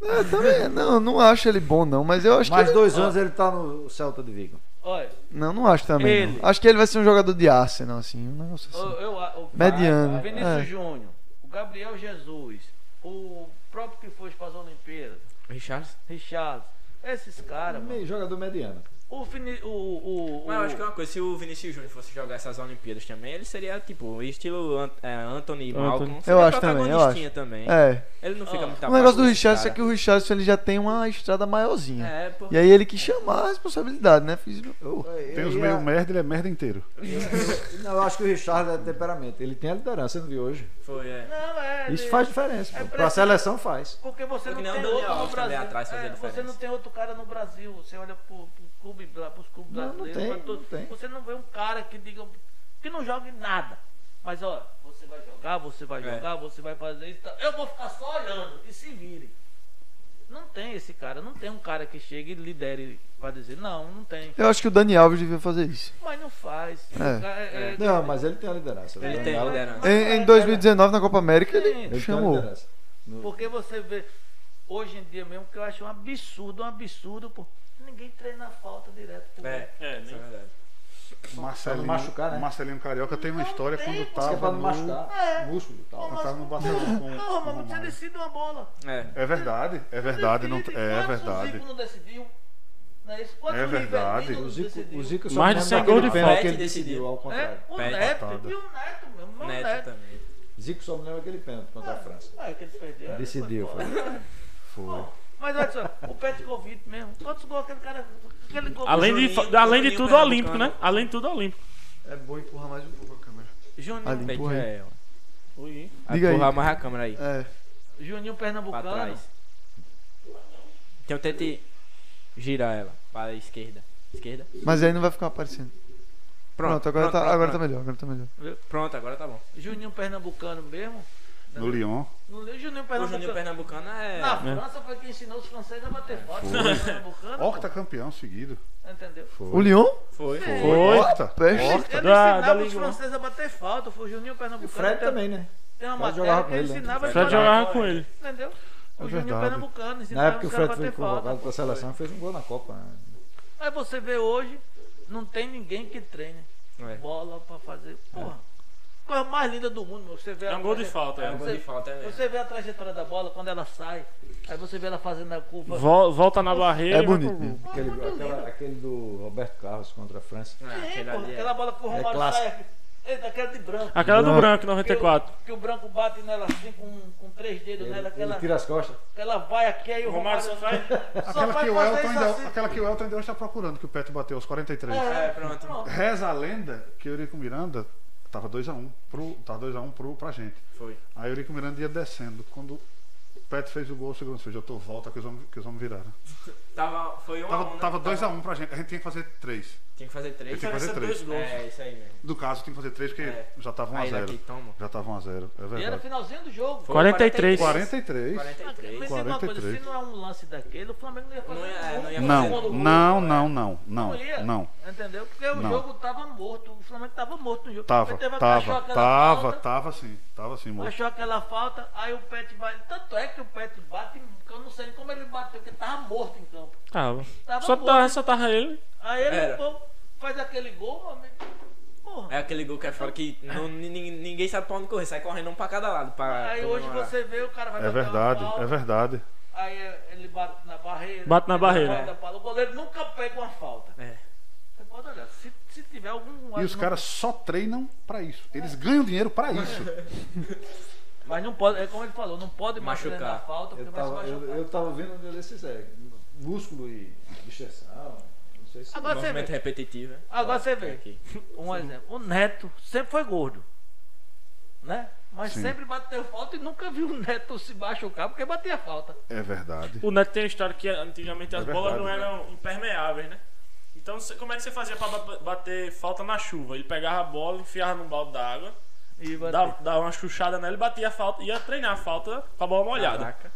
C: não
A: Eu também não, não acho ele bom não, mas eu acho que
D: Mais
A: ele-
D: dois anos ele tá no Celta de Vigo.
C: olha,
A: não, não acho também.
C: Ele.
A: não. Acho que ele vai ser um jogador de Arsenal assim, um negócio
C: eu,
A: assim.
C: eu, o
A: Mediano,
C: o Vinícius
A: é.
C: Júnior, o Gabriel Jesus, o próprio que foi para as Olimpíadas,
E: Richard?
C: Richard, esses caras, mano.
D: É Meio jogador mediano.
C: O Vini, o, o, o,
E: Mas eu acho que é uma coisa, se o Vinícius Júnior fosse jogar essas Olimpíadas também, ele seria tipo, estilo An é, Anthony e Malcolm.
A: Eu
E: seria
A: acho também, eu
E: protagonistinha também.
A: É.
E: Ele não fica
C: Ah.
E: muito
A: O
E: abaixo
A: negócio do
E: desse
A: Richardson é
E: tá cara.
A: que o Richardson ele já tem uma estrada maiorzinha.
E: É, pô.
A: E aí ele que chamar a responsabilidade, né? Fiz, pô,
F: Tem os meio merda, ele é merda inteiro.
D: Não, eu acho que o Richard é temperamento. Ele tem a liderança, você não viu hoje.
E: Foi, é.
C: Não, é.
D: Isso
C: ele-
D: faz diferença.
C: É
D: Pô. Pra
C: pressa-
D: seleção faz.
C: Porque você
E: Porque
C: não
E: nem
C: tem
E: o Daniel
C: outro no
E: Alves também
C: Brasil.
E: atrás fazia
C: É, você
E: diferença.
C: não tem outro cara no Brasil. Você olha pro, pro clube, lá, pros clubes
D: Não, não
C: brasileiros.
D: tem,
C: pra tudo.
D: não tem.
C: Você não vê um cara que diga. que não joga em nada. Mas ó, você vai jogar, você vai
E: É.
C: jogar, você vai fazer isso. tá? Eu vou ficar só olhando e se vire. Não tem esse cara, não tem um cara que chegue e lidere pra dizer, não, não tem.
A: eu acho que o Dani Alves devia fazer isso.
C: Mas não faz.
A: É.
C: Cara, é-
D: Não, mas ele tem a liderança.
E: Ele tem
D: a
E: liderança.
A: Em, em 2019 na Copa América
C: Sim.
A: ele
D: Ele tá
A: chamou.
D: tem a liderança. No-
C: Porque você vê, hoje em dia mesmo, que eu acho um absurdo, um absurdo, pô. Ninguém treina a falta direto. Pô.
E: É,
B: É,
E: isso é
B: nem...
E: verdade.
F: Marcelinho,
D: machucar, né?
F: Marcelinho Carioca tem uma história quando
D: Isso que é pra
F: tava
D: não
F: no,
D: machucar. Músculo e tal.
F: quando tava no Barcelona com,
C: Porra,
F: com o
C: mano, você
F: Romário.
C: decide uma bola.
E: É.
F: É verdade, é verdade, não,
C: Decide,
F: é
C: quantos o
F: verdade.
C: Zico não decidiu. Não é isso? Quantos
F: É
C: o Rivelino
F: verdade.
C: não
D: O Zico,
C: decidiu?
D: o Zico só
B: Mais de
D: lembra
B: 100 gols de
D: daquele pênalti
E: falta.
D: que ele
E: Pênalti
D: decidiu,
E: decidiu.
D: ao contrário.
C: É, o
E: Pede
C: Neto.
F: patada.
C: E o Neto, meu irmão, o
E: É, Neto,
C: Neto.
E: também.
D: Zico só me lembra aquele pênalti contra a França.
C: Ah, é que ele perdeu.
D: Decidiu, foi.
F: Foi.
C: Mas olha só, o Petkovic mesmo. Quantos gols aquele cara... Aquele gol
B: Além de,
E: Juninho-
B: fa- além de
E: Juninho
B: tudo olímpico, né?
E: pernambucano.
B: Além de tudo olímpico.
A: É bom empurrar mais um pouco a câmera.
E: Juninho
A: Ali, empurra aí.
E: Pede-
C: Ui.
E: é,
A: Diga aí.
E: Empurrar mais a câmera aí.
A: É.
C: Juninho
E: Pra
C: Pernambucano.
E: trás. Então tente girar ela para a esquerda. Esquerda?
A: Mas aí não vai ficar aparecendo. Pronto, agora, tá, agora tá
E: pronto.
A: melhor, agora tá melhor.
E: Pronto, agora tá bom.
C: Juninho Pernambucano mesmo.
F: No Lyon.
C: Não lembro Juninho
E: O
C: Pernambucano.
E: Juninho Pernambucano é.
C: Na França foi quem ensinou os franceses a bater foto. Pernambucano.
F: Horta campeão seguido.
C: pô. Entendeu?
A: O Lyon?
E: Foi.
B: Foi.
F: Horta.
A: Peste.
C: Ele, ele
B: Horta da- da
C: ensinava os
B: Liga um.
C: franceses a bater falta, foi o Juninho
D: O
C: Pernambucano.
D: Fred
C: tem-
D: também, né?
C: Tem uma
D: Fred
C: matéria
D: jogava
C: que
D: com
C: ele
D: ele, né?
C: ensinava
B: Fred jogava com ele.
C: Entendeu? O
F: É
C: Juninho
F: verdade.
C: Pernambucano
D: Na
C: ensinava
D: época que
C: os
D: o
C: caras a
D: Fred foi
C: bater falta.
D: convocado pra seleção e fez um gol na Copa. né?
C: Aí você vê hoje, não tem ninguém que treine
E: É.
C: bola pra fazer. Porra. Coisa mais linda do mundo, meu. Você vê
B: É
C: a
B: um gol de
C: traje-
B: falta, é um
E: gol de falta, é mesmo.
C: Você vê a trajetória da bola quando ela sai. Aí você vê ela fazendo a curva.
B: Vol- Volta na barreira.
A: É
B: e vai
A: bonito
B: pro gol.
A: mesmo.
D: Aquele, aquela- aquele do Roberto Carlos contra a França.
E: Ah,
C: Sim,
E: aquele
C: pô,
E: ali é-
C: aquela bola que o Romário
D: clássico.
C: sai. Eita, aquela de branco.
B: Aquela do branco,
C: Que o-
B: 94.
C: Que o branco bate nela assim com, com três dedos né?
D: Ele,
C: nela.
D: ele
C: Aquela,
D: tira as costas.
C: aquela vai aqui, aí é o
B: O Romário só faz.
F: Aquela
C: vai
F: que, o
C: fazer
F: Elton
C: isso
F: ainda,
C: assim.
F: aquela que o Elton ainda hoje tá procurando, que o Petro bateu aos 43.
E: É, pronto.
F: Reza a lenda que o Eurico Miranda tava 2x1 pro, tava 2x1 pro, pra gente.
E: Foi.
F: Aí o Eurico Miranda ia descendo. Quando o Petro fez o gol, o segurança fez, eu tô volta que os homens, que os homens viraram.
E: Tava, foi um a um,
F: Tava,
E: né?
F: tava 2x1 pra gente, a gente tinha que fazer 3.
E: Tinha que fazer três.
F: Tem que fazer
B: Diferença
F: três. Um
B: dois gols.
E: É, isso aí mesmo.
F: No caso, tinha que fazer 3 porque
E: É.
F: já tava
E: Aí
F: 1x0.
E: daqui, toma.
F: Já tava 1x0, é
C: E era
F: verdade.
C: finalzinho do jogo.
E: Foi
B: 43.
F: 43?
E: 43.
C: Mas é diga uma coisa,
F: 43.
C: se não é um lance daquele, o Flamengo não ia fazer
E: Não ia- é,
C: um
E: não ia
C: gol.
F: Não, não,
C: né?
F: não, não, não,
C: Não ia.
F: não.
C: Entendeu? Porque o
F: Não.
C: jogo tava morto. O Flamengo tava morto no jogo.
F: Tava,
C: Depois teve a- achou
F: tava,
C: aquela
F: tava,
C: falta,
F: tava sim, tava sim, moço.
C: Achou aquela falta, aí o Pet vai. Tanto é que o Pet bate, que eu não sei nem como ele bateu, porque tava morto em campo.
B: Tava.
C: Tava
B: Só
C: morto.
B: tava, só tava ele.
C: Aí ele
E: Era.
C: pô, faz aquele gol, meu amigo. Porra.
E: É aquele gol que é fora que não- ni- ni- ninguém sabe pra onde correr, sai correndo um pra cada lado. Pra
C: aí hoje
E: comemorar.
C: você vê o cara vai
F: É
C: bater uma
F: verdade,
C: falta,
F: é verdade.
C: Aí ele bate na barreira.
B: Bate na
C: ele
B: barreira.
C: bate na bola, O goleiro nunca pega uma falta.
E: É.
C: Você pode olhar, se, se tiver algum.
F: E os caras só treinam pra isso. Eles ganham dinheiro pra isso.
C: Mas não pode, é como ele falou, não pode machucar
E: Machucar.
C: a falta, porque
D: Eu
C: vai se
D: tava, eu,
C: machucar.
D: eu tava vendo um dia desses, é, músculo e extensão. Não sei se.
C: Agora você
E: Movimento
C: vê.
E: repetitivo. né?
C: Agora você
E: É
C: vê.
E: aqui.
C: Um exemplo. O Neto sempre foi gordo. Né? Mas
F: Sim.
C: sempre bateu falta e nunca viu o Neto se machucar porque batia falta.
F: É verdade.
B: O Neto tem uma história que antigamente as
F: É
B: bolas
F: verdade.
B: não eram impermeáveis, né? Então cê- como é que você fazia pra ba- bater falta na chuva? Ele pegava a bola, enfiava num balde d'água,
C: E bateu.
B: dava, dava uma chuchada nela e batia a falta, ia treinar a falta com a bola molhada.
E: Caraca.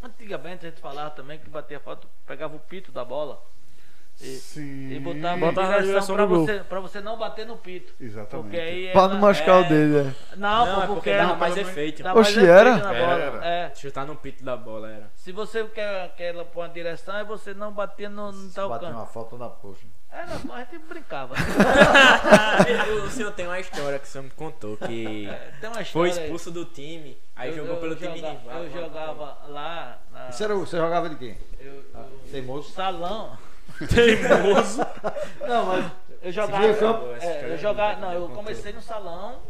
C: Antigamente a gente falava também que batia falta, pegava o pito da bola e,
F: Sim.
C: e botava
B: Botava na
C: uma direção
B: direção
C: pra
B: do gol.
C: você, pra você não bater no pito.
F: Exatamente.
C: Porque aí
A: Pra
C: ela-
A: não machucar o
E: é.
A: dele, é.
C: Não,
E: Não,
C: pô,
E: é
C: porque
E: porque
C: ela
E: dava mais efeito.
C: dá mais
A: Oxi,
C: efeito
A: era?
C: na
E: Era,
C: bola.
F: era.
C: É.
E: Chutar no pito da bola era.
C: Se você quer, quer ela pôr uma direção, é você não bater no, no tal
D: Bateu
C: canto.
D: uma falta na poxa.
C: Era, a gente brincava.
E: o senhor tem uma história que o senhor me contou que
C: Tem uma história.
E: foi
C: aí.
E: expulso do time, aí
C: Eu-
E: jogou
C: eu
E: pelo time
C: jogava-
E: rival.
C: Eu jogava lá na,
D: Isso era o- você jogava de quem?
C: eu- eu-
D: Teimoso?
C: salão.
B: Teimoso.
D: Não, mas.
C: Eu jogava.
D: Meio campo.
C: é,
E: Essa história
C: eu
E: é
C: jogava.
E: linda,
C: Não,
E: né?
C: eu
E: Contou.
C: comecei no salão.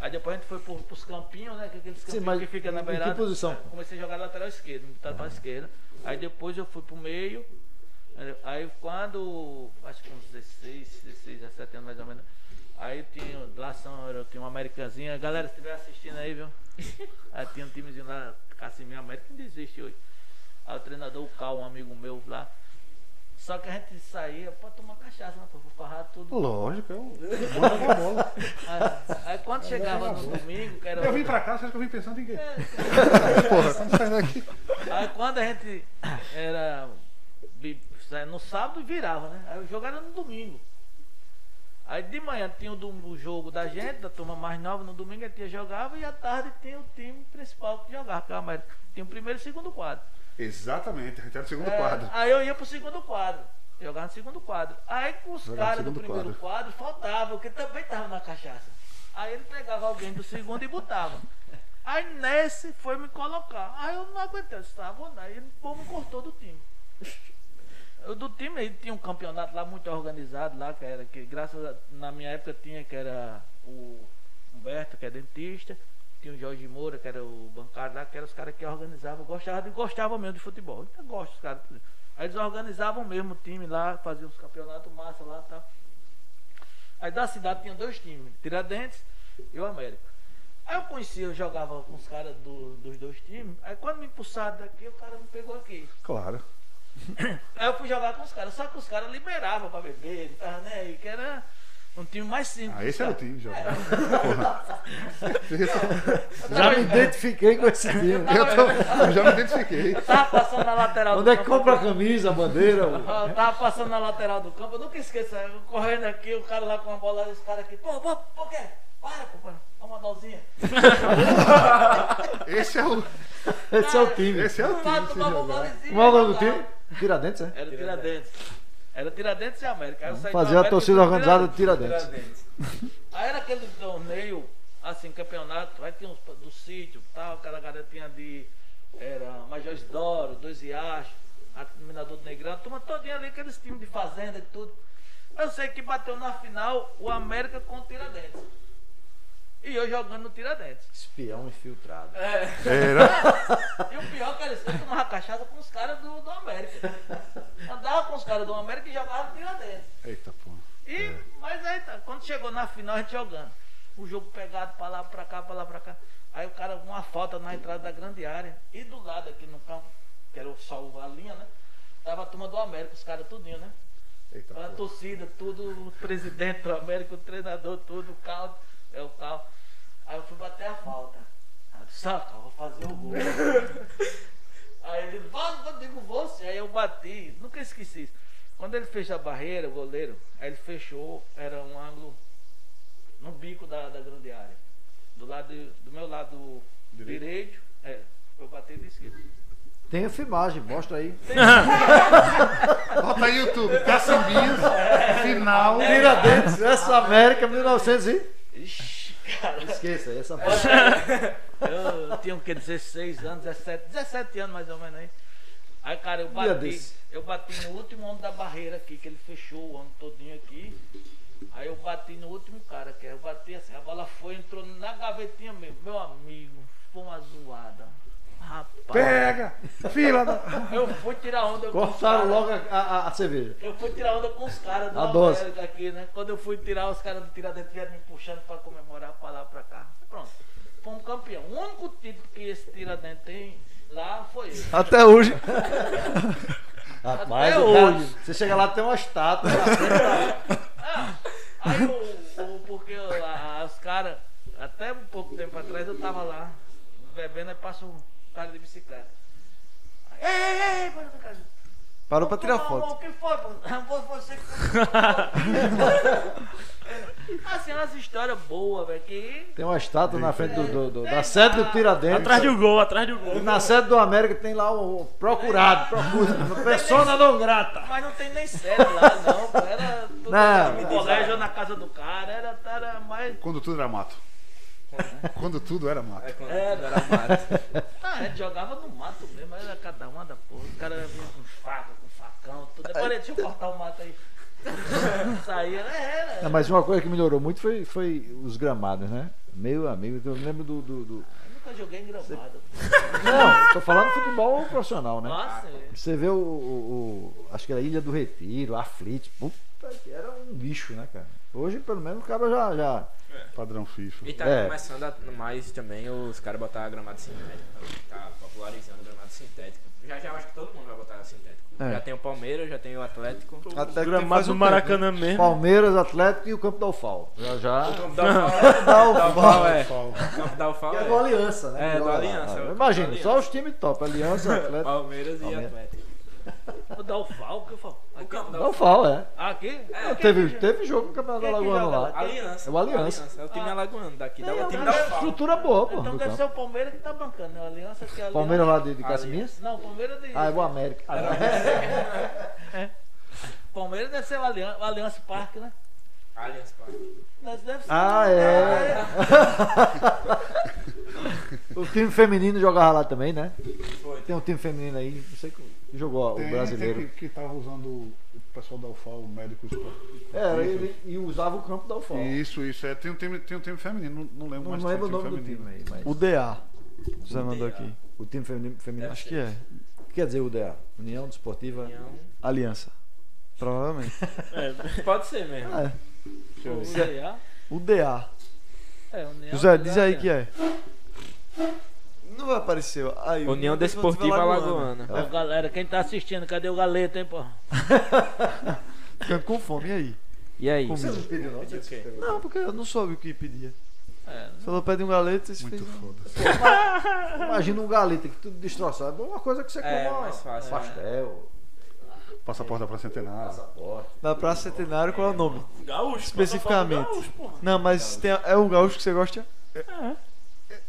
C: Aí depois a gente foi pro, pros campinhos, né? que Aqueles
D: Sim,
C: campinhos
D: mas
C: que fica na
D: em que
C: beirada.
D: posição?
C: Comecei a jogar lateral esquerdo, me
F: Ah.
C: botaram pra esquerda. Aí depois eu fui pro meio. entendeu? Aí quando. Acho que uns 16, 16, 17 anos mais ou menos. Aí tinha. Lá são, eu tinha uma americazinha. Galera, se estiver assistindo aí, viu? Aí tinha um timezinho lá, Casimiro América, que não existe hoje. Aí o treinador, o Cal, um amigo meu lá. Só que a gente saía pra tomar cachaça, né? Pra farrar tudo.
F: Lógico, eu mando com a bola.
C: Aí, aí quando chegava no domingo, que era.
F: É Eu vim pra cá, você acha que eu vim pensando em quê?
C: É,
F: Porra, quando sai daqui.
C: Aí quando a gente era. bi- saía No sábado e virava, né? Aí o jogo era no domingo. Aí de manhã tinha o, dom- o jogo da gente, da turma mais nova, no domingo a tia jogava e à tarde tinha o time principal que jogava, que era o América. Tinha o primeiro e o segundo quadro.
F: Exatamente, a gente era o segundo
C: É,
F: quadro.
C: Aí eu ia pro segundo quadro. Jogava no segundo quadro. Aí com os
F: Jogava no
C: caras do
F: segundo
C: primeiro quadro, faltava, porque também tava na cachaça. Aí ele pegava alguém do segundo e botava. Aí nesse foi me colocar. Aí eu não aguentei, eu disse, tá, vou não. Aí o povo me cortou do time. Eu, do time aí tinha um campeonato lá muito organizado lá, que era que graças a, na minha época tinha que era o Humberto, que é dentista, tinha o Jorge Moura, que era o bancário lá, que eram os caras que organizavam, gostavam e gostavam mesmo de futebol. Então, Eu gosto dos caras. Aí eles organizavam mesmo o time lá, faziam os campeonatos massa lá e tal. Aí da cidade tinha dois times, Tiradentes e o América. Aí eu conhecia, eu jogava com os caras do- dos dois times. Aí quando me impulsaram daqui, o cara me pegou aqui.
F: Claro.
C: Aí eu fui jogar com os caras, só que os caras liberavam pra beber, não tava nem aí, que era um time mais simples.
F: Ah, esse era o time, Jorge.
D: é
C: Já me
D: identifiquei com esse time.
F: Eu, tô- eu já me identifiquei.
C: Tava passando na lateral
D: Onde é
C: do
D: que
C: campo.
D: compra a camisa, a bandeira? o-
C: Eu tava passando na lateral do campo, eu nunca esqueço. eu correndo aqui, o cara lá com a bola, os caras aqui, pô, pô, pô, quê? Para, pô, para, dá uma dozinha.
F: Esse é o,
D: Esse é o time.
F: esse é o time.
C: Vai
F: esse
C: tomar uma
F: jogo.
C: bolinha.
D: Qual é o nome do time? Tiradentes, é?
C: Era o Tiradentes. Era Tiradentes e América. Aí eu saí do
D: Fazer a
C: América e fui
D: torcida
C: pro
D: organizada do
C: Tiradentes.
D: Tiradentes.
C: Aí era aquele torneio, assim, campeonato, aí tinha uns pa- do sítio, tal, cada galera tinha de. Era Major Doro, Dois Riachos, a- Minador do Negrão, a turma todinha ali, aqueles times de fazenda e tudo. Eu sei que bateu na final o América com o Tiradentes. E eu jogando no Tiradentes.
D: Espião infiltrado.
C: É.
F: Era.
C: E o pior é que era isso, eu tomava cachaça com os caras do, do América. Andava com os caras do América e jogava no Tiradentes.
F: Eita, pô.
C: E, mas aí tá, quando chegou na final, a gente jogando. O jogo pegado pra lá, pra cá, pra lá, pra cá. Aí o cara, uma falta na entrada da grande área. E do lado aqui no campo, que era só a linha, né? Tava a turma do América, os caras tudinho, né?
F: Eita,
C: A
F: pô.
C: torcida, tudo, o presidente do América, o treinador, tudo, o carro, é o carro. Aí eu fui bater a falta. Aí eu disse, saca, eu vou fazer o gol. Aí ele, vamos, eu digo você. Aí eu bati, nunca esqueci isso. Quando ele fez a barreira, o goleiro, aí ele fechou, era um ângulo no bico da, da grande área. Do, lado, do meu lado direito,
F: Direito.
C: é, eu bati de esquerda.
D: Tem a filmagem, mostra aí.
F: Bota aí, YouTube. Caçambinhas.
D: É.
F: Final.
D: Tiradentes, essa América 1900 e...
C: Ixi, cara.
D: Esqueça aí, essa
C: Eu, eu tinha o quê? 16 anos, 17, 17 anos mais ou menos aí. Aí, cara, eu
D: Dia
C: bati.
D: desse.
C: Eu bati no último ano da barreira aqui, que ele fechou o ano todinho aqui. Aí eu bati no último cara, que eu bati assim, a bola foi, entrou na gavetinha mesmo. Meu amigo, foi uma zoada. Rapaz.
F: Pega! Fila da.
C: Eu fui tirar onda com os caras.
D: Cortaram logo a, a- a cerveja.
C: Eu fui tirar onda com os caras do
D: A dose.
C: América aqui, né? Quando eu fui tirar, os caras do Tiradentes vieram me puxando pra comemorar, pra lá, pra cá. Pronto. Fomos campeão. O único título que esse Tiradentes tem lá foi esse.
A: Até hoje.
D: Rapaz,
C: Até
D: o cara-
C: hoje.
D: você chega lá tem uma estátua.
C: Ah, aí o, o- porque a- os caras, até um pouco tempo atrás eu tava lá, bebendo, aí passa um cara de bicicleta. Ei, ei, ei, para pra casa.
A: Parou pra tirar
C: Não, amor,
A: foto.
C: O que foi, pô? Foi você que. assim, umas histórias boas, velho. Que.
D: Tem uma estátua na frente do, do- do- da sede do Tiradentes.
B: Atrás um- do gol, atrás do gol.
D: E na sede do América tem lá o procurado, procura, persona não grata.
C: Mas não tem nem sede lá, não. pô. Era tudo
D: Não.
C: no colégio ou na casa do cara. Era, era mais.
F: Quando tudo era mato. Quando tudo era mato.
E: É quando tudo era mato.
C: Ah, a gente jogava no mato mesmo, era cada uma da porra. Os caras vinham com faca, com facão, tudo. Agora deixa eu cortar o mato aí. Saía, era.
D: É,
C: era.
D: mas uma coisa que melhorou muito foi, foi os gramados, né? Meu amigo, eu lembro do. do- do-
C: Eu nunca joguei em gramado.
D: tá Não, tô falando futebol profissional, né?
C: Nossa, é.
D: Você vê o, o- o- Acho que era Ilha do Retiro, Aflit, puta, que era um bicho, né, cara? Hoje, pelo menos, o cara já. já
F: Padrão FIFA.
E: E tá
D: É.
E: começando a- mais também os caras botar gramado sintético. Tá popularizando o gramado sintético. Já já eu acho que todo mundo vai botar sintético.
D: É.
E: Já tem o Palmeiras, já tem o Atlético.
A: Até que
B: Gramado
A: faz um
B: do
A: tempo,
B: Maracanã mesmo.
D: Palmeiras, Atlético e o Campo da UFAL. Já já.
E: Campo da UFAL. Campo da UFAL, é.
F: Paulo.
E: Campo da UFAL,
D: E
E: é.
D: a do Aliança, né?
E: É, do
D: Melhor lá.
E: Aliança,
D: Ah,
E: é o
D: Imagina,
E: Campo da
D: só os times top. Aliança, Atlético.
E: Palmeiras e
D: Palmeiras.
E: Atlético.
C: eu dar o falco, que eu falo. "Ah,
E: O campo da
D: Da
E: UFAL.
D: UFAL, é.
C: Aqui?
D: Não,
C: Aqui,
D: teve,
C: aqui,
D: teve jogo no Campeonato
C: Quem é que
D: Alagoano
C: joga
D: lá.
C: lá?
E: Aliança.
D: É o Aliança.
E: É o time alagoano daqui. Da,
D: É,
E: o time
D: uma
E: da UFAL.
D: estrutura boa, pô.
C: Então
D: do
C: deve
D: campo.
C: ser o Palmeiras que tá bancando, né? O Aliança que é a Aliança-
D: Palmeiras lá de, de Caciminhas?
C: Não, Palmeiras de.
D: Ah, é o América.
C: Palmeiras deve ser o Aliança, o Allianz Parque, né?
E: Aliança, pá.
C: Mas deve ser.
D: Ah, é. o time feminino jogava lá também, né?
E: Foi.
D: Tem um time feminino aí, não sei que jogou ó,
F: Tem,
D: o
F: tem
D: brasileiro.
F: que, que tava usando o pessoal da UFAL, o médico. os-
D: É, ele, e usava o campo da UFOL.
F: Isso, isso. É, tem um time, tem um time feminino, não, não lembro
D: Não
F: mais.
D: lembro o
F: tem um
D: nome do
F: feminino.
D: time aí, mas.
A: O DA. Você mandou aqui.
D: O time feminino. feminino
A: Acho que é.
D: O que quer dizer UDA? União Desportiva.
A: Aliança. Provavelmente.
E: Pode ser mesmo.
D: Ah, é.
C: o UDA.
A: O DA.
C: É, União
A: José,
C: de
A: diz aí
C: Aliança.
A: que é. Não vai aparecer. Aí,
E: União Desportiva Alagoana.
A: é.
C: Ô, galera, quem tá assistindo, cadê o Galeto, hein, pô?
A: Ficando com fome, e aí?
E: E aí?
A: Como?
D: não pediu não?
E: Pediu o quê?
A: Não, porque eu não soube o que pedia.
C: É.
A: Você falou, pede um galeto, vocês
F: Muito
A: fez...
D: é.
F: foda.
D: Imagina um galeta que tudo destroçado. É uma coisa que você
E: É,
D: come
E: mais fácil,
D: um pastel,
F: Passaporte da Praça Centenária.
D: passaporte.
A: Na Praça Centenário, qual é o nome?
B: Gaúcho.
A: Especificamente.
B: Gaúcho, porra.
A: Não, mas tem a- é o gaúcho que você gosta?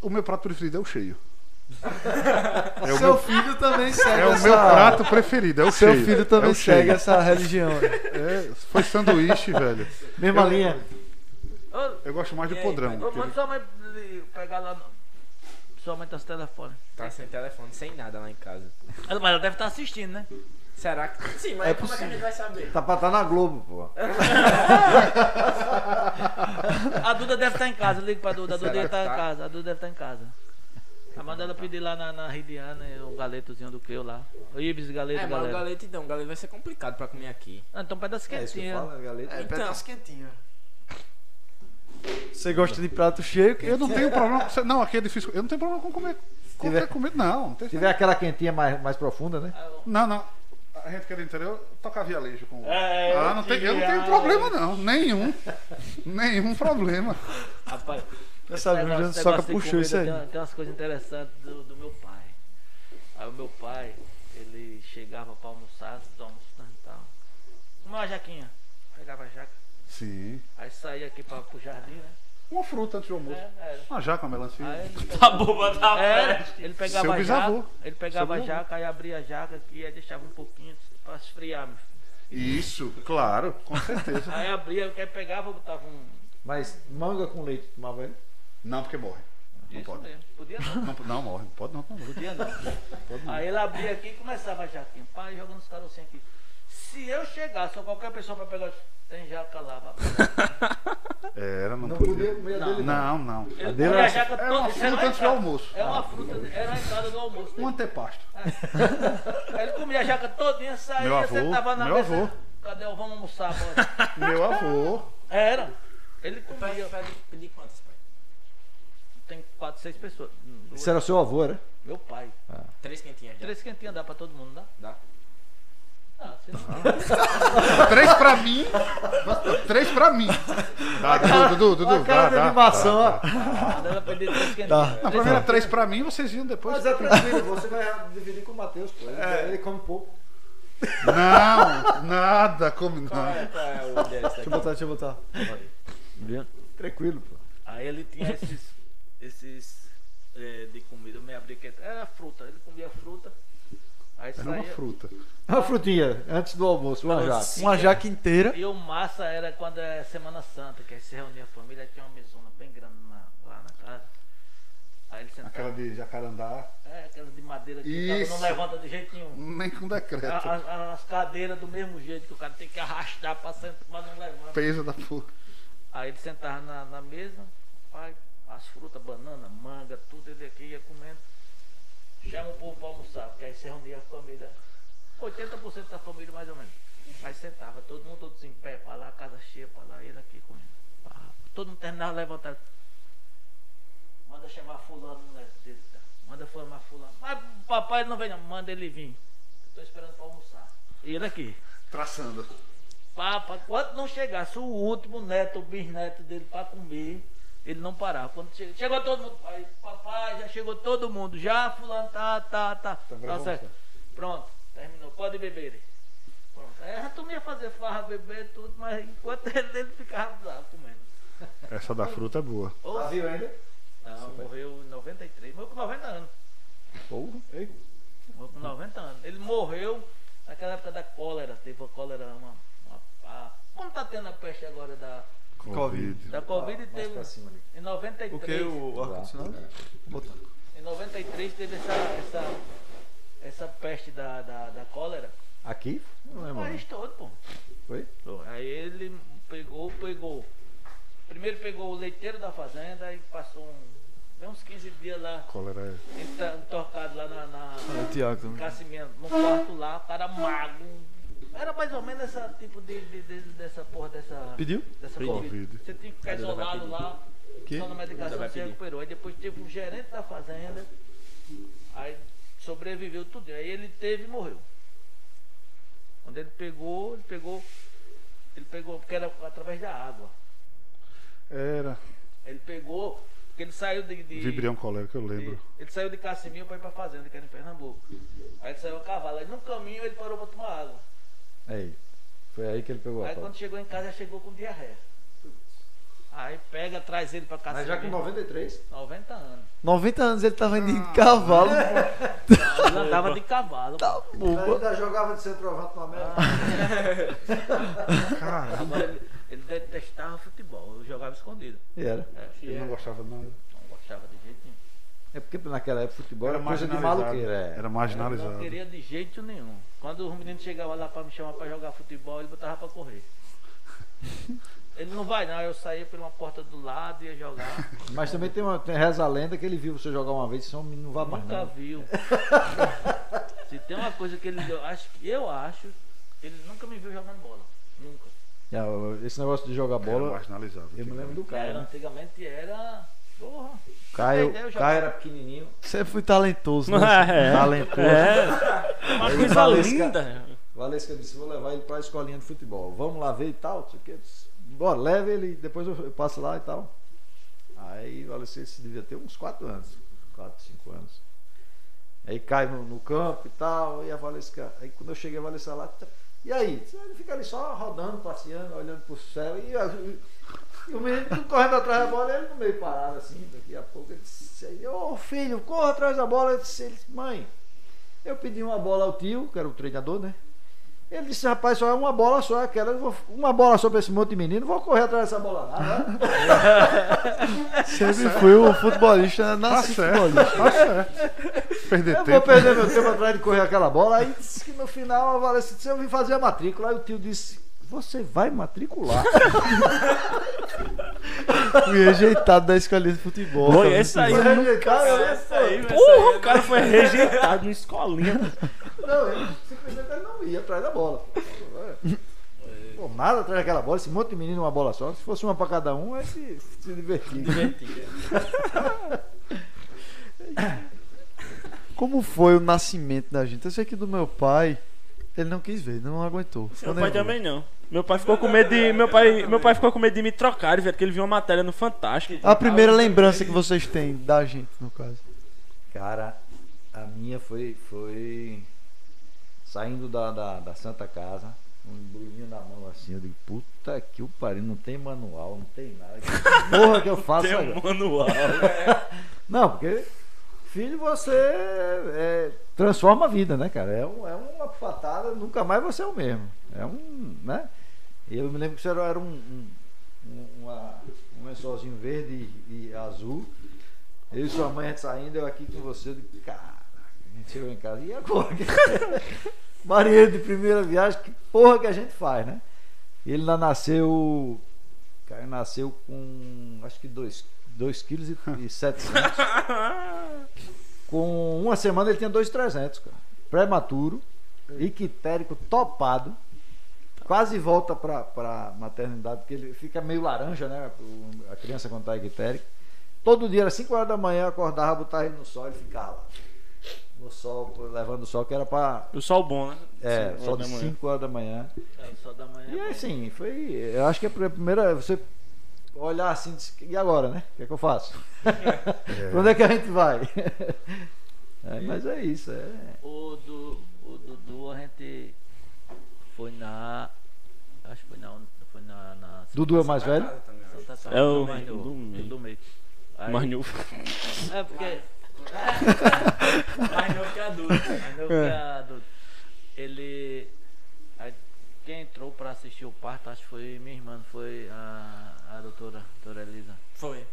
F: O meu prato preferido é o cheio. É o
A: Seu
F: meu,
A: filho também segue
F: é o
A: essa...
F: meu prato preferido, é o
A: Seu
F: cheio.
A: filho
F: é
A: também
F: o cheio.
A: segue essa religião. né?
F: É, foi sanduíche, velho.
D: Mesma
F: Eu-
D: linha.
C: Ô,
F: Eu gosto mais de
E: E aí,
F: podrão.
E: velho?
C: ô, manda sua mãe lhe pegar lá. No... Sua mãe tá sem telefone.
E: Tá sem telefone, sem nada lá em casa.
C: Ela- Mas ela deve estar assistindo, né?
E: Será que. Sim, mas
D: É
E: como é que a gente vai saber?
D: Tá pra estar na Globo, pô.
C: A Duda deve estar em casa. Liga pra Duda. A Duda
E: Será
C: deve
E: que
C: estar em
E: tá?
C: casa. A Duda deve estar em casa. Ah, Manda ela pedir lá na, na Ridiana né, o galetozinho do Creu lá. O Ibis, galeto,
E: É, mas o
C: galera.
E: galeto não, o galeto vai ser complicado pra comer aqui.
C: Ah, então pedaço
D: É isso que eu
C: quentinho.
D: falo, galera.
A: É,
E: Então.
A: pedaço quentinho. Você gosta de prato cheio?
F: Eu não tenho problema com. Não, aqui é difícil. Eu não tenho problema com comer. Qualquer
D: tiver-
F: comida, não. Não, tem...
D: Se tiver aquela quentinha mais, mais profunda, né?
C: Ah,
F: não, não. A gente que é do interior toca vialejo com.
B: É,
F: Ah, não tem, eu não tenho problema, não. Nenhum. Nenhum problema.
C: Rapaz,
A: Já
C: esse
A: sabe,
C: negócio-
A: o
C: esse
A: Soca
C: negócio de
A: puxou isso aí.
C: comida Tem, tem umas coisas interessantes do, do meu pai. Aí o meu pai, ele chegava pra almoçar, só almoçar né, e tal. Uma jaquinha. Pegava a jaca.
F: Sim.
C: Aí saía aqui pra, pro jardim, né?
F: Uma fruta antes do almoço.
C: É,
F: Uma jaca, uma melancia.
C: era. Aí ele
B: Tá boba da
C: Era, ele pegava
F: Seu
C: a
F: bisavô.
C: jaca, ele pegava a
F: Seu
C: jaca e abria a jaca aqui, aí deixava um pouquinho pra esfriar. meu filho.
F: Isso, claro, com certeza.
C: Aí abria, eu pegava, botava um.
D: Mas manga com leite tomava ele?
F: Não, porque morre. Não
C: Isso
F: pode.
C: mesmo. Podia não,
F: Não, não morre. Não pode não, não morre.
C: podia não. Aí ele abria aqui e começava a jaquinha, pai, jogando os carocinhos aqui. Se eu chegasse, ou qualquer pessoa pra pegar, tem jaca lá, papai.
F: Era, não,
D: Não podia
F: podia.
D: comer a
C: Não.
D: dele, não.
F: Não, não.
C: Ele
D: dele
C: comia
D: era-
C: jaca toda-
F: era É uma
C: isso
F: fruta
C: uma
F: antes do
C: entrada-
F: almoço.
C: É uma fruta, era a entrada do almoço.
F: Um antepasto.
C: Aí ele comia a jaca todinha, saía,
F: Meu avô,
C: sentava na
F: meu
C: mesa.
F: avô.
C: Cadê o vamos almoçar agora?
F: Meu avô.
C: Era. Ele
E: Pai,
C: comia.
E: pai, pedir quantas, pai?
C: Tem quatro, seis pessoas.
D: Isso era seu avô, era?
C: Meu pai.
E: Três quentinhas já.
C: Três quentinhas dá pra todo mundo, dá?
E: Dá.
C: Ah, você não
F: Três pra mim. Três pra mim. Tá, Dudu, Dudu, Dudu.
D: Olha a cara
F: dá, Tá,
D: de
F: dá,
D: animação,
F: dá,
D: ó.
F: dá.
C: dá pra perder três quentinhas.
F: Tá. Não, pra mim era três pra mim, vocês iam depois.
D: Mas é tranquilo, você vai dividir com o Matheus, pô. Ele, ele come pouco.
F: Não, nada, como não.
E: Qual é o endereço
A: Deixa eu botar, deixa eu botar.
D: Tranquilo, pô.
C: Aí ele tinha esses. esses. eh, de comida, meia briqueta. Era fruta, ele comia fruta. Aí
F: Era É uma
C: saía.
F: fruta.
D: Uma frutinha, antes do almoço, uma jaca.
A: Uma jaca inteira.
C: E o massa era quando é Semana Santa, que aí se reunia a família, aí tinha uma mesona bem grande na- lá na casa. Aí ele sentava.
F: Aquela de jacarandá,
C: É, aquela de madeira que o cara não
F: Isso. é
C: levanta de jeito nenhum.
F: nem com decreto.
C: A- a- as cadeiras do mesmo jeito que o cara tem que arrastar pra sentar, mas não levanta.
F: Peso da porra.
C: Aí ele sentava na, na mesa, pai, as frutas, banana, manga, tudo ele aqui ia comendo. Chama o povo pra almoçar, porque aí se reunia a família. 80% da família mais ou menos. Aí sentava, todo mundo todos em pé, pra lá, casa cheia, pra lá, ele aqui comendo. Pá, Todo mundo terminava levantado. Manda chamar fulano né, dele, tá? Manda chamar fulano. Mas papai não vem não, manda ele vir. Eu tô esperando pra almoçar. E ele aqui.
F: Traçando.
C: Papa, quando não chegasse o último neto, o bisneto dele para comer, ele não parava. Quando chegou, chegou todo mundo, pai, papai, já chegou todo mundo, já fulano, tá, tá, tá. Tá,
F: vamos
C: certo. Pronto, terminou, pode beber. Pronto. Aí a turma ia fazer farra, beber, tudo, mas enquanto ele, ele ficava lá comendo.
F: Essa da fruta é boa.
C: Ou-
D: Tá vivo ainda?
C: não, morreu em 93, morreu com 90 anos.
F: Porra. Ei,
C: Morreu com 90 anos. Ele morreu naquela época da cólera, teve a cólera, uma. uma a- como tá tendo a peste agora da.
F: Covid.
C: Da Covid
D: Ah, mais
C: teve.
D: pra cima ali.
C: Em 93,
A: O que? O ar-condicionado? Botar.
C: em 93 teve essa, essa, essa peste da, da, da cólera.
D: Aqui? Não é,
C: O
D: lembro.
C: país todo, pô.
D: Tá Foi?
C: Aí ele pegou, pegou. Primeiro pegou o leiteiro da fazenda e passou um, deu uns 15 dias lá,
F: Cólera é.
C: enta- entorcado lá na, na
A: É o Tiago
C: em
A: também.
C: Cassimento, num quarto lá, o cara magro. Era mais ou menos essa tipo de, de- de- dessa porra dessa.
A: Pediu?
C: dessa
F: Covid.
C: Você tem que ficar isolado lá.
A: Que?
C: Só na medicação
E: vai
C: se
E: pedir.
C: recuperou. Aí depois teve um gerente da fazenda. Aí sobreviveu tudo. Aí ele teve e morreu. Quando ele pegou, ele pegou. Ele pegou, porque era através da água.
F: Era.
C: Ele pegou, porque ele saiu de. de
F: Vibrião cólera que eu
C: de-
F: lembro.
C: ele saiu de Cassiminho para ir pra fazenda, que era em Pernambuco. Aí ele saiu a cavalo. Aí no caminho ele parou pra tomar água.
D: Aí. Foi aí que ele pegou a
C: Aí
D: pau.
C: quando chegou em casa, já chegou com diarreia. Aí pega, traz ele pra cá.
D: Mas já com 93.
C: 90 anos.
A: 90 anos ele tava indo em cavalo.
C: Ele andava de cavalo.
A: Tá boba.
D: Ainda jogava de centroavante no América.
F: Caramba.
C: Agora ele, ele detestava futebol, eu jogava escondido.
D: E era.
F: Ele não gostava, não.
C: Não gostava de jeito nenhum.
D: É porque naquela época futebol
F: Era
D: era coisa de
F: marginalizado.
D: maluqueira. é.
F: Era
C: Eu
F: marginalizado.
C: não queria de jeito nenhum. Quando os meninos chegavam lá pra me chamar pra jogar futebol, ele botava pra correr. Ele não vai não, eu saía por uma porta do lado e ia jogar.
D: Mas também tem uma tem, reza a lenda que ele viu você jogar uma vez, é um senão não vai mais.
C: Nunca
D: Não.
C: viu. Se tem uma coisa que ele eu acho, que- eu acho, ele nunca me viu jogando bola. Nunca.
D: Não, É, Esse negócio de jogar
F: Era
D: bola,
F: marginalizado.
D: eu me lembro do Caio.
C: Era,
D: Né?
C: antigamente era. Porra.
D: Caio,
C: É, Eu já-
D: Caio era pequenininho.
A: Você foi talentoso, né?
B: É.
A: Talentoso.
B: É. Uma
D: Ele
B: coisa
D: valesca.
B: linda.
D: Valesca disse: Vou levar ele pra escolinha de futebol. Vamos lá ver e tal. não sei o quê. Eu disse, Bora, leva ele, depois eu eu passo lá e tal. Aí Valesca se devia ter uns 4 anos 4, 5 anos. Aí cai no, no campo e tal. E a Valesca, aí quando eu cheguei, a Valesca lá. tá, E aí? Disse, "Ah, Ele fica ali só rodando, passeando, olhando pro céu. E, a- e- e o menino tudo correndo atrás da bola, ele no meio parado assim. Daqui a pouco ele disse: aí, Ô filho, corra atrás da bola. Eu disse, ele disse: Mãe. Eu pedi uma bola ao tio, que era o treinador, né? Ele disse, rapaz, só é uma bola só, é aquela. Eu vou- uma bola só pra esse monte de menino, vou correr atrás dessa bola lá. né?
A: Sempre fui um futebolista
F: Tá
A: nascido.
F: certo. Tá certo. Perder
D: Eu vou
F: tempo.
D: perder meu tempo atrás de correr aquela bola. Aí disse que no final a Valência disse, eu vim fazer a matrícula. Aí o tio disse, você vai matricular.
A: Fui rejeitado da escolinha de futebol.
B: Pô,
A: cara.
B: esse aí.
D: Foi rejeitado, eu-
E: Essa aí, é velho.
B: Porra, o cara foi rejeitado no escolinha.
D: Não, ele simplesmente ele não ia atrás da bola. Pô, nada atrás daquela bola, esse monte de menino uma bola só. Se fosse uma pra cada um, aí se, se divertia.
A: Como foi o nascimento da gente? Eu sei que do meu pai, ele não quis ver, não aguentou.
B: Meu
A: Ficou
B: pai
A: nervoso.
B: também não. Meu pai ficou com medo de. Meu pai, meu pai ficou com medo de me trocar, velho, porque ele viu uma matéria no Fantástico.
A: A primeira lembrança que vocês têm da gente, no caso.
D: Cara, a minha foi, foi saindo da, da, da Santa Casa, um embrulhinho na mão assim. Eu digo, puta que o pariu, não tem manual, não tem nada. Que porra que eu faço
B: Tem um
D: agora?
B: manual.
D: Não, porque filho você é, transforma a vida, né, cara? É, um- é uma patada, nunca mais você é o mesmo. É um, né? E Eu me lembro que isso era, era um, um, um, uma- um lençolzinho verde e, e azul. Eu e sua mãe a gente saindo, eu aqui com você, eu digo, caraca, a gente chegou em casa, e agora? Marinheiro de primeira viagem, que porra que a gente faz, né? Ele lá nasceu. Cara, nasceu com acho que 2 kg e 700. com uma semana ele tinha 2,300, cara. Prematuro, iquitérico, topado. Quase volta pra, pra maternidade, porque ele fica meio laranja, né? o- A criança quando tá iquitérico. Todo dia, era 5 horas da manhã, eu acordava, botava ele no sol e ficava lá. No sol, pô, levando o sol, que era pra.
B: O sol bom, né?
D: É,
B: Cinco
D: sol
B: horas
D: de
B: da manhã. É,
D: 5 horas da manhã.
C: Aí só da manhã.
D: E assim, foi. Eu acho que a primeira. Você olhar assim, disse, e agora, né? O que é que eu faço? Pra Onde é que a gente vai? É, mas é isso. É.
C: O, du, o Dudu, a gente foi na. Acho que foi na. Foi na, na
D: Dudu é o mais velho?
C: Santa Casa,
B: É o
C: mais novo,
B: do meio.
C: do meio. Aí-
B: Mas não-
C: É porque.
E: Mais novo que adulto.
C: Mas eu
B: É.
C: fui a do- Ele. a- quem entrou pra assistir o parto, acho que foi minha irmã, não foi a, a doutora, doutora Elisa.
E: Foi.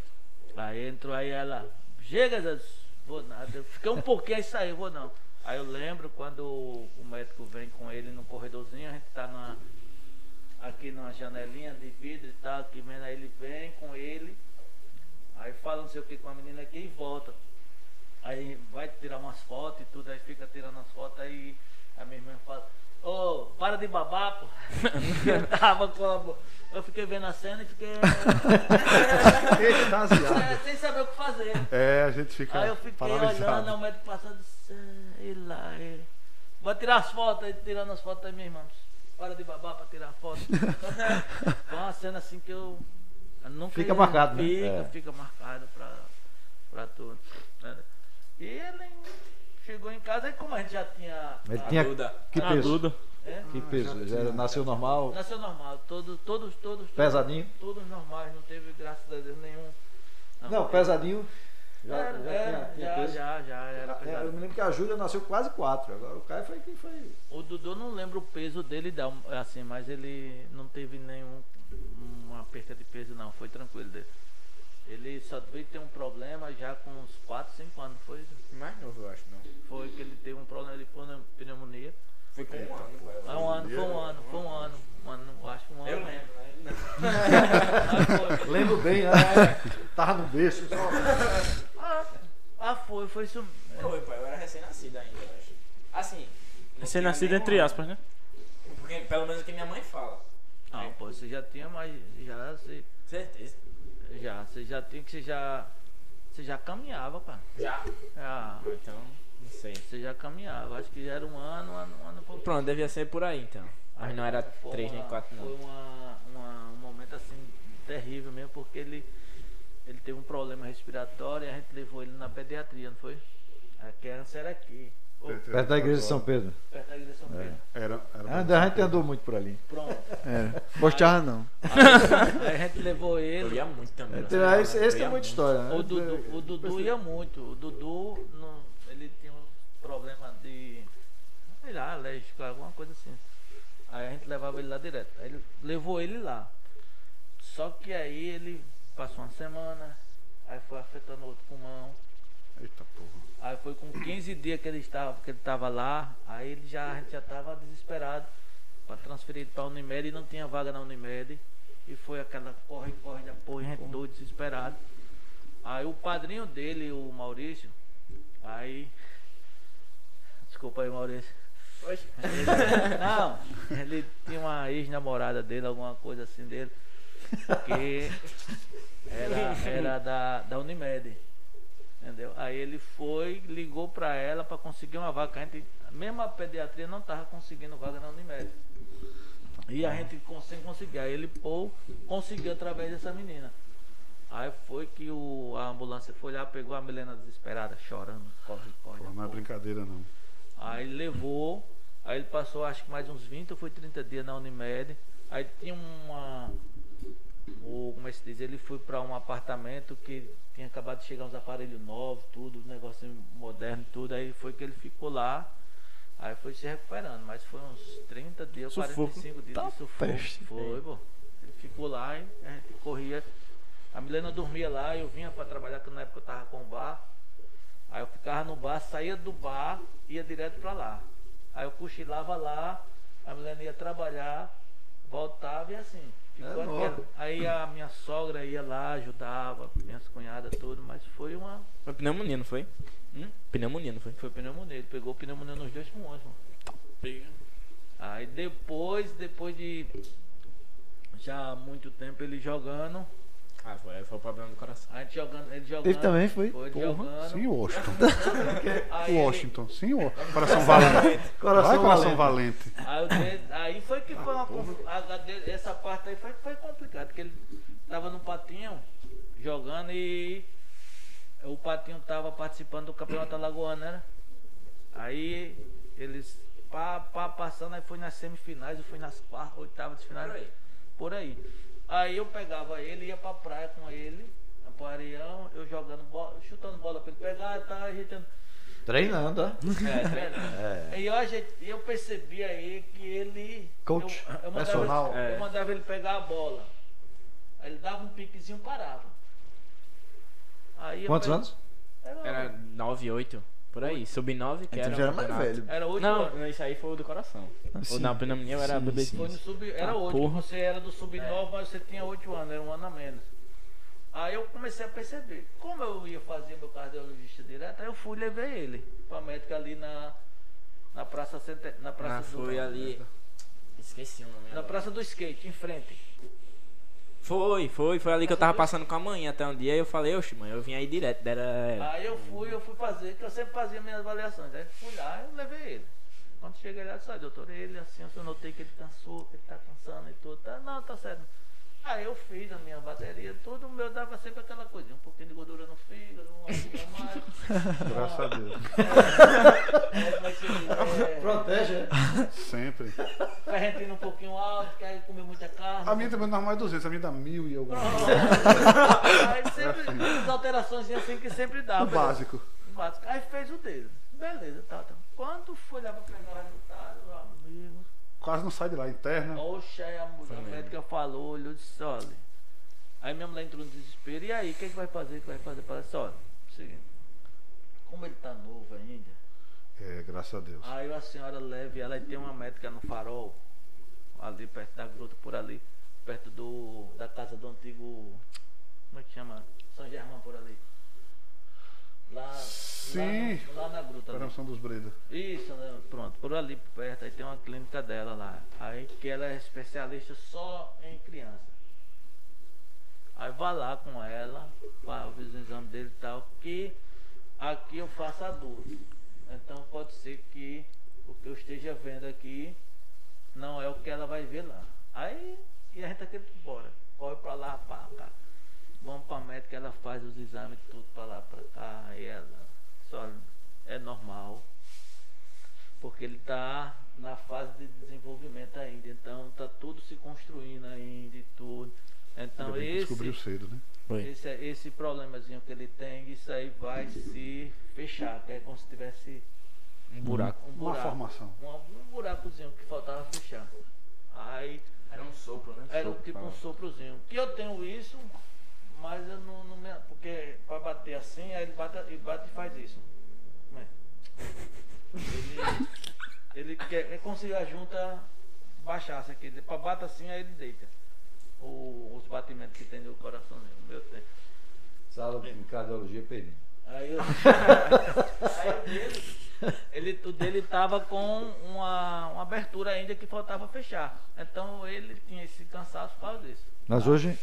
C: Aí entrou aí ela. Chega, Zé, vou nada. Eu fiquei um pouquinho aí saí, vou não. Aí eu lembro quando o o médico vem com ele no corredorzinho, a gente tá na, aqui numa janelinha de vidro e tal, que vendo aí ele vem com ele, aí fala não sei o que com a menina aqui e volta. Aí vai tirar umas fotos e tudo, aí fica tirando as fotos, aí a minha irmã fala, ô, para de babar, pô. eu tava com a bo- Eu fiquei vendo a cena e fiquei.
D: tá assim,
C: É, sem saber o que fazer.
F: É, a gente fica
C: Aí Ah, eu fiquei olhando,
F: paralisado.
C: aí o médico passando, sei lá, ele. Vai tirar as fotos, aí tirando as fotos aí, minha irmã. Para de babar pra tirar a foto. Foi uma cena assim que eu. eu nunca
D: Fica marcado, né?
C: Fica,
D: É.
C: fica marcado pra, pra tudo. E É. ele chegou em casa e como a gente já tinha.
D: Ele
C: a-
D: tinha
E: Duda.
D: que
B: Ah,
D: peso?
B: Duda.
C: né?
D: Que peso? Já nasceu normal,
C: Nasceu normal, todos, todos, todos,
D: pesadinho?
C: todos normais, não teve, graças a Deus, nenhum.
D: Não, pesadinho. Já,
C: Era,
D: já
C: era,
D: tinha, tinha
C: já,
D: peso.
C: já, já, era
D: É,
C: pesado.
D: Eu me lembro que a Júlia nasceu quase quatro. Agora o Caio foi quem foi.
C: O Dudu eu não lembro o peso dele dá, assim, mas ele não teve nenhum uma perda de peso não, foi tranquilo dele. Ele só veio ter um problema já com uns 4, 5 anos, foi?
E: Mais novo, eu acho, não.
C: Foi que ele teve um problema de pneu- pneumonia.
E: Foi com um ano, pô.
C: Foi um ano, foi um ano, foi um ano, mano, acho que um ano.
E: né? Eu lembro, né? Não.
C: Aí foi.
D: Lembro bem, né? Tava no berço. só.
C: Ah, ah, foi, foi isso.
E: Foi, pai, eu era recém-nascido ainda, eu acho. Assim. não
B: Você
E: tinha
B: nascido
E: nenhum
B: entre
E: ano.
B: aspas, né?
E: Porque, pelo menos o que minha mãe fala.
C: Não, Ah, pô, você já tinha, mas já você,
E: Certeza.
C: já, você já tinha que você já, você já caminhava, cara.
E: Já?
C: Ah,
E: Então, não sei.
C: você já caminhava, acho que já era um ano, um ano, um ano e pouco.
E: Pronto, devia ser por aí então. Mas não era
C: Foi
E: 3 nem
C: uma-
E: 4
C: Foi
E: não.
C: uma, uma- um momento assim terrível mesmo, porque ele, ele teve um problema respiratório e a gente levou ele na pediatria, não foi? A criança era aqui. Ô,
D: Perto da igreja de São Pedro.
C: perto da igreja São Pedro.
E: É.
F: Era, era
D: Ah, A gente andou muito por ali.
C: Pronto.
A: É. Gostava não.
C: Aí a gente levou
E: Eu
C: ele.
E: ia muito
A: É,
E: também.
D: Então, aí, Esse, esse tem muita história, né?
C: O Dudu, o Dudu ia muito. O Dudu não, ele tinha um problema de. sei lá, alérgico, alguma coisa assim. Aí a gente levava ele lá direto. Aí ele levou ele lá. Só que aí ele passou uma semana, aí foi afetando outro pulmão.
F: Eita porra.
C: Aí foi com 15 dias que ele estava, que ele estava lá, aí ele já, a gente já estava desesperado para transferir ele para a Unimed e não tinha vaga na Unimed. E foi aquela corre, corre da porra, a gente doido, desesperado. Aí o padrinho dele, o Maurício, aí. Desculpa aí, Maurício. Não, ele tinha uma ex-namorada dele, alguma coisa assim dele. Que era, era da, da Unimed. Entendeu? Aí ele foi, ligou pra ela pra conseguir uma vaga. que A gente, mesmo a pediatria não tava conseguindo vaga na Unimed. E a gente con- sem conseguir. Aí ele pô, conseguiu através dessa menina. Aí foi que o, a ambulância foi lá, pegou a Milena desesperada, chorando. Corre, corre.
F: Porra, não é
C: corre.
F: brincadeira não.
C: Aí ele levou, aí ele passou acho que mais uns 20 ou foi 30 dias na Unimed. Aí tinha uma. O, como é que se diz? Ele foi para um apartamento que tinha acabado de chegar uns aparelhos novos, tudo, um negócio moderno, tudo. Aí foi que ele ficou lá. Aí foi se recuperando, mas foi uns 30 dias,
B: Sufoco.
C: 45 dias
A: Tá
C: de sufoco.
A: peste.
C: Foi, pô. Ele ficou lá e a gente corria. A Milena dormia lá, eu vinha para trabalhar, que na época eu tava com o bar. Aí eu ficava no bar, saía do bar, ia direto pra lá. Aí eu cochilava lá, a Milena ia trabalhar, voltava e assim. Ficou
D: É
C: naquela-
D: novo.
C: Aí a minha sogra ia lá, ajudava, minhas cunhadas, tudo, mas foi uma.
E: Foi pneumonia, não foi? Hum? Pneumonia, não foi?
C: Foi pneumonia, ele pegou pneumonia nos dois pulmões, mano. Aí depois, depois de já há muito tempo ele jogando,
E: Ah, foi, foi o problema do coração.
C: a gente jogando, ele jogando.
A: também foi?
C: Foi ele
F: Porra,
C: jogando.
F: sim, Washington.
C: aí ele-
F: Washington, sim, Washington. Coração valente. Vai, coração valente.
C: Aí, o dele- aí foi que foi uma conf- a- a dele- Essa parte aí foi, foi complicada, porque ele tava no patinho jogando e o patinho tava participando do campeonato alagoano, né? Aí eles pá, pá, passando, aí foi nas semifinais, eu fui nas quartas, oitavas de final.
E: Por aí.
C: Por aí. Aí eu pegava ele, ia pra praia com ele, pro areião, eu jogando bola, chutando bola pra ele pegar, tá ajeitando.
D: Treinando, ó.
C: É, treinando. E eu, ajeit- eu percebi aí que ele.
D: Coach,
C: eu, eu mandava
D: personal.
C: Ele,
E: É.
C: Eu mandava ele pegar a bola. Aí ele dava um piquezinho e parava. Aí eu
D: Quantos
C: pe-
D: anos?
E: Era 9, 8, por aí. Sub 9, que
A: Então
E: era.
A: já era
E: o
A: mais
E: campeonato.
A: velho.
C: Era oito
E: Não,
C: anos.
E: não, isso aí foi o do coração.
A: Assim.
E: O da pneumonia eu era
A: Sim,
E: bebê.
C: Foi no sub, era oito.
E: porra.
C: Você era do sub 9, mas você tinha oito anos, era um ano a menos. Aí eu comecei a perceber. Como eu ia fazer meu cardiologista direto, aí eu fui e levei ele pra médica ali na, na Praça Center, na Praça
E: Ah,
C: do-
E: foi ali. Esqueci o nome.
C: Na
E: agora.
C: Praça do Skate, em frente.
E: Foi, foi, foi ali que eu tava passando com a mãe até um dia e eu falei, oxe, mãe, eu vim aí direto, era.
C: Aí eu fui, eu fui fazer, que eu sempre fazia minhas avaliações. Aí fui lá eu levei ele. Quando é cheguei lá, eu disse, "Olha, doutor, ele assim, eu notei que ele cansou, que ele tá cansando e tudo. Tá, não, tá certo. Aí eu fiz a minha bateria, tudo o meu dava sempre aquela coisinha, um pouquinho de gordura no fígado, uma coisa a mais. um
F: Graças a Deus.
C: É, como é que se diz? É,
D: Protege, né?
F: Sempre.
C: ferrentina um pouquinho alto, que aí comeu muita carne.
F: A minha também não é mais 200, a minha dá mil e alguma coisa.
C: Aí sempre, as alterações assim que sempre dava.
F: O básico.
C: Básico. Aí fez o dele. Beleza, tá, tá. Quando foi lá pra pegar o resultado, meu amigo.
F: Quase não sai de lá, interna.
C: Oxe, aí a mulher a médica falou, olhou e disse, olha. Aí minha mulher entrou no desespero. E aí, o que, é que vai fazer? O que vai fazer? Ela disse, olha, seguinte. Como ele tá novo ainda,
F: É, graças a Deus.
C: aí a senhora leve ela e tem uma médica no farol, ali perto da gruta, por ali, perto do. da casa do antigo. Como é que chama? São Germão por ali. Lá.
F: Sim.
C: Lá, no- lá na gruta. né? ali.
F: Pera, são dos Breda.
C: Isso, né? pronto, por ali perto, aí tem uma clínica dela lá. Aí que ela é especialista só em criança. Aí vai lá com ela, faz o exame dele e tal, que aqui eu faço adulto. Então pode ser que o que eu esteja vendo aqui não é o que ela vai ver lá. Aí e a gente tá aqui bora. Corre pra lá, pá, cá. Vamos pra médica, ela faz os exames tudo pra lá, pra cá. Aí ela, só é normal porque ele está na fase de desenvolvimento ainda, então está tudo se construindo ainda e tudo. Então
F: Ainda bem que descobriu
C: esse,
F: cedo, né?
C: esse, é, esse problemazinho que ele tem, isso aí vai se fechar, que é como se tivesse
E: Um buraco.
C: um
F: Uma
C: buraco,
F: formação.
C: uma- um buracozinho que faltava fechar. Aí
E: Era um sopro, né?
C: era tipo um soprozinho. Que eu tenho isso, mas eu não, não me. Porque pra bater assim, aí ele bate, ele bate e faz isso. Como é? Ele, ele quer. É como se a junta baixasse aqui. Pra bater assim, aí ele deita. O- os batimentos que tem no coração dele. O meu tem.
D: Sala de cardiologia pedindo.
C: Aí, eu, aí o dele, ele, o dele tava com uma, uma abertura ainda que faltava fechar. Então ele tinha esse cansaço por causa disso.
D: Mas hoje,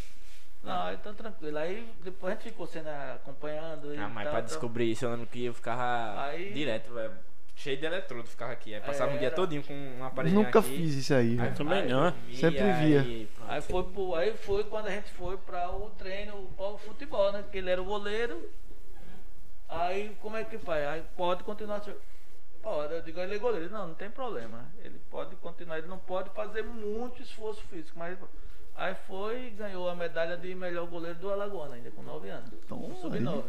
C: Não, aí tá tranquilo. Aí depois a gente ficou sendo acompanhando. e
E: Ah, mas
C: tal,
E: pra
C: tal.
E: descobrir isso, eu lembro que eu ficava
C: tá, Aí-
E: direto, velho. Cheio de eletrodo, ficava aqui. Aí passava um dia
C: Era-
E: todinho com um aparelhinho
A: Nunca
E: aqui.
A: fiz isso né? aí, velho.
B: Também
E: aí
B: não.
E: dormia,
A: Sempre
E: aí
A: via.
E: pronto.
C: Aí foi, pro, aí foi quando a gente foi pra o treino, para o futebol, né? Que ele era o goleiro. Aí como é que faz? Aí pode continuar. seu- Pode, eu digo, ele é goleiro. Não, não tem problema. Ele pode continuar, ele não pode fazer muito esforço físico, mas. Aí foi e ganhou a medalha de melhor goleiro do Alagoano, ainda com 9 anos.
A: Então,
C: Um
A: aí,
C: sub-9.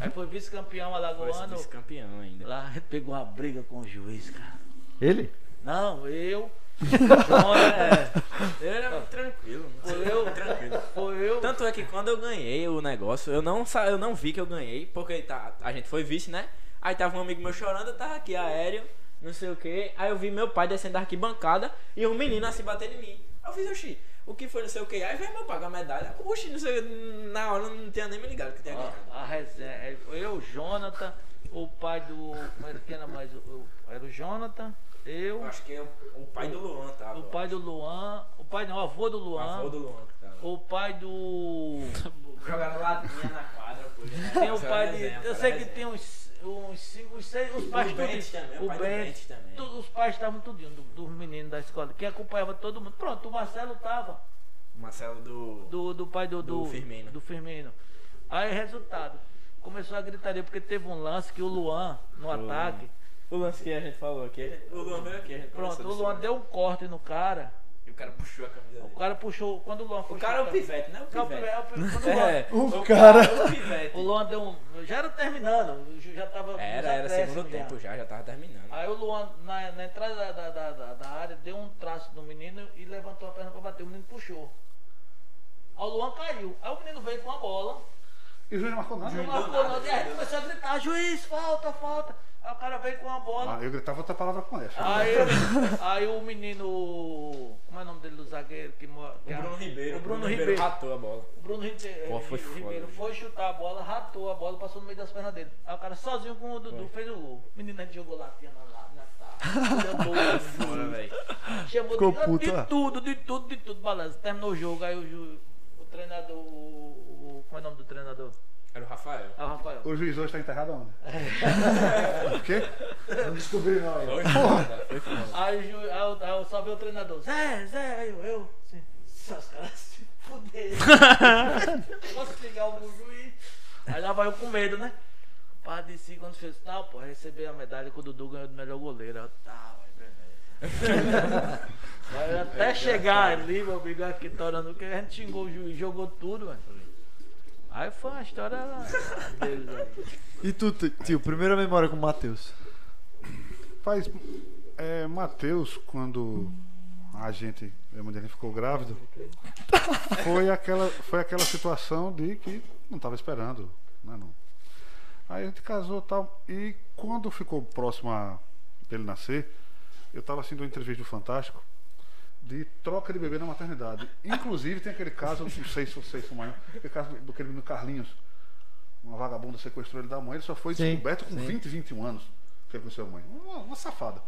C: Aí foi vice-campeão
E: é. Foi esse
C: alagoano.
E: vice-campeão ainda.
C: Lá a gente pegou uma briga com o juiz, cara.
D: ele?
C: Não, eu. Não, é,
E: Eu era tranquilo.
C: foi eu. Foi eu.
E: Tanto é que quando eu ganhei o negócio, eu não, sa- eu não vi que eu ganhei, porque tá, a gente foi vice, né? Aí tava um amigo meu chorando, eu tava aqui aéreo, não sei o que. Aí eu vi meu pai descendo da arquibancada e um menino assim batendo em mim. Aí Eu fiz, oxi, o que foi, não sei o que. Aí veio meu pai com a medalha. Oxi, não sei, na hora eu não tinha nem me ligado que tinha
C: Ó,
E: ganhado.
C: a resenha. é, Foi eu, Jonathan, o pai do. como era que era mais? o- o- Era o Jonathan, eu,
E: Eu acho que é o, o pai do Luan, tá?
C: o pai do Luan. O pai não, o avô do
E: do Luan.
C: Luan.
E: Avô do Luan, que tava.
C: O pai do.
E: Jogaram latinha na quadra, pô. é
C: Tem o pai de. Eu sei que tem um uns. Uns cinco, uns seis, os pais
E: Bentes
C: tudinho.
E: também, né? o pai do Bentes também.
C: tu- Os pais estavam tudinho, do- dos meninos da escola, que acompanhava todo mundo. Pronto, o Marcelo tava.
E: Marcelo do.
C: do, do pai do,
E: Do
C: do,
E: Firmino.
C: do Firmino. Aí, resultado, começou a gritaria, porque teve um lance que o Luan, no ataque,
E: O lance que a gente falou aqui. O Luan veio aqui, a gente
C: pronto, o
E: conversou
C: Luan
E: disso, né?
C: deu um corte no cara,
E: E o cara puxou a camisa
C: o
E: dele.
C: cara puxou, quando o Luan puxou...
E: O cara é o pivete, né? O
C: Não, o
E: pivete.
C: pivete, é o pivete, quando o Luan-
E: É,
A: O cara.
E: é o pivete.
C: O Luan deu um... Já era terminando, o ju- já tava... nos
E: Era, era
C: acréscimos
E: segundo
C: já.
E: tempo já, já tava terminando.
C: Aí o Luan, na, na entrada da, da, da- da- da área, deu um traço no menino e levantou a perna pra bater, o menino puxou. Aí o Luan caiu, aí o menino veio com a bola...
F: E o juiz não marcou nada. né?
C: Não marcou nada. E a gente começou a gritar, juiz, falta, falta. Aí o cara veio com a bola.
F: Ah, eu gritava outra palavra com essa.
C: Aí, aí o menino. Como é o nome dele do zagueiro? Que, mora- que é-
E: Ribeiro.
C: O Bruno Ribeiro.
E: ratou a bola.
C: O Bruno Rite-
E: Pô,
C: Ribeiro
E: foi
C: foi,
E: foda, velho.
C: chutar a bola, ratou a bola, passou no meio das pernas dele. Aí o cara sozinho com o Dudu fez o gol. O menino jogou latinha na lá, na tábua. Chamou o
E: Fora,
C: juiz,
E: velho.
C: Chamou
A: Ficou
C: de,
A: puto,
C: de
A: ó.
C: tudo, de tudo, de tudo. Balança. Terminou o jogo, aí o, ju- o treinador. o- o- como é o nome do treinador?
E: Era o Rafael.
C: É o Rafael.
F: O juiz hoje está enterrado onde? o quê? Não descobri não ainda.
E: Foi foda, né? foi foda.
C: Aí, o ju- aí, eu- aí eu só vi o treinador. Zé, Zé, aí eu, eu. Assim, os caras se Eu posso ligar o juiz. Aí lá vai eu com medo, né? Pá, disse quando fez tal, pô, recebi a medalha que o Dudu ganhou do melhor goleiro. Eu, tá, vai, beleza. Vai até chegar ali, meu amigo, aqui torando, que a gente xingou o juiz, jogou tudo, mano. Aí foi uma história deles, velho.
A: E tu, t- tio, primeira memória com o Matheus?
F: Faz. É, Matheus, quando a gente, a mãe dele ficou grávida, foi aquela, foi aquela situação de que não estava esperando, né? Não. Aí a gente casou e tal. E quando ficou próximo a dele nascer, eu estava assistindo uma entrevista do Fantástico de troca de bebê na maternidade. Inclusive tem aquele caso, não sei se vocês são maior, aquele caso do aquele menino Carlinhos. Uma vagabunda sequestrou ele da mãe, ele só foi descoberto com 20, 21 anos que ele conheceu a mãe. Uma, uma safada.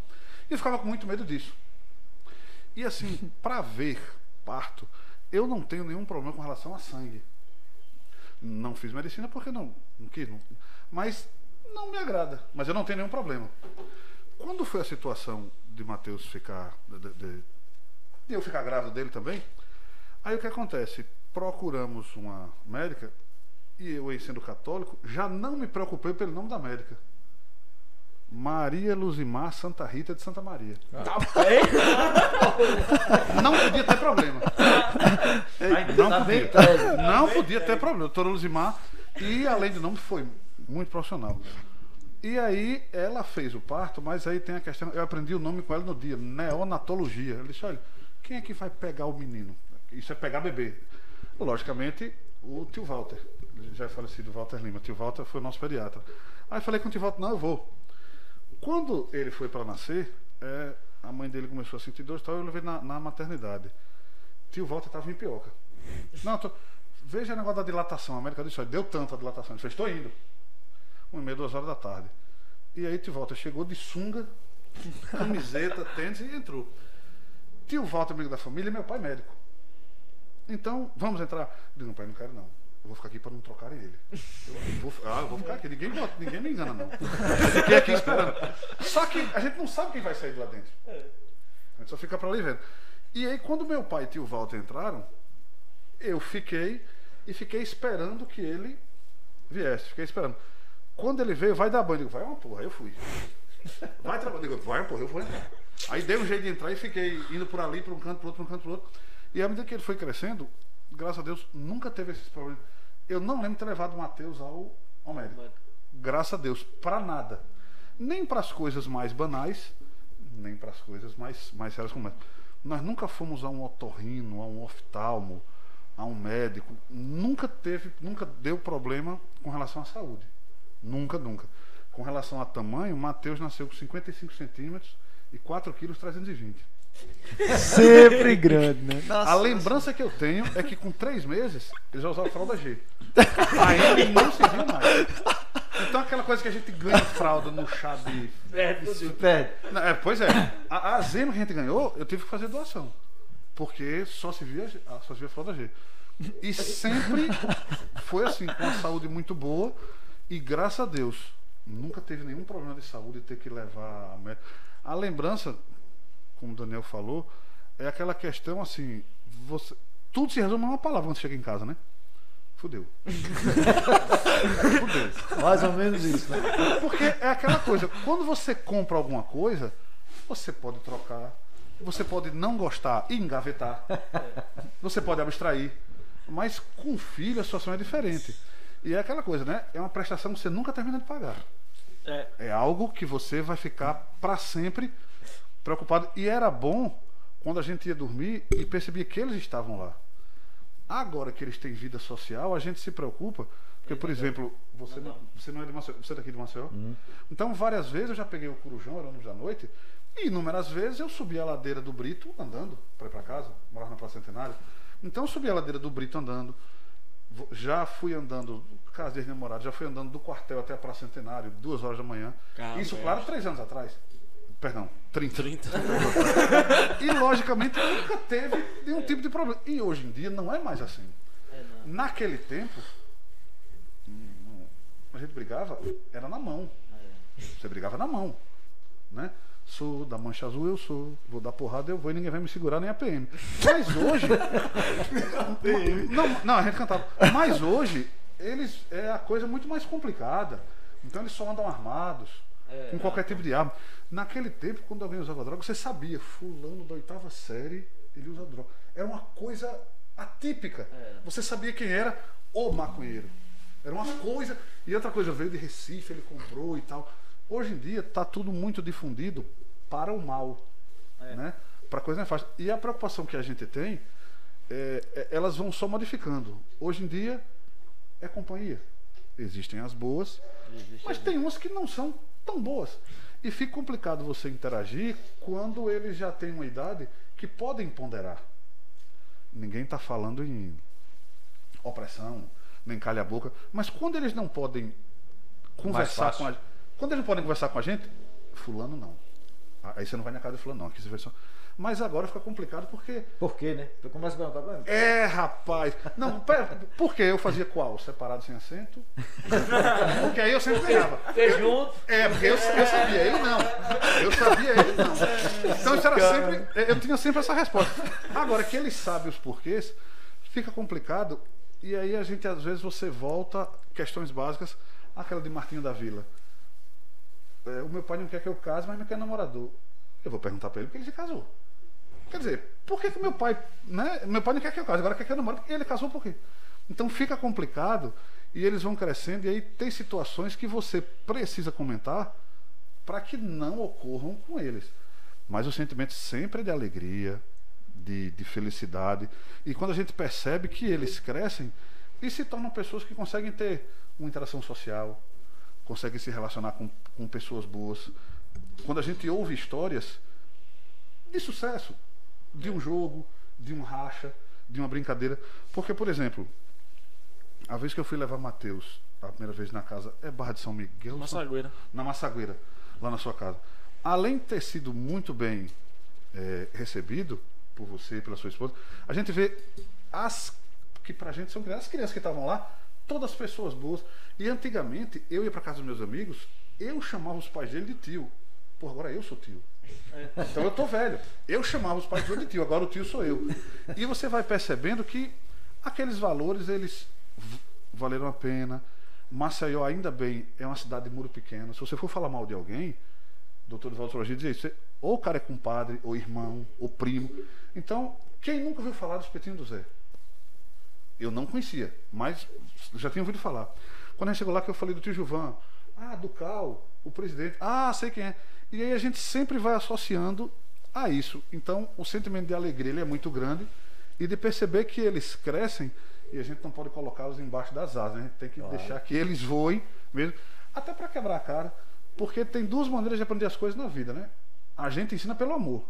F: E eu ficava com muito medo disso. E assim, pra ver parto, eu não tenho nenhum problema com relação a sangue. Não fiz medicina porque não, não quis. não- mas não me agrada. Mas eu não tenho nenhum problema. Quando foi a situação de Matheus ficar. de- de- de- de eu ficar grávido dele também, aí o que acontece? Procuramos uma médica e eu, em sendo católico, já não me preocupei pelo nome da médica. Maria Luzimar Santa Rita de Santa Maria.
E: Tá um
F: Não podia ter problema. Não podia. Não podia ter problema. Doutora Luzimar. E além do nome, foi muito profissional. E aí ela fez o parto, mas aí tem a questão. Eu aprendi o nome com ela no dia, neonatologia. Ela disse, olha, quem é que vai pegar o menino? Isso é pegar bebê. Logicamente, o tio Walter. Ele Já é falecido, Walter Lima. O tio Walter foi o nosso pediatra. Aí eu falei com o tio Walter, não, eu vou. Quando ele foi para nascer, é, a mãe dele começou a sentir dor e tal, eu levei na, na maternidade. Tio Walter estava em pioca. Não, tô, veja o negócio da dilatação. A América disse, olha, deu tanto a dilatação. Ele fez, estou indo. Uma e meia, duas horas da tarde. E aí tio Walter chegou de sunga, camiseta, tênis e entrou. Tio Walter, amigo da família, e meu pai médico. Então, vamos entrar. Eu digo, não, pai, não quero não. Eu vou ficar aqui para não trocarem ele. Eu vou, ah, eu vou ficar aqui. Ninguém, bota- ninguém me engana, não. Fiquei aqui esperando. Só que a gente não sabe quem vai sair de lá dentro. A gente só fica pra ali vendo. E aí, quando meu pai e tio Walter entraram, eu fiquei e fiquei esperando que ele viesse. Fiquei esperando. Quando ele veio, vai dar banho. Eu digo, vai uma porra. Aí eu fui. Vai trabalhar. Eu digo, vai uma porra. Eu vou entrar. Aí dei um jeito de entrar e fiquei indo por ali, por um canto, por outro, por um canto, por outro. E à medida que ele foi crescendo, graças a Deus, nunca teve esses problemas. Eu não lembro de ter levado o Matheus ao, ao médico graças a Deus, para nada. Nem para as coisas mais banais, nem para as coisas mais, mais sérias como essa. Nós nunca fomos a um otorrino, a um oftalmo, a um médico. Nunca teve, nunca deu problema com relação à saúde. Nunca, nunca. Com relação a tamanho, Matheus nasceu com 55 centímetros e 4 quilos 320.
A: Sempre grande, né? Nossa,
F: A lembrança que eu tenho é que com três meses ele já usava fralda G. Ainda não se viu mais. Então aquela coisa que a gente ganha fralda no chá de.
A: perde.
F: Não, é, pois é. A, a Zema que a gente ganhou, eu tive que fazer doação. Porque só se via, G- ah, só se via fralda G. E sempre foi assim, com uma saúde muito boa. E graças a Deus, nunca teve nenhum problema de saúde ter que levar a médica. A lembrança, como o Daniel falou, é aquela questão assim. Você, tudo se resume a uma palavra quando chega em casa, né? Fudeu. Fudeu.
A: Mais ou menos isso, né?
F: Porque é aquela coisa, quando você compra alguma coisa, você pode trocar, você pode não gostar e engavetar, você pode abstrair, mas com filho a situação é diferente. E é aquela coisa, né? É uma prestação que você nunca termina de pagar.
B: É.
F: algo que você vai ficar para sempre preocupado. E era bom quando a gente ia dormir e percebia que eles estavam lá. Agora que eles têm vida social, a gente se preocupa. Porque, por exemplo, você não, você não é de Maceió, você é daqui de Maceió. Então, várias vezes eu já peguei o Corujão, éramos da noite, e inúmeras vezes eu subi a ladeira do Brito andando para ir para casa, morava na Praça Centenário. Então, eu subi a ladeira do Brito andando. Vo- Já fui andando, casa de namorado, já fui andando do quartel até a Praça Centenário, duas horas da manhã.
E: Caramba.
F: Isso, claro, três anos atrás. Perdão, 30. E logicamente nunca teve nenhum tipo de problema. E hoje em dia não é mais assim. Naquele tempo, hum, a gente brigava, era na mão. Você brigava na mão. né? Sou da mancha azul, eu sou. Vou dar porrada, eu vou e ninguém vai me segurar nem a PM. Mas hoje. não, não, a gente cantava. Mas hoje, eles. É a coisa muito mais complicada. Então eles só andam armados, com qualquer tipo de arma. Naquele tempo, quando alguém usava droga, você sabia, fulano da oitava série, ele usa droga. Era uma coisa atípica. Você sabia quem era o maconheiro. Era uma coisa. E outra coisa, veio de Recife, ele comprou e tal. Hoje em dia está tudo muito difundido para o mal. Né? Para coisa nefasta. E a preocupação que a gente tem, é- é- elas vão só modificando. Hoje em dia é companhia. Existem as boas, mas tem umas que não são tão boas. E fica complicado você interagir quando eles já têm uma idade que podem ponderar. Ninguém está falando em opressão, nem calha a boca. Mas quando eles não podem conversar com a gente. Quando eles não podem conversar com a gente, fulano não. Ah, Aí você não vai na casa de fulano, não. Aqui você vai só. Mas agora fica complicado porque.
D: Por quê, né? Tu começa a perguntar pra mim.
F: É, rapaz! Não, pera, por que eu fazia qual? Separado sem assento? Porque aí eu sempre ganhava.
C: Porque junto,
F: É, porque eu, eu sabia, ele não. Eu sabia, ele não. Então isso era sempre. Eu tinha sempre essa resposta. Agora que ele sabe os porquês, fica complicado. E aí a gente, às vezes, você volta questões básicas, aquela de Martinho da Vila. É, o meu pai não quer que eu case, mas me quer namorador. Eu vou perguntar pra ele porque ele se casou. Quer dizer, por que, que meu pai. Né? Meu pai não quer que eu case, agora quer que eu namore, porque ele casou por quê? Então fica complicado e eles vão crescendo, e aí tem situações que você precisa comentar para que não ocorram com eles. Mas o sentimento sempre é de alegria, de, de felicidade. E quando a gente percebe que eles crescem e se tornam pessoas que conseguem ter uma interação social, conseguem se relacionar com, com pessoas boas. Quando a gente ouve histórias de sucesso, de um jogo, de um racha, de uma brincadeira. Porque, por exemplo, a vez que eu fui levar Matheus, a primeira vez na casa, é Barra de São Miguel, São
B: Massagueira.
F: na Massagueira, lá na sua casa. Além de ter sido muito bem eh, recebido por você e pela sua esposa, a gente vê as que pra gente são crianças, as crianças que estavam lá, todas pessoas boas. E antigamente, eu ia pra casa dos meus amigos, eu chamava os pais dele de tio. Pô, agora eu sou tio. Então eu tô velho. Eu chamava os pais de tio, agora o tio sou eu. E você vai percebendo que aqueles valores, eles v- valeram a pena. Maceió, ainda bem, é uma cidade de muro pequeno. Se você for falar mal de alguém, doutor Valdo Sorogê dizia isso. você- Ou o cara é compadre, ou irmão, ou primo. Então, quem nunca ouviu falar dos Petinho do Zé? Eu não conhecia, mas já tinha ouvido falar. Quando a gente chegou lá, que eu falei do tio Juvan. Ah, do Cal, o presidente. Ah, sei quem é. E aí a gente sempre vai associando a isso. Então, o sentimento de alegria ele é muito grande. E de perceber que eles crescem e a gente não pode colocá-los embaixo das asas. né? A gente tem que deixar que eles voem mesmo. Até para quebrar a cara. Porque tem duas maneiras de aprender as coisas na vida, né? A gente ensina pelo amor.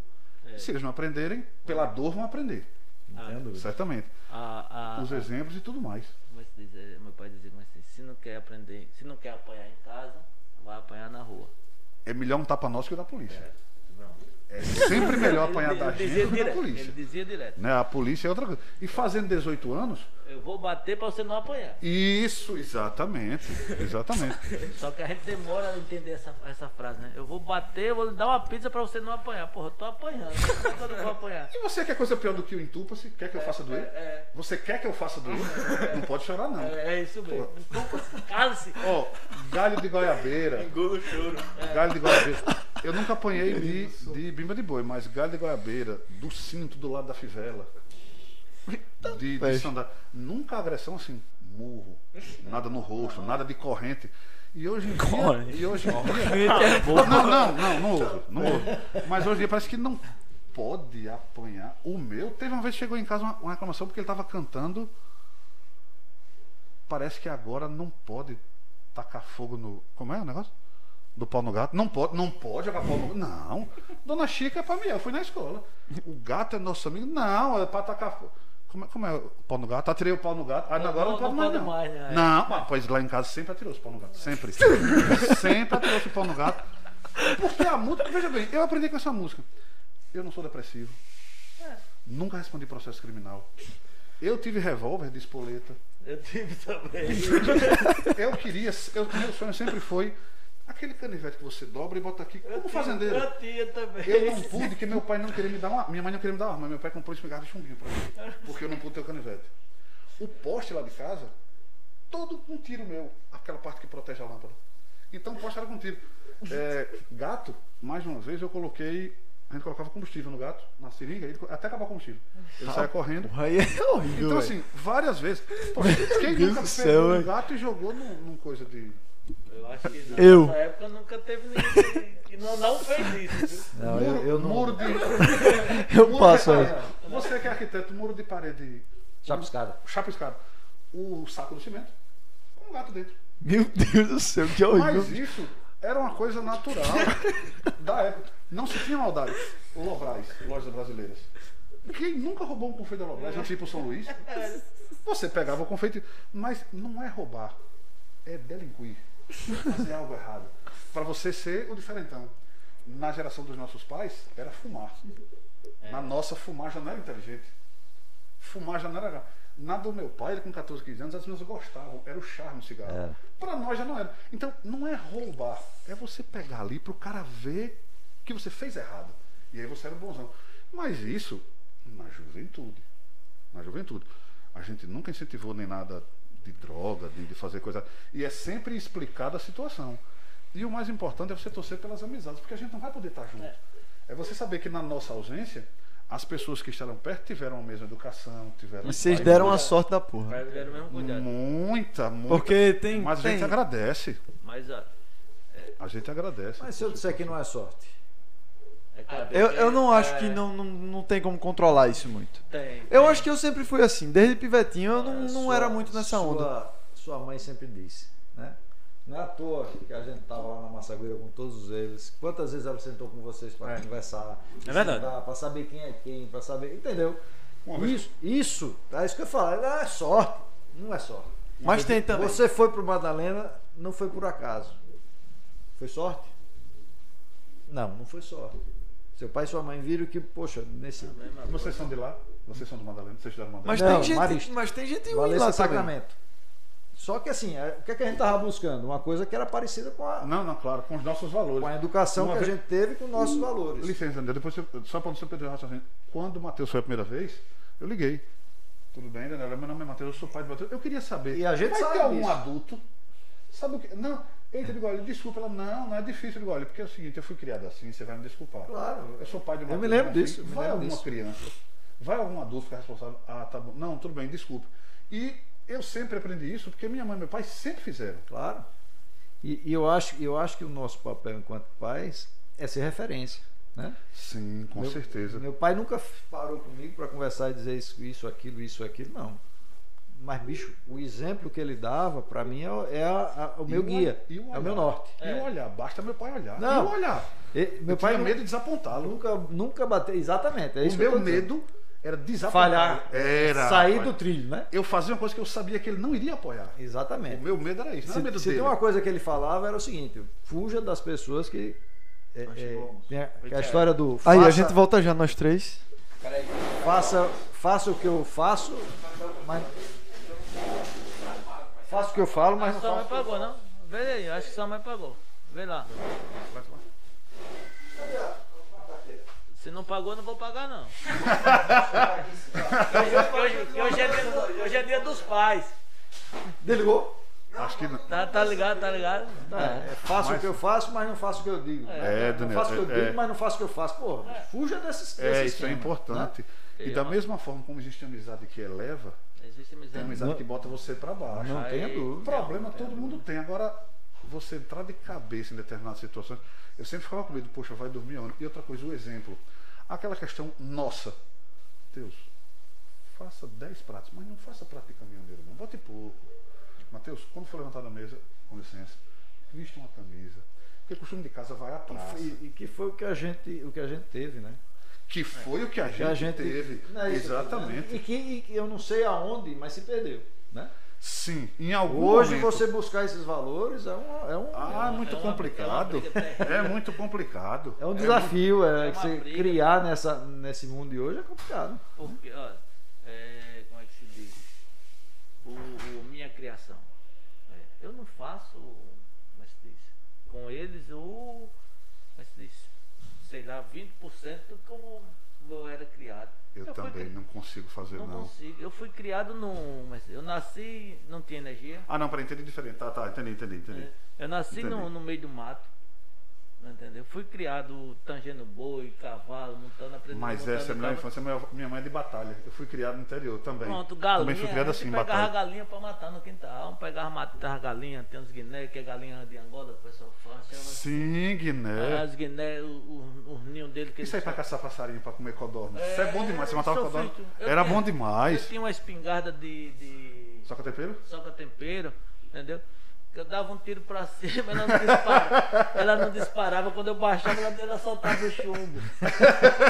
F: Se eles não aprenderem, pela dor vão aprender.
D: Entendo.
F: Certamente.
C: a, a,
F: Os exemplos e tudo mais.
C: como é que se diz? É, meu pai dizia como é que se diz? se não quer aprender, se não quer apanhar em casa, vai apanhar na rua.
F: É melhor um tapa nosso que o da polícia. É sempre melhor apanhar da
C: ele,
F: gente
C: dizia
F: do que da
C: direto, ele
F: polícia.
C: dizia direto.
F: Né? A polícia é outra coisa. E fazendo 18 anos.
C: Eu vou bater pra você não apanhar.
F: Isso, exatamente. Exatamente.
C: Só que a gente demora a entender essa, essa frase, né? Eu vou bater, eu vou lhe dar uma pizza pra você não apanhar. Porra, eu tô apanhando. Por que eu não vou apanhar?
F: E você quer coisa pior do que o entupa-se? Quer que eu faça doer? Você quer que eu faça doer? Não pode chorar, não.
C: É, é isso mesmo. Desculpa, cale-se.
F: Ó, galho de goiabeira. Engulo choro. Galho de goiabeira. Eu nunca apanhei de, de bimba de boi, mas galho de goiabeira, do cinto do lado da fivela. De, de sandália. Nunca agressão assim, murro. Nada no rosto, nada de corrente. E hoje em dia.
B: Corrente.
F: E hoje em dia não, não, não, não houve. Não houve. Mas hoje em dia parece que não pode apanhar. O meu, teve uma vez que chegou em casa uma, uma reclamação porque ele tava cantando. Parece que agora não pode tacar fogo no. Como é o negócio? Do pau no gato? Não pode, não pode jogar pau no gato. Não. Dona Chica é pra mim, eu fui na escola. O gato é nosso amigo? Não, é pra tacar fogo. Como é, como é o pau no gato? Atirei o pau no gato. Ah,
C: Não,
F: agora não,
C: não-
F: pode
C: não
F: mais,
C: pode
F: não.
C: mais, né?
F: Não, mas, pois lá em casa sempre atirou os pau no gato. Sempre. sempre atirou os pau no gato. Porque a música. Veja bem, eu aprendi com essa música. Eu não sou depressivo. Nunca respondi processo criminal. Eu tive revólver de espoleta.
C: Eu tive também.
F: Eu queria. Eu, meu sonho sempre foi Aquele canivete que você dobra e bota aqui, como fazendeiro.
C: Eu um tinha também.
F: Eu não pude, porque meu pai não queria me dar uma. Minha mãe não queria me dar uma arma, mas meu pai comprou esse cigarro de chumbinho um pra mim. Porque eu não pude ter o canivete. O poste lá de casa, todo um tiro meu, aquela parte que protege a lâmpada. Então o poste era com tiro. É, gato, mais uma vez eu coloquei. A gente colocava combustível no gato, na seringa, ele- até acabar o combustível. Ele saia correndo.
A: Aí é horrível. velho.
F: Então, assim, várias vezes. Pô, quem
A: Deus
F: nunca
A: do céu,
F: pegou um
A: velho.
F: gato e jogou num, num coisa de.
C: Eu acho que na
A: Eu.
C: nossa época nunca teve ninguém que- que não, não fez isso, viu?
D: Não,
F: muro,
D: eu, eu não.
F: muro de.
A: eu
F: muro
A: passo
F: de
A: aí.
F: parede. Você que é arquiteto, muro de parede
D: Chapiscada.
F: chapiscado. O saco do cimento com um gato dentro.
A: Meu Deus do céu, que horrível.
F: Mas isso era uma coisa natural da época. Não se tinha maldade. Lobrais, lojas brasileiras. Quem nunca roubou um confeito da Lobrais, antes de ir pro São Luís, você pegava o confeito. e- Mas não é roubar, é delinquir. Fazer algo errado. Para você ser o diferentão. Na geração dos nossos pais, era fumar. Na nossa, fumar já não era inteligente. Fumar já não era. Na do meu pai, ele com 14, 15 anos, as pessoas gostavam. Era o charme do cigarro.
D: Era.
F: Pra nós já não era. Então, não é roubar. É você pegar ali pro cara ver que você fez errado. E aí você era o bonzão. Mas isso na juventude. Na juventude. A gente nunca incentivou nem nada de droga, de, de fazer coisa. E é sempre explicada a situação. E o mais importante é você torcer pelas amizades, porque a gente não vai poder estar junto. É você saber que na nossa ausência, as pessoas que estarão perto tiveram a mesma educação, tiveram. um
A: E vocês
F: Aí,
A: deram a sorte da porra.
C: Mas era o mesmo cuidado.
F: Hum. Muita, muita.
A: Porque tem.
F: Mas a
A: tem...
F: gente agradece.
C: Mas a.
F: A gente agradece.
D: Mas se eu disser que não é sorte.
C: É claro,
A: Eu, eu não acho que não, não, não tem como controlar isso muito.
C: Tem.
A: Eu acho que eu sempre fui assim, desde pivetinho eu não, não
D: Sua-
A: era muito nessa onda.
D: Sua, sua mãe sempre disse, né? Não é à toa que a gente tava lá na Massagueira com todos eles. Quantas vezes ela sentou com vocês para conversar?
B: É verdade.
D: Para saber quem é quem, para saber. Entendeu?
F: Uma vez-
D: Isso, isso, é isso que eu falo. Não é sorte. Não é sorte.
A: Mas tem também.
D: Você foi pro Madalena, não foi por acaso. Foi sorte? Não, não foi sorte. Seu pai e sua mãe viram que, poxa, nesse.
F: Vocês são de lá? Vocês são do Madalena? Vocês estudaram Madalena?
A: Mas,
D: Não,
A: tem gente,
D: Marista.
A: mas tem gente ruim
D: Valência
A: lá também.
D: Sacramento. Só que assim, é- o que, é que a gente tava buscando? Uma coisa que era parecida com a,
F: Não, não, claro, com os nossos valores.
D: com a educação
F: Uma
D: que a
F: vez- Hum.
D: gente teve com nossos valores.
F: Licença, André, depois você, só para você perder o raciocínio. Quando o Matheus foi a primeira vez, eu liguei. Tudo bem, Daniel? Meu nome é Matheus, eu sou pai do Matheus. Eu queria saber.
D: E a gente
F: vai
D: sabe
F: ter algum
D: disso.
F: adulto? Sabe o que? Não, eita, eu digo, olha, desculpa. Ela, não, não é difícil. Eu digo, olha, porque é o seguinte, eu fui criado assim, você vai me desculpar.
D: Claro.
F: Eu sou pai do
D: Eu
F: Matheus.
D: me lembro
F: não,
D: disso, eu me
F: assim, Vai
D: lembro
F: alguma
D: disso.
F: criança. Vai algum adulto ficar responsável? Ah, tá bom. Não, tudo bem, desculpe. E eu sempre aprendi isso porque minha mãe e meu pai sempre fizeram.
D: Claro. E, e eu, acho, eu acho que o nosso papel enquanto pais é ser referência. Né?
F: Sim, com
D: Meu-
F: certeza.
D: Meu pai nunca f- parou comigo para conversar e dizer isso, isso, aquilo, isso, aquilo, não. Mas, bicho, o exemplo que ele dava para mim é, o- é a- a- o
F: E
D: meu
F: o
D: guia,
F: olhar- e
D: é o meu
F: olhar?
D: norte.
F: E o olhar, basta meu pai olhar.
D: Não.
F: E o olhar.
D: E- meu
F: Eu pai
D: pai
F: tinha
D: nu-
F: medo de desapontá-lo.
D: nunca, nunca bateu. Exatamente. É
F: o
D: isso que eu
F: meu
D: tô dizendo.
F: medo era desapontar.
D: Falhar.
F: Era.
D: Sair
F: rapaz.
D: do trilho, né?
F: Eu fazia uma coisa que eu sabia que ele não iria apoiar. O
D: Exatamente.
F: meu medo era isso. Não era
D: Se,
F: medo
D: se
F: dele.
D: tem uma coisa que ele falava era o seguinte: fuja das pessoas que. é, é, tem a, que a história do.
A: Aí a
D: faça-
A: gente volta já, nós três.
D: faça, faça o que eu faço, mas. Faça o que eu falo, mas não
C: Sua mãe
D: faço.
C: pagou, não? Vê aí, eu acho que sua mãe pagou. Vê lá. Se não pagou, não vou pagar, não. hoje, hoje- hoje é dia do- hoje é dia dos pais.
D: Desligou?
F: Acho que não.
C: Tá, tá ligado, tá ligado?
D: É, é, faço o que eu faço, mas não faço o que eu digo.
F: É,
D: Não
F: Daniel.
D: faço o que eu
F: é,
D: digo, mas não faço o que eu faço. Pô, fuja desses desse
F: é, isso é
D: esquema, né?
F: importante. E
C: É,
F: da
C: ó.
F: mesma forma como existe amizade que eleva,
C: Existe
F: tem
C: amizade.
F: amizade que bota você pra
D: né?
F: baixo.
D: Não
C: Aí-
D: tenha
F: O
D: dúvida.
F: problema todo mundo tem. Agora, você entrar de cabeça em determinadas situações, eu sempre ficava com medo, poxa, vai dormir aonde? E outra coisa, o exemplo. Aquela questão nossa. Deus, faça 10 pratos, mas não faça prato de caminhoneiro, não. Bote pouco. Mateus, quando for levantar da mesa, com licença, vista uma camisa. Porque costume de casa vai à praça.
D: E, e que foi o que a gente, o que a gente teve, né?
F: Que foi o que a gente,
D: É. Que a gente
F: teve.
D: Não é isso,
F: Exatamente.
D: né? E que e que eu não sei aonde, mas se perdeu, né?
F: Sim, em algum
D: Hoje
F: momento.
D: você buscar esses valores é um é um,
F: Ah, é muito
C: é uma-
F: complicado.
C: é uma briga terrível.
F: É muito complicado.
D: é um desafio, é,
C: é
D: que
C: uma
D: você
C: briga.
D: criar nessa nesse mundo de hoje é complicado.
C: Porque, ó, é, como é que se diz? O, o- minha criação. É, eu não faço, como é que se diz? com eles o. como é que se diz? Sei lá, 20% do como eu era criado.
F: Eu
C: fui
F: também
C: cri-
F: não consigo fazer,
C: não,
F: não.
C: consigo. Eu fui criado num. é mas Eu nasci, não tinha energia.
F: Ah, não, peraí, entendi diferente. Tá, tá, entendi, entendi, entendi.
C: né? Eu nasci no,
F: Entendi.
C: no meio do mato. Entendeu? Fui criado tangendo boi, cavalo, montando, aprendendo
F: Mas
C: montando
F: essa é a minha
C: cavalo.
F: infância, minha- minha mãe é de batalha. Eu fui criado no interior também.
C: Pronto, galinha.
F: Também fui criado
C: a gente
F: assim, em
C: pegava
F: batalha.
C: galinha pra matar no quintal. Um pegava, matava galinha, tem uns guiné, que é galinha de Angola, que o pessoal fala. chama.
F: Sim, Guiné.
C: As guiné, o, o, o ninho dele que
F: É. Isso aí
C: eles-
F: pra caçar passarinho, pra comer codorna. Isso é bom demais. Você
C: eu
F: matava
C: é. sou
F: codorna.
C: frito. Eu
F: Era
C: tenho-
F: bom demais.
C: Eu tinha uma espingarda de. de...
F: Só que até pelo?
C: só com tempero, entendeu? Eu dava um tiro pra cima, ela não disparava. ela não disparava. Quando eu baixava, ela, ela soltava o chumbo.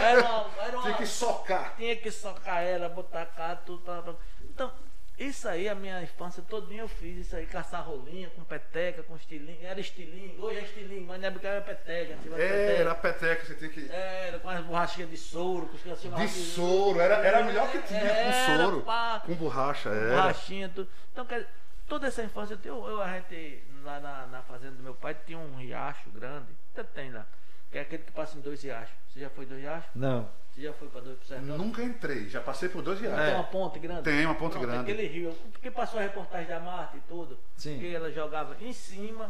C: Era uma, era uma-
F: Tinha que socar.
C: tinha que socar ela, botar cá, tudo. Pra, pra- Então, isso aí, a minha infância todinha eu fiz isso aí, caçar rolinha com peteca, com estilingue. Era estilingue, hoje é estilingue, mas na época era peteca. Era,
F: Era peteca, você tinha que.
C: era com as borrachinhas de soro, com os que
F: De soro, era, era a melhor que tinha
C: É,
F: com soro. Com borracha, era.
C: borrachinha, tudo. Então, quer dizer, toda essa infância, eu, eu a gente, lá na, na fazenda do meu pai, tinha um riacho grande, até tem lá, que é aquele que passa em dois riachos. Você já foi em dois riachos?
D: Não.
C: Você já foi para dois pro sertão?
F: Nunca entrei, já passei por dois
C: Não Tem
F: reais.
C: uma ponte grande?
F: É. Tem uma ponte
C: Pronto,
F: grande.
C: É. Aquele rio, porque passou a reportagem da Marta e tudo,
D: Sim.
C: que ela jogava em cima,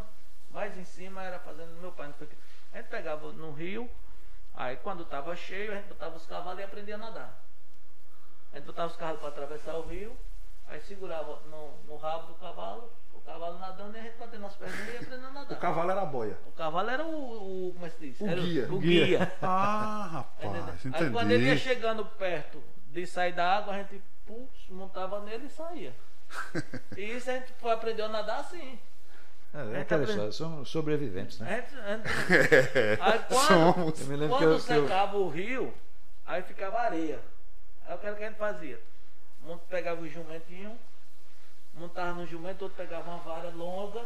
C: mais em cima era a fazenda do meu pai. Não foi que... A gente pegava no rio, aí quando tava cheio, a gente botava os cavalos e aprendia a nadar. A gente botava os cavalos para atravessar o rio, aí segurava no, no rabo do cavalo, o cavalo nadando e a gente batendo as pernas e aprendendo a
F: O
C: nadar.
F: cavalo era a boia.
C: O cavalo era o, o- como é que se diz?
F: O
C: Era
F: guia.
C: O,
F: O
C: guia.
F: Ah, rapaz,
C: Aí quando ele ia
F: entendi.
C: chegando perto de sair da água, a gente putz, montava nele e saía. E isso a gente foi aprendeu a nadar assim.
D: É,
C: É,
D: é
C: tá
D: aquela
C: vendo?
D: história, são sobreviventes,
C: A
D: né?
C: gente- a gente- Aí quando,
F: Somos.
D: Eu me lembro que
C: quando
D: eu- que eu-
C: secava o rio, aí ficava areia. Aí o que era que a gente fazia? Um pegava o jumentinho, montava no jumento, outro pegava uma vara longa,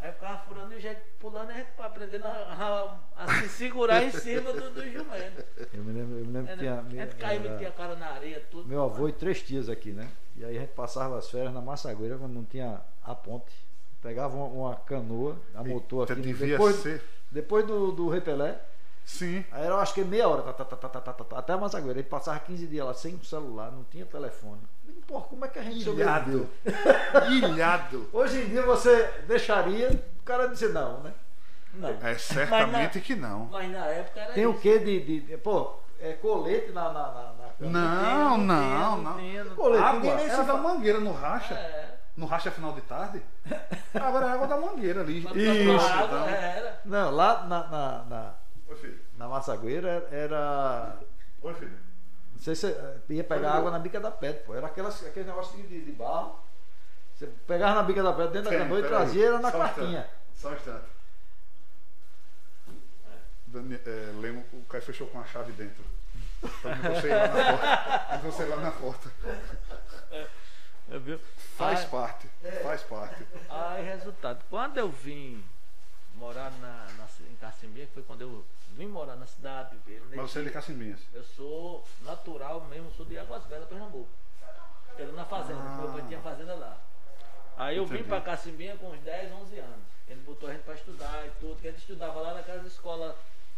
C: aí ficava furando e o jeito pulando e a gente aprendendo a, a- a se segurar em cima do, do jumento.
D: Eu me lembro, eu me lembro
C: A
D: que tinha.
C: gente caía,
D: era-
C: metia a cara na areia, tudo.
D: Meu avô e três tias aqui, né? E aí a gente passava as férias na Massagueira quando não tinha a ponte. Pegava uma, uma canoa, a motor aqui.
F: Então, devia
D: depois
F: ser.
D: depois do, do repelé,
F: Sim.
D: aí era acho que meia hora, tá, tá, tá, tá, tá, tá, tá, tá, até a Massagueira. Ele passava 15 dias lá sem celular, não tinha telefone. Porra, como é que a gente sobreviveu?
F: Ilhado. Ilhado.
D: Hoje em dia você deixaria, o cara disse não, né?
C: Não.
F: É certamente que não.
C: Mas na época era
D: Tem um o
C: É isso.
D: quê de. de- de- pô, é colete na. na, na, na cama.
F: Não,
C: Tem,
F: não,
C: tem,
F: não.
C: tem, não
D: Colete,
F: A água nem
D: era
F: se dá
D: pra-
F: mangueira no racha.
C: É.
F: No racha final de tarde? Agora é água da mangueira ali.
C: Pra tomar água, né?
F: então.
C: era.
D: Não, lá na, na, na,
F: Oi, filho.
D: na Massagueira era.
F: Oi, filho.
D: Não sei se eh, ia pegar água na bica da pedra, pô. Era aquelas, aquele negócio de, de barro. Você pegava na bica da pedra dentro da
F: Tem,
D: canoa e
F: peraí.
D: trazia, era na
F: Só um
D: quartinha.
F: instante, Só um instante. Dani, é, Lemo, o Caio fechou com a chave dentro. Então não sei lá na porta. Não sei lá na porta.
C: É, Viu? Ah,
F: Faz
C: Aí-
F: parte. Faz parte.
C: Aí, resultado, quando eu vim morar na, na, em Cacimbinha, que foi quando eu vim morar na cidade dele, né?
F: Mas você é de Cacimbinhas.
C: Eu sou natural mesmo, sou de Águas Belas, Pernambuco. Era na fazenda, meu pai tinha fazenda lá. Aí eu vim
F: Entendi.
C: pra Cacimbinha com uns 10, 11 anos. Ele botou a gente pra estudar e tudo, que a gente estudava lá naquelas escolas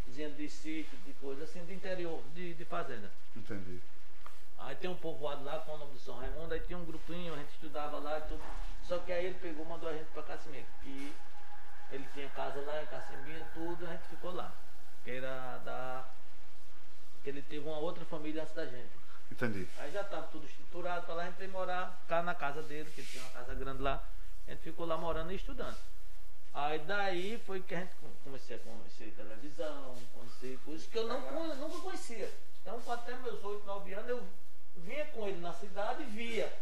C: de sítio, de coisa assim, de interior, de, de fazenda.
F: Entendi.
C: Aí tem um povoado lá com o nome de São Raimundo, aí tinha um grupinho, a gente estudava lá e tudo. Só que aí ele pegou, mandou a gente pra Cacimbinha. E ele tinha casa lá em Cacimbinha, tudo, a gente ficou lá. Que era da. Que ele teve uma outra família antes da gente.
F: Entendi.
C: Aí já tava tudo estruturado pra lá, a gente veio morar cá na casa dele, que ele tinha uma casa grande lá. A gente ficou lá morando e estudando. Aí daí foi que a gente com- comecei a conhecer televisão, conhecer coisas que eu não, con- nunca conhecia. Então até meus 8, 9 anos eu vinha com ele na cidade e via,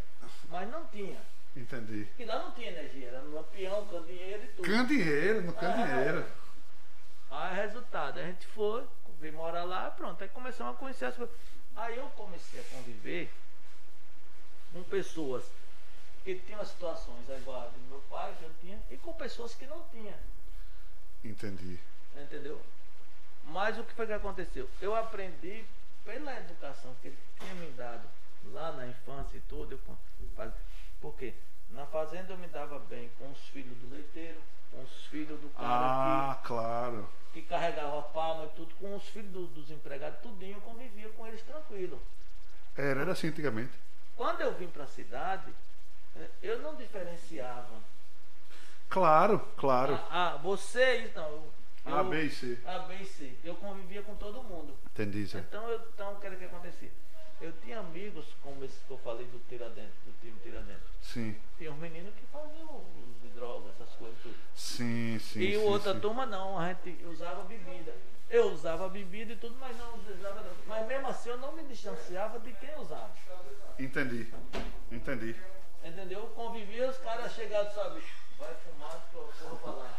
C: mas não tinha.
F: Entendi.
C: Porque lá não tinha energia, era lampião, candeeiro e tudo.
F: Candeeiro, no candeeiro.
C: Aí resultado, a gente foi, veio morar lá, pronto, aí começamos a conhecer as coisas. Aí eu comecei a conviver com pessoas que tinham as situações igual a do meu pai, que eu tinha, e com pessoas que não tinham,
F: Entendi.
C: entendeu? Mas o que foi que aconteceu? Eu aprendi pela educação que ele tinha me dado lá na infância e tudo, eu, con- faz- porque Na fazenda eu me dava bem com os filhos do leiteiro, com os filhos do cara
F: Ah, claro.
C: que, que carregava palma e tudo, com os filhos do- dos empregados, tudinho, eu convivia com eles tranquilo.
F: Era, era assim antigamente.
C: Quando eu vim para a cidade, eh, eu não diferenciava.
F: Claro, claro.
C: Ah, ah, vocês não. eu-
F: A,
C: eu-
F: B e C.
C: A, B e C. Eu convivia com todo mundo.
F: Entendi, Zé.
C: Então, eu, então o que era que acontecia? Eu tinha amigos, como esse que eu falei do Tiradentes, do time Tiradentes.
F: Sim.
C: Tinha uns meninos que faziam uso de droga, essas coisas tudo.
F: Sim, sim.
C: e
F: sim,
C: outra
F: sim.
C: turma não, a gente usava bebida. Eu usava bebida e tudo, mas não usava droga. Mas mesmo assim eu não me distanciava de quem usava.
F: Entendi. Entendi.
C: Entendeu? Eu convivia, os caras chegavam, sabe? Vai fumar, tô porra pra lá.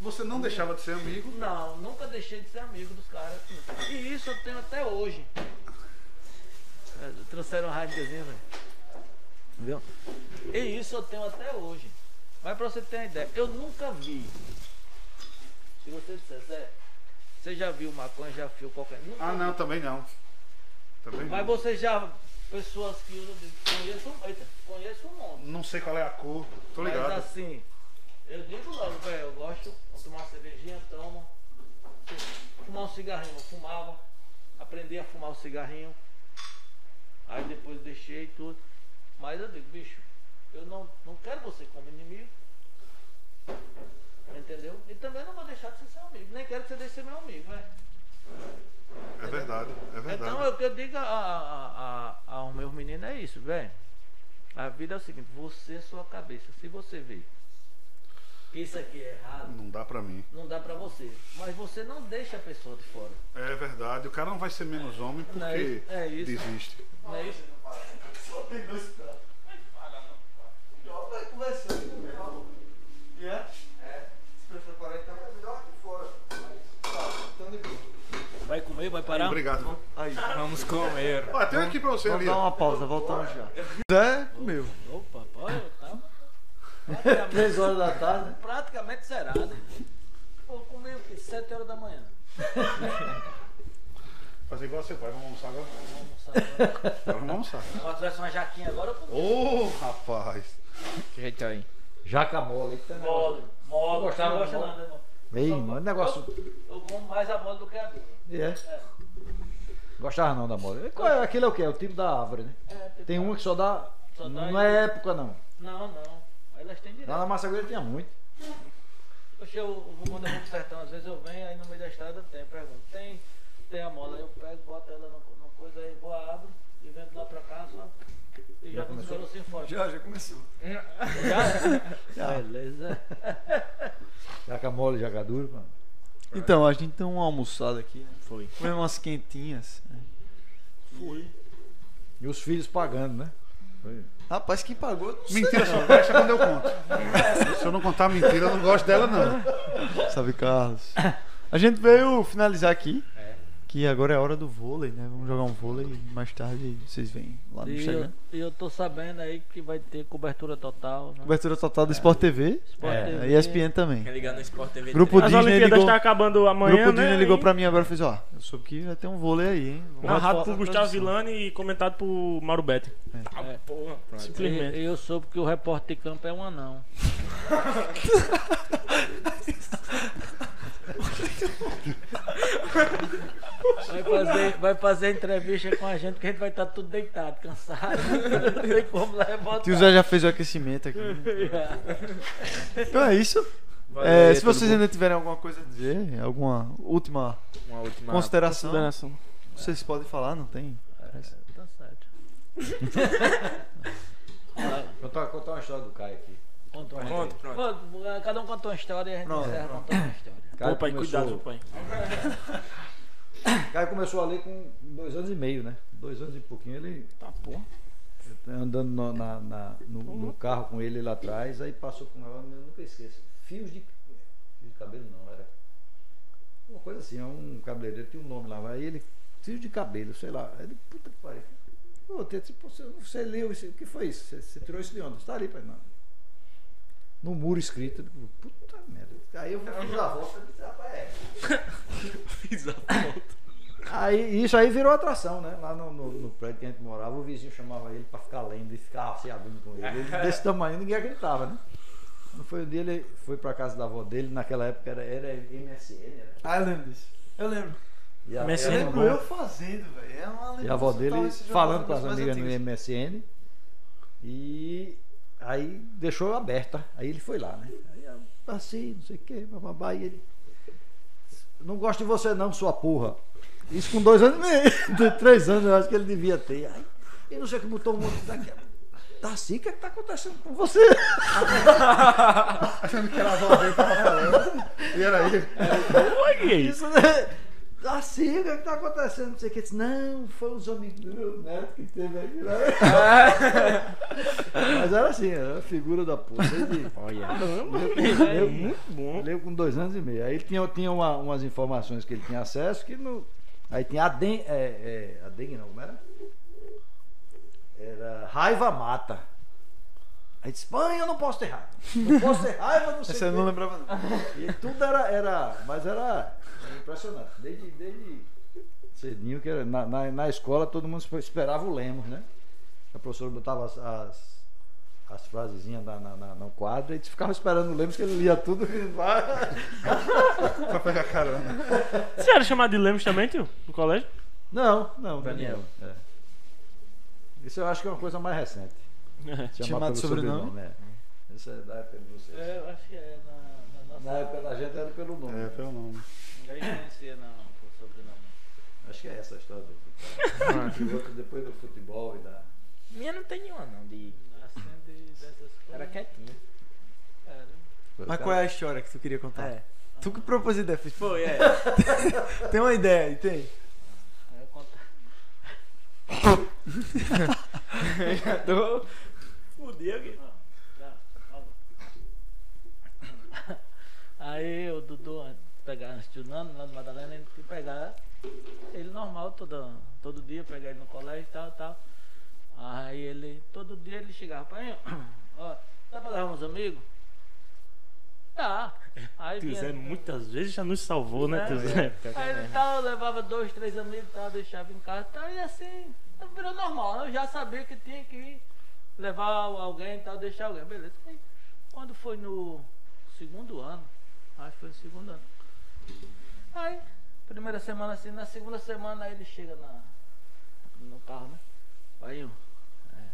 F: Você não deixava de ser amigo.
C: Não, nunca deixei de ser amigo dos caras. assim. E isso eu tenho até hoje. É, Trouxeram um rasgazinho, velho. Entendeu? E isso eu tenho até hoje. Mas pra você ter uma ideia, eu nunca vi. Se você dissesse, é, você já viu maconha, já viu qualquer. Nunca
F: Ah,
C: vi.
F: não, também não. Também
C: Mas
F: não.
C: você já. Pessoas que usam. de- Conheço, um- eita, conheço um monte.
F: Não sei qual é a cor. Tô
C: Mas
F: ligado.
C: assim, eu digo logo, velho, eu gosto de tomar uma cervejinha, tomo. Fumar um cigarrinho, eu fumava. Aprendi a fumar o cigarrinho. Aí depois deixei tudo. Mas eu digo, bicho, eu não, não quero você como inimigo. Entendeu? E também não vou deixar de ser seu amigo. Nem quero que você deixe de ser meu amigo, né?
F: É verdade, é verdade.
C: Então, o que eu digo a- a- a- aos meus meninos é isso, velho. A vida é o seguinte, você é sua cabeça. Se você vê que isso aqui é errado,
F: Não dá pra mim.
C: não dá pra você. Mas você não deixa a pessoa de fora.
F: É verdade. O cara não vai ser menos homem porque
C: Não é isso- é isso.
F: desiste.
C: Não é isso? Vai comer, vai parar?
F: Obrigado. viu?
E: Vamos comer.
F: Ó, tem um aqui pra você ali.
A: Vamos dar
F: ó.
A: uma pausa, voltamos já. Zé comeu.
C: Opa, pode, tá.
A: Três horas da
D: né?
A: tarde.
C: Praticamente zerado. Vou comer o quê? 7 horas da manhã.
F: Fazer igual seu pai. Vamos almoçar agora.
C: Vamos almoçar agora.
F: Vamos almoçar.
C: Se eu tivesse uma jaquinha agora, eu comia.
F: Ô, rapaz.
E: Que jeito aí?
D: Jaca mole. eita, né?
C: Mole, mole.
D: gostava
C: não
D: de
C: gosta
D: mole?
C: não, né, irmão?
D: Meu irmão, é negócio.
C: Eu como mais a mole do que a dura.
D: É. Gostava não da mole. Qual é? Aquilo é o quê? É o tipo da árvore, né?
A: É,
D: Tem uma que só dá.
C: Só dá
D: não
C: aí.
D: é época, não.
C: Não, não. Elas têm direito.
D: Lá na Massagueira tinha muito.
C: Poxa, eu, eu vou- quando eu vou pro sertão, às vezes eu venho aí no meio da estrada, tem, pergunto, tem, tem a mola, aí eu pego, boto ela no, no coisa aí, boa, abro e vendo lá pra casa e jogo nos carocinhos fora.
A: Já, já começou. Ah.
C: Beleza.
D: Jaca mole, jaca dura, mano.
A: Então, a gente tem uma almoçada aqui, né? Foi. Comemos umas quentinhas. né?
D: E os filhos pagando, né?
A: Rapaz, quem pagou, eu não sei.
F: Mentira só presta quando eu conto. Se eu não contar mentira, eu não gosto dela, não.
A: Sabe, Carlos? A gente veio finalizar aqui. Que agora é a hora do vôlei, né? Vamos jogar um vôlei mais tarde vocês vêm lá no
C: E eu,
A: Instagram.
C: e eu tô sabendo aí que vai ter cobertura total. Né?
A: Cobertura total do É. Sport TV.
C: Sport
A: É,
C: TV.
A: ESPN também.
E: Quer ligar no Sport TV?
A: Grupo
E: três?
B: As
A: Disney
B: Olimpíadas
A: ligou-
B: estão acabando
A: O
B: amanhã,
A: grupo
B: né?
A: Disney ligou
B: E
A: pra mim agora e fez, ó, eu soube que vai ter um vôlei aí, hein? Vamos
B: tá Narrado
A: falar
B: por
A: da
B: Gustavo
A: produção.
B: Villani e comentado por Mauro Betti. Tá, porra. Simplesmente.
C: E, eu soube que o repórter de campo é um anão. Vai fazer, vai fazer entrevista com a gente, que a gente vai estar tudo deitado, cansado. Não tem como lá rebotar.
A: Tio Zé já fez o aquecimento aqui. né? Então é isso.
E: Valeu
A: É,
E: aí,
A: se
E: todo
A: vocês
E: mundo.
A: ainda tiverem alguma coisa a dizer, alguma última
E: Uma
D: tá
E: última
A: consideração,
B: Consideração.
A: vocês podem falar, não tem?
C: Tá certo.
D: Contar, contar uma história do Caio aqui.
C: Conta uma
E: Pronto,
C: história.
E: pronto.
C: Pronto, Cada um conta uma história e a gente
A: Pronto,
C: encerra
A: pronto.
C: contando uma história.
D: Caio
B: Ô, pai, cuidado, viu, pai.
D: Caio começou a ler com dois anos e meio, né? Dois anos e pouquinho. Ele
B: Tá, porra.
D: andando no, na- na- no-
B: Uhum.
D: no carro com ele lá atrás, aí passou com ela, eu nunca esqueço. Fios de, fios de cabelo não, era. Uma coisa assim, é um cabeleireiro tinha um nome lá, aí ele, fios de cabelo, sei lá. Aí ele, puta que pariu. Ô, Tete, você, você, você leu isso, o que foi isso? Você, você tirou isso de onde? Está ali, pai, não. No muro escrito, tipo, eu digo, puta merda. Aí eu fiz a volta e disse, rapaz, é.
E: Fiz a volta.
D: Aí, isso aí virou atração, né? Lá no, no- no prédio que a gente morava, o vizinho chamava ele pra ficar lendo e ficava se abrindo com ele. Ele Desse tamanho ninguém acreditava, né? Quando foi o dia, ele foi pra casa da avó dele, naquela época era, era MSN, era.
A: Ah, eu lembro disso. Eu lembro.
D: né? E a,
B: MSN
A: Eu
B: Sim,
A: lembro
B: bom.
A: eu fazendo, velho. É uma
D: E
A: lembrança
D: a avó
A: total
D: dele
A: esse jogo,
D: falando
A: uma
D: com as
A: das mais
D: amigas no
A: antigas.
D: MSN. E aí deixou aberta. Aí ele foi lá, né? Aí eu passei, não sei o que, bababá. E ele. Não gosto de você não, sua porra. Isso com dois anos e meio, de três anos eu acho que ele devia ter. Aí, e não sei o que botou um monte daqui. Darcy, o que é que tá acontecendo com você?
F: Achando que era a avó dele que tava falando. E era ele.
B: Oi, gay.
D: Isso, né? Darcy, o que é que tá acontecendo? Não sei o que. Eu disse, Não, foi os amigos do Neto que teve aí. né? Mas era assim, era a figura da porra. Ele-
E: É muito bom.
D: Leu com dois anos e meio. Aí tinha, tinha uma- umas informações que ele tinha acesso que no. Aí tinha Aden. É, é, Aden não, como era? Era Raiva Mata. Aí disse, mãe, eu não posso ter raiva. Não posso ter raiva, não sei.
A: Essa
D: o
A: eu
D: quê."
A: não lembrava, não.
D: E tudo era, era. Mas era impressionante. Desde, desde cedinho, que era, na, na, na escola todo mundo esperava o Lemos, né? A professora botava as, as, as frasezinhas na, na, na- no quadro e a gente ficava esperando o Lemos, que ele lia tudo.
F: Pra pegar carona.
B: Você era chamado de Lemos também, tio? No colégio?
D: Não, não,
E: Daniel.
D: Daniel. É. Isso eu acho que é uma coisa mais recente.
A: Chamar de sobrenome?
D: né? Isso é da época de vocês.
C: É, eu acho que é na, na nossa.
D: Na época da gente era pelo nome.
F: É,
D: né?
F: pelo nome.
C: Ninguém conhecia, não, por sobrenome.
D: Acho que é essa a história do futebol. outro depois do futebol e da.
E: Minha não tem nenhuma, não. De...
C: Assim de, dessas coisas.
E: Era quietinho.
C: Era.
A: Mas qual é a história que tu queria contar?
E: É.
A: Tu que propôs a ideia, fiz, pô,
E: Foi, é.
A: tem uma ideia aí, tem.
C: Aí eu contava.
E: Já tô. Fudeu, gay.
C: Tá, vamos. Aí o Dudu, antes de pegar antes de o Nano, lá no Madalena, ele foi pegar ele normal todo, todo dia, pegar ele no colégio e tal, tal. Aí ele, todo dia ele chegava, pai, ó, dá pra levar uns amigos? Tá. Aí
B: Tio
C: vinha-
B: Zé muitas vezes já nos salvou, né, tio Zé?
C: Aí ele tal, levava dois, três amigos e tal, deixava em casa e tal, e assim, virou normal, né? Eu já sabia que tinha que levar alguém e tal, deixar alguém, beleza. Aí, quando foi no segundo ano, acho que foi no segundo ano. Aí, primeira semana assim, na segunda semana aí ele chega na, no carro, né? Aí, ó, é,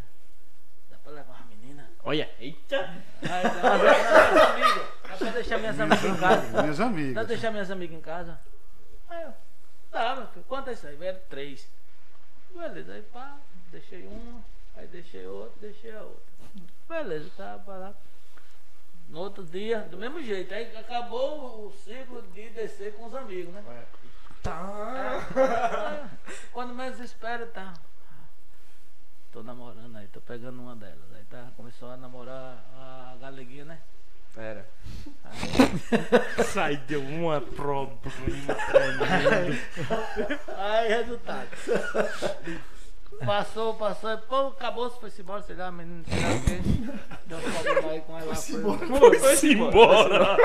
C: dá pra levar as meninas?
E: Olha, eita.
C: Aí, dá pra levar minhas amigas, dá pra deixar minhas amigas em casa.
F: Minhas
C: Dá pra
F: amigas.
C: deixar minhas amigas em casa? Aí eu, tá, meu filho, quanto é isso aí? Vieram três. Beleza, aí pá, deixei uma, aí deixei outra, deixei a outra. Beleza, tá, pra lá. No outro dia, do mesmo jeito, aí acabou o ciclo de descer com os amigos, né? Tá. Quando menos espera, tá. Tô namorando aí, tô pegando uma delas. Aí tá, começou a namorar a galeguinha, né?
E: Era.
B: Sai, deu uma problema tremendo.
C: Aí, resultado. Passou, passou, e pô, acabou, se foi embora, sei lá, menino, sei lá o quê. Deu um problema aí com ela, foi,
B: Foi-se embora.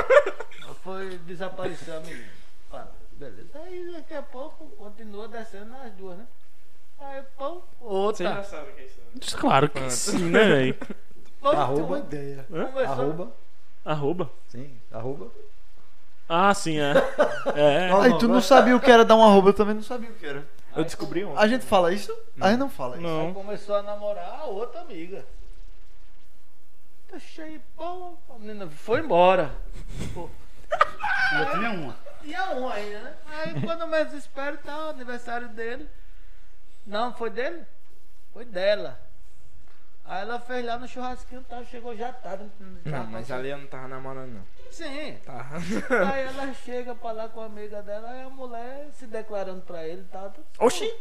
C: foi desapareceu a menina. Fala, beleza. Aí daqui a pouco continua descendo as duas, né? Aí, pô,
E: Vocês já
C: outra.
E: sabem quem são.
B: Claro que sim, né, velho?
C: Pô, então,
D: Arroba.
A: ideia.
C: Começou,
D: Arroba.
B: Arroba.
D: Sim, arroba.
B: Ah, sim, é. É.
A: Aí tu não sabia o que era dar um arroba, eu também não sabia o que era.
E: Eu descobri ontem.
A: A gente fala isso? A gente não fala isso.
C: Aí
B: Não.
C: começou a namorar a outra amiga. Deixei, pô, a menina foi embora. Pô,
F: Já tinha uma.
C: Tinha um ainda, né? Aí quando eu mais espero, tá o aniversário dele. Não, foi dele? Foi dela. Aí ela fez lá no churrasquinho, tá, chegou já tarde. não
E: Não,
C: tava
E: mas
C: passando.
E: ali eu não tava namorando, não.
C: Sim.
E: Tava.
C: Aí ela chega pra lá com a amiga dela, aí a mulher se declarando pra ele, tá? tá
B: Oxi.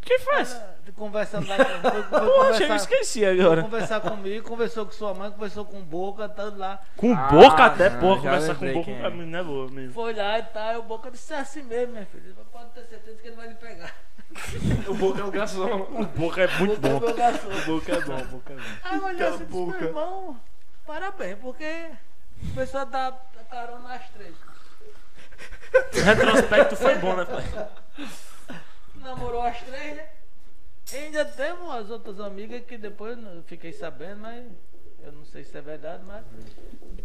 B: que faz?
C: ela Conversando lá com foi- foi
B: Pô, achei que eu
C: conversar-
B: esqueci
C: foi
B: agora.
C: Conversar comigo, conversou com sua mãe, conversou com boca, tá lá.
B: Com
E: Ah,
B: boca até,
E: não,
B: porra.
E: já
B: Conversar com
E: lembrei
B: boca
E: quem
B: pra
E: é.
B: mim não é boa mesmo.
C: Foi lá e tal, aí o boca disse "É assim mesmo, minha filha. Pode ter certeza que ele vai lhe pegar.
E: O Boca é o garçom.
B: O boca é muito bom.
C: Meu garçom.
B: Boca é bom, boca é bom.
C: Aí eu olhei assim, disse, meu
A: boca.
C: irmão, parabéns, porque o pessoal dá dá carona às três.
B: Retrospecto foi bom, né, pai?
C: namorou as três, né? Ainda temos as outras amigas que depois né, eu fiquei sabendo, mas eu não sei se é verdade, mas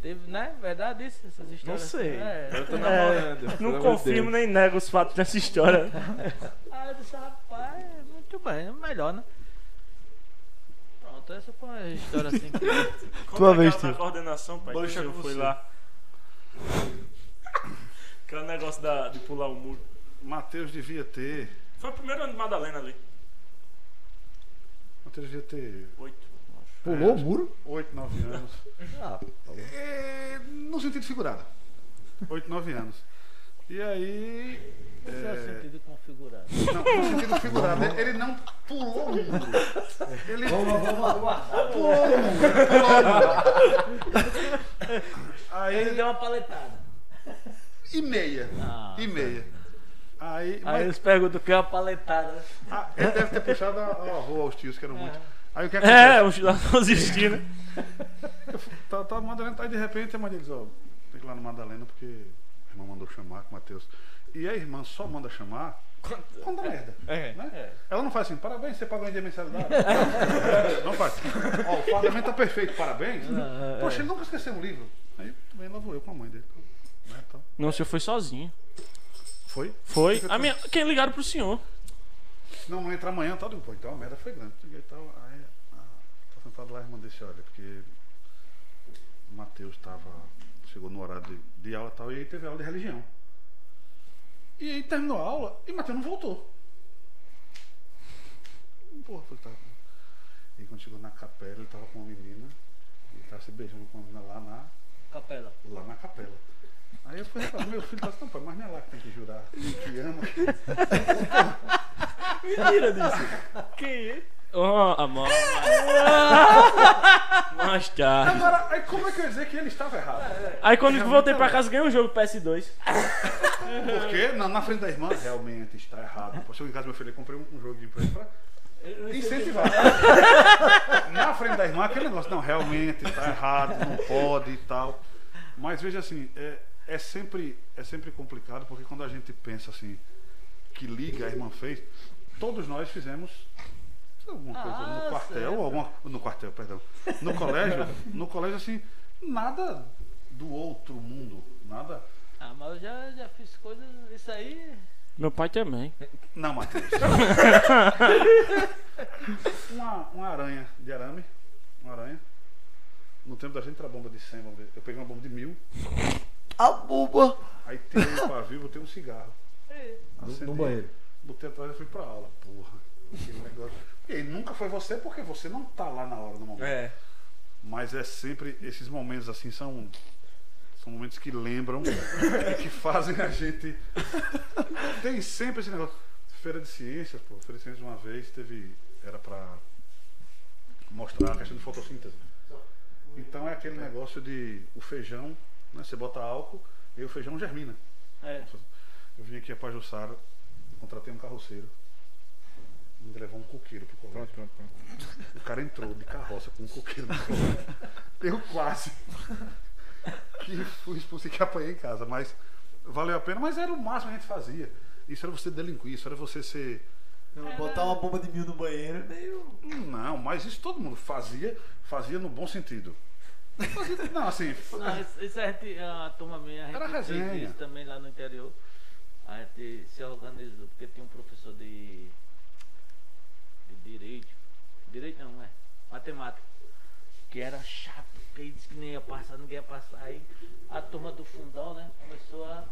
C: teve, né? Verdade isso, essas histórias?
B: sei.
C: É.
E: Eu tô namorando. pelo
B: Não
E: amor de
B: confirmo
E: Deus.
B: nem nego os fatos dessa história.
C: Aí eu disse, rapaz, muito bem, é melhor, né? Pronto, essa foi uma história assim que
A: Tua
B: Conta
A: vez,
B: aquela
A: Tio.
B: da é coordenação, pai,
A: Deixa
B: que eu
A: com
B: fui
A: você.
B: lá. Que é o negócio da- de pular o muro.
F: Matheus devia ter.
B: Foi o primeiro ano de Madalena ali.
F: Matheus devia ter
B: Oito.
D: Pulou o muro?
F: 8, 9 anos.
D: Ah,
F: É, no sentido figurado. 8, 9 anos. E aí.
C: é o
F: é,
C: sentido configurado.
F: não, no sentido figurado. Ele ele não pulou o muro. Ele pulou o muro. Pulou o muro.
C: Ele
F: Aí.
C: deu uma paletada.
F: E meia. E meia. Aí.
C: Aí
F: Mas,
C: eles perguntam o que é uma paletada.
F: ah, ele deve ter puxado a, a rua aos tios, que
C: É.
F: eram muito. Aí o que acontece?
B: É, os lados existindo.
F: Tá, tá no Madalena, aí de repente a Maria diz, ó, tem que ir lá no Madalena porque a irmã mandou chamar com o Matheus. E a irmã só manda chamar quando dá merda. né? Ela não faz assim, parabéns, você pagou em dia a mensalidade. não faz. Ó, o pagamento tá perfeito, parabéns. Poxa, ele nunca esqueceu um livro. Aí também lá vou eu com a mãe dele. então, né, então.
B: Não, o senhor foi sozinho.
F: Foi?
B: Foi. A minha... Quem ligaram pro senhor?
F: Não, não entra amanhã, tal, digo, pô, então a merda foi grande. Liguei e tal, aí a- tá sentado lá, a irmã disse, olha, porque o Matheus tava. chegou no horário de, de aula e tal, e aí teve aula de religião. E aí terminou a aula e Matheus não voltou. Porra, foi tava. E quando chegou na capela, ele tava com uma menina, ele tava se beijando com uma menina lá na
C: Capela.
F: lá na capela. Aí eu fui falar, meu filho tá assim, não, pai, mas não é lá que tem que jurar, que ama.
B: Oh, amor. Mas tá.
F: Agora, aí como é que eu ia dizer que ele estava errado?
B: Aí quando eu voltei pra casa, ganhei um jogo PS2.
F: Por quê? Na, na frente da irmã, realmente está errado. Pô, chegou em casa, meu filho, eu comprei um, um joguinho pra ele pra incentivar. na frente da irmã, aquele negócio, não, realmente está errado, não pode e tal. Mas veja assim, é, é sempre, é sempre complicado, porque quando a gente pensa assim, que liga a irmã fez, todos nós fizemos alguma coisa
C: Ah,
F: no quartel,
C: certo.
F: alguma, no quartel, perdão, no colégio, no colégio assim, nada do outro mundo, nada
C: Ah, mas eu já, já fiz coisas. Isso aí.
B: Meu pai também.
F: Não, Matheus. uma, uma aranha de arame. Uma aranha. No tempo da gente era bomba de 100, vamos ver. Eu peguei uma bomba de mil,
A: A boba.
F: aí tirei o pavio, botei um cigarro.
D: no,
F: Acendi,
D: no banheiro.
F: Botei atrás e fui pra aula. Porra. Que negócio. E aí, nunca foi você porque você não tá lá na hora, no momento.
E: É.
F: Mas é sempre esses momentos assim são são momentos que lembram e que fazem a gente tem sempre esse negócio. Feira de ciências, pô, feira de ciências uma vez teve era pra mostrar a questão de fotossíntese. Então é aquele negócio de o feijão, né, você bota álcool e o feijão germina.
C: É.
F: Eu vim aqui a Pajussara, contratei um carroceiro, me levou um coqueiro pro colégio.
E: Pronto, pronto, pronto.
F: O cara entrou de carroça com um coqueiro no colo. Eu quase. Que fui expulso e que apanhei em casa, mas valeu a pena, mas era o máximo que a gente fazia. Isso era você delinquir, isso era você ser.
A: Botar uma bomba de mil no banheiro é meio.
F: "Hum, Não, mas isso todo mundo fazia, fazia no bom sentido. Fazia- Não, assim,
C: Não, isso, isso a gente. A turma minha. A gente
F: Era
C: É, fez
F: resenha.
C: isso também lá no interior. A gente se organizou. Porque tinha um professor de. De direito. Direito não, é. Matemática. Que era chato. Que ele disse que nem ia passar, ninguém ia passar. Aí a turma do fundão, né? Começou a.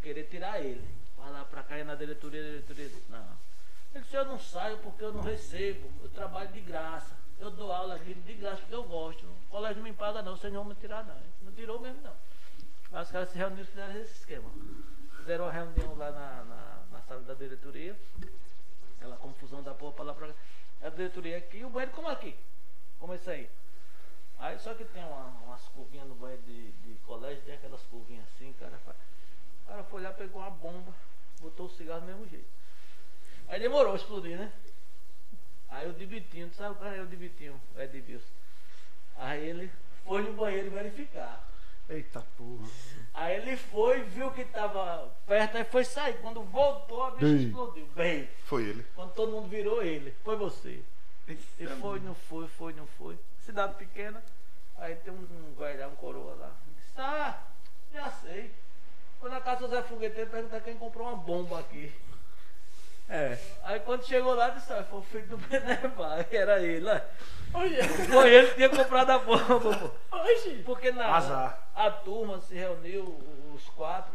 C: querer tirar ele. Falar pra cá e na diretoria, a diretoria disse, não. Ele disse, eu não saio porque eu não recebo, eu trabalho de graça. Eu dou aula aqui de graça porque eu gosto. O colégio não me paga não, vocês não vão me tirar não. Ele Não tirou mesmo não. Aí os caras se reuniram e fizeram esse esquema. Fizeram uma reunião lá na, na, na sala da diretoria. Aquela confusão da porra pra lá pra cá. A diretoria aqui e o banheiro como aqui. Como esse aí. Aí só que tem uma- umas curvinhas no banheiro de, de colégio, tem aquelas curvinhas assim, cara. fa- O cara foi lá, pegou uma bomba, botou o cigarro do mesmo jeito. Aí demorou a explodir, né? Aí o Dibitinho, tu sabe o cara é o Dibitinho, é Edilson. Aí ele foi no banheiro verificar.
F: eita porra.
C: Aí ele foi, viu que tava perto, aí foi sair. Quando voltou, a bicha
F: Bem.
C: explodiu. Bem,
F: Foi ele.
C: quando todo mundo virou ele, foi você. E foi, não foi, foi, não foi. Cidade pequena, aí tem um, um velho, um coroa lá. Disse, ah, já sei. Foi na casa do Zé Fogueteiro perguntar quem comprou uma bomba aqui.
E: É.
C: Aí quando chegou lá, disse, ah, foi o filho do Benevar, que era ele. ó. Foi ele que tinha comprado a bomba. pô.
E: Oxi.
C: Porque na,
F: Azar.
C: a turma se reuniu, os quatro.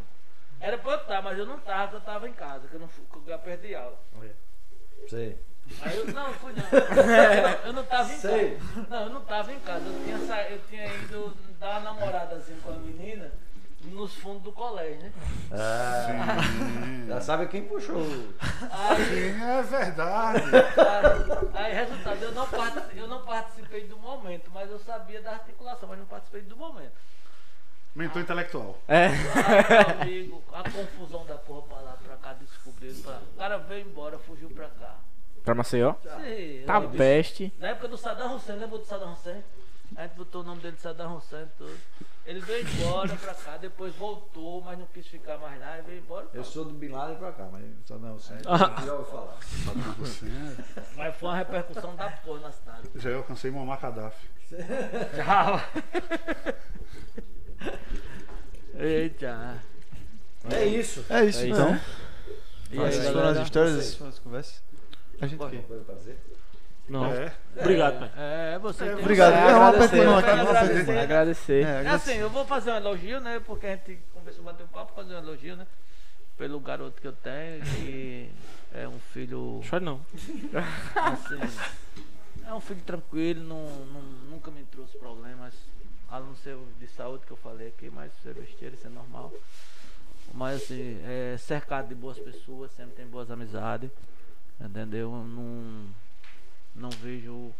C: Era pra eu estar, mas eu não tava, que eu tava em casa, que eu, não fui, que eu já perdi aula.
D: Sei.
C: Aí eu não fui não. Eu, eu não tava em
D: Sei.
C: casa. Não, eu não tava em casa. Eu tinha, sa... eu tinha ido dar uma namorada assim com a menina nos fundos do colégio, né?
D: Ah, já sabe quem puxou.
C: Aí,
F: Sim, é verdade.
C: aí, aí, resultado, eu não, parti- eu não participei do momento, mas eu sabia da articulação, mas não participei do momento.
F: Mentor intelectual.
C: Aí, meu amigo, a confusão da porra pra lá, pra cá, descobriram. Pra... O cara veio embora, fugiu pra cá.
E: Pra Maceió?
C: Sim,
E: Tá
C: eu-
E: peste.
C: Na época do Saddam Hussein, lembra do Saddam Hussein? A gente botou o nome dele de Saddam Hussein e tudo. Ele veio embora pra cá, depois voltou, mas não quis ficar mais lá e veio embora.
D: Eu sou do Bin Laden pra cá, mas só não sei. Já ouvi falar.
F: Sim, é.
C: Mas foi uma repercussão da porra na cidade.
F: Já eu alcancei Mamá Gaddafi.
C: Eita.
D: É isso.
A: É isso,
E: É isso.
A: então.
E: E aí,
A: Essas foram
E: galera?
A: as histórias, essas foram as conversas. A gente quer.
D: Coisa pra dizer?
B: Não.
F: É.
B: Obrigado, pai.
C: É, você tem...
A: Obrigado.
E: É,
A: É uma
E: agradecer.
A: pergunta aqui. uma
C: Agradecer.
A: pergunta.
E: Agradecer.
A: É,
C: É assim,
A: agradecer.
C: eu vou fazer um elogio, né? Porque a gente começou a bater um papo, fazer um elogio, né? Pelo garoto que eu tenho, que é um filho.
B: Chora não.
C: Assim, é um filho tranquilo, não, não- nunca me trouxe problemas. A não ser o de saúde que eu falei aqui, mas isso é besteira, isso é normal. Mas assim, é cercado de boas pessoas, sempre tem boas amizades. Entendeu? Eu Não, não vejo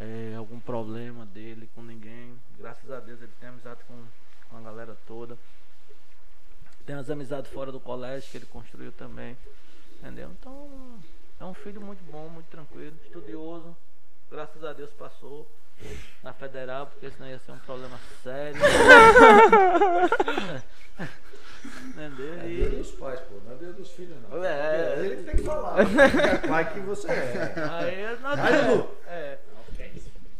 C: é, algum problema dele com ninguém. Graças a Deus ele tem amizade com, com a galera toda. Tem as amizades fora do colégio que ele construiu também. Entendeu? Então, é um filho muito bom, muito tranquilo, estudioso. Graças a Deus passou na federal, porque senão ia ser um problema sério.
D: É Deus
C: Entendeu? E
D: dos pais, pô. Não é Deus dos filhos, não.
C: É.
D: Ele que tem que falar. É pai que você é.
C: aí não
D: Vai, Dudu.
C: É.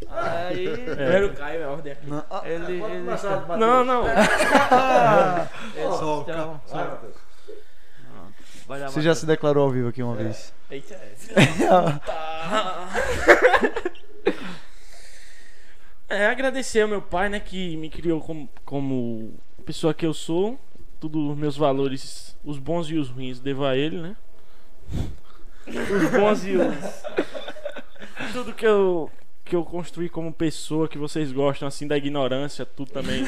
C: Aí
E: Primeiro Caio é ordem aqui.
A: Não, ah,
C: ele.
D: Pode
C: ele
D: começar, Matheus.
B: Não, não.
D: Ó,
C: então,
D: Vai, Matheus.
C: vai lá,
A: Você já
C: Matheus.
A: se declarou ao vivo aqui uma vez.
E: Eita, é.
B: É, agradecer ao meu pai, né, que me criou como, como pessoa que eu sou. Todos os meus valores, os bons e os ruins, devo a ele, né? Os bons e os. Tudo que eu, que eu construí como pessoa, que vocês gostam, assim, da ignorância, tudo também.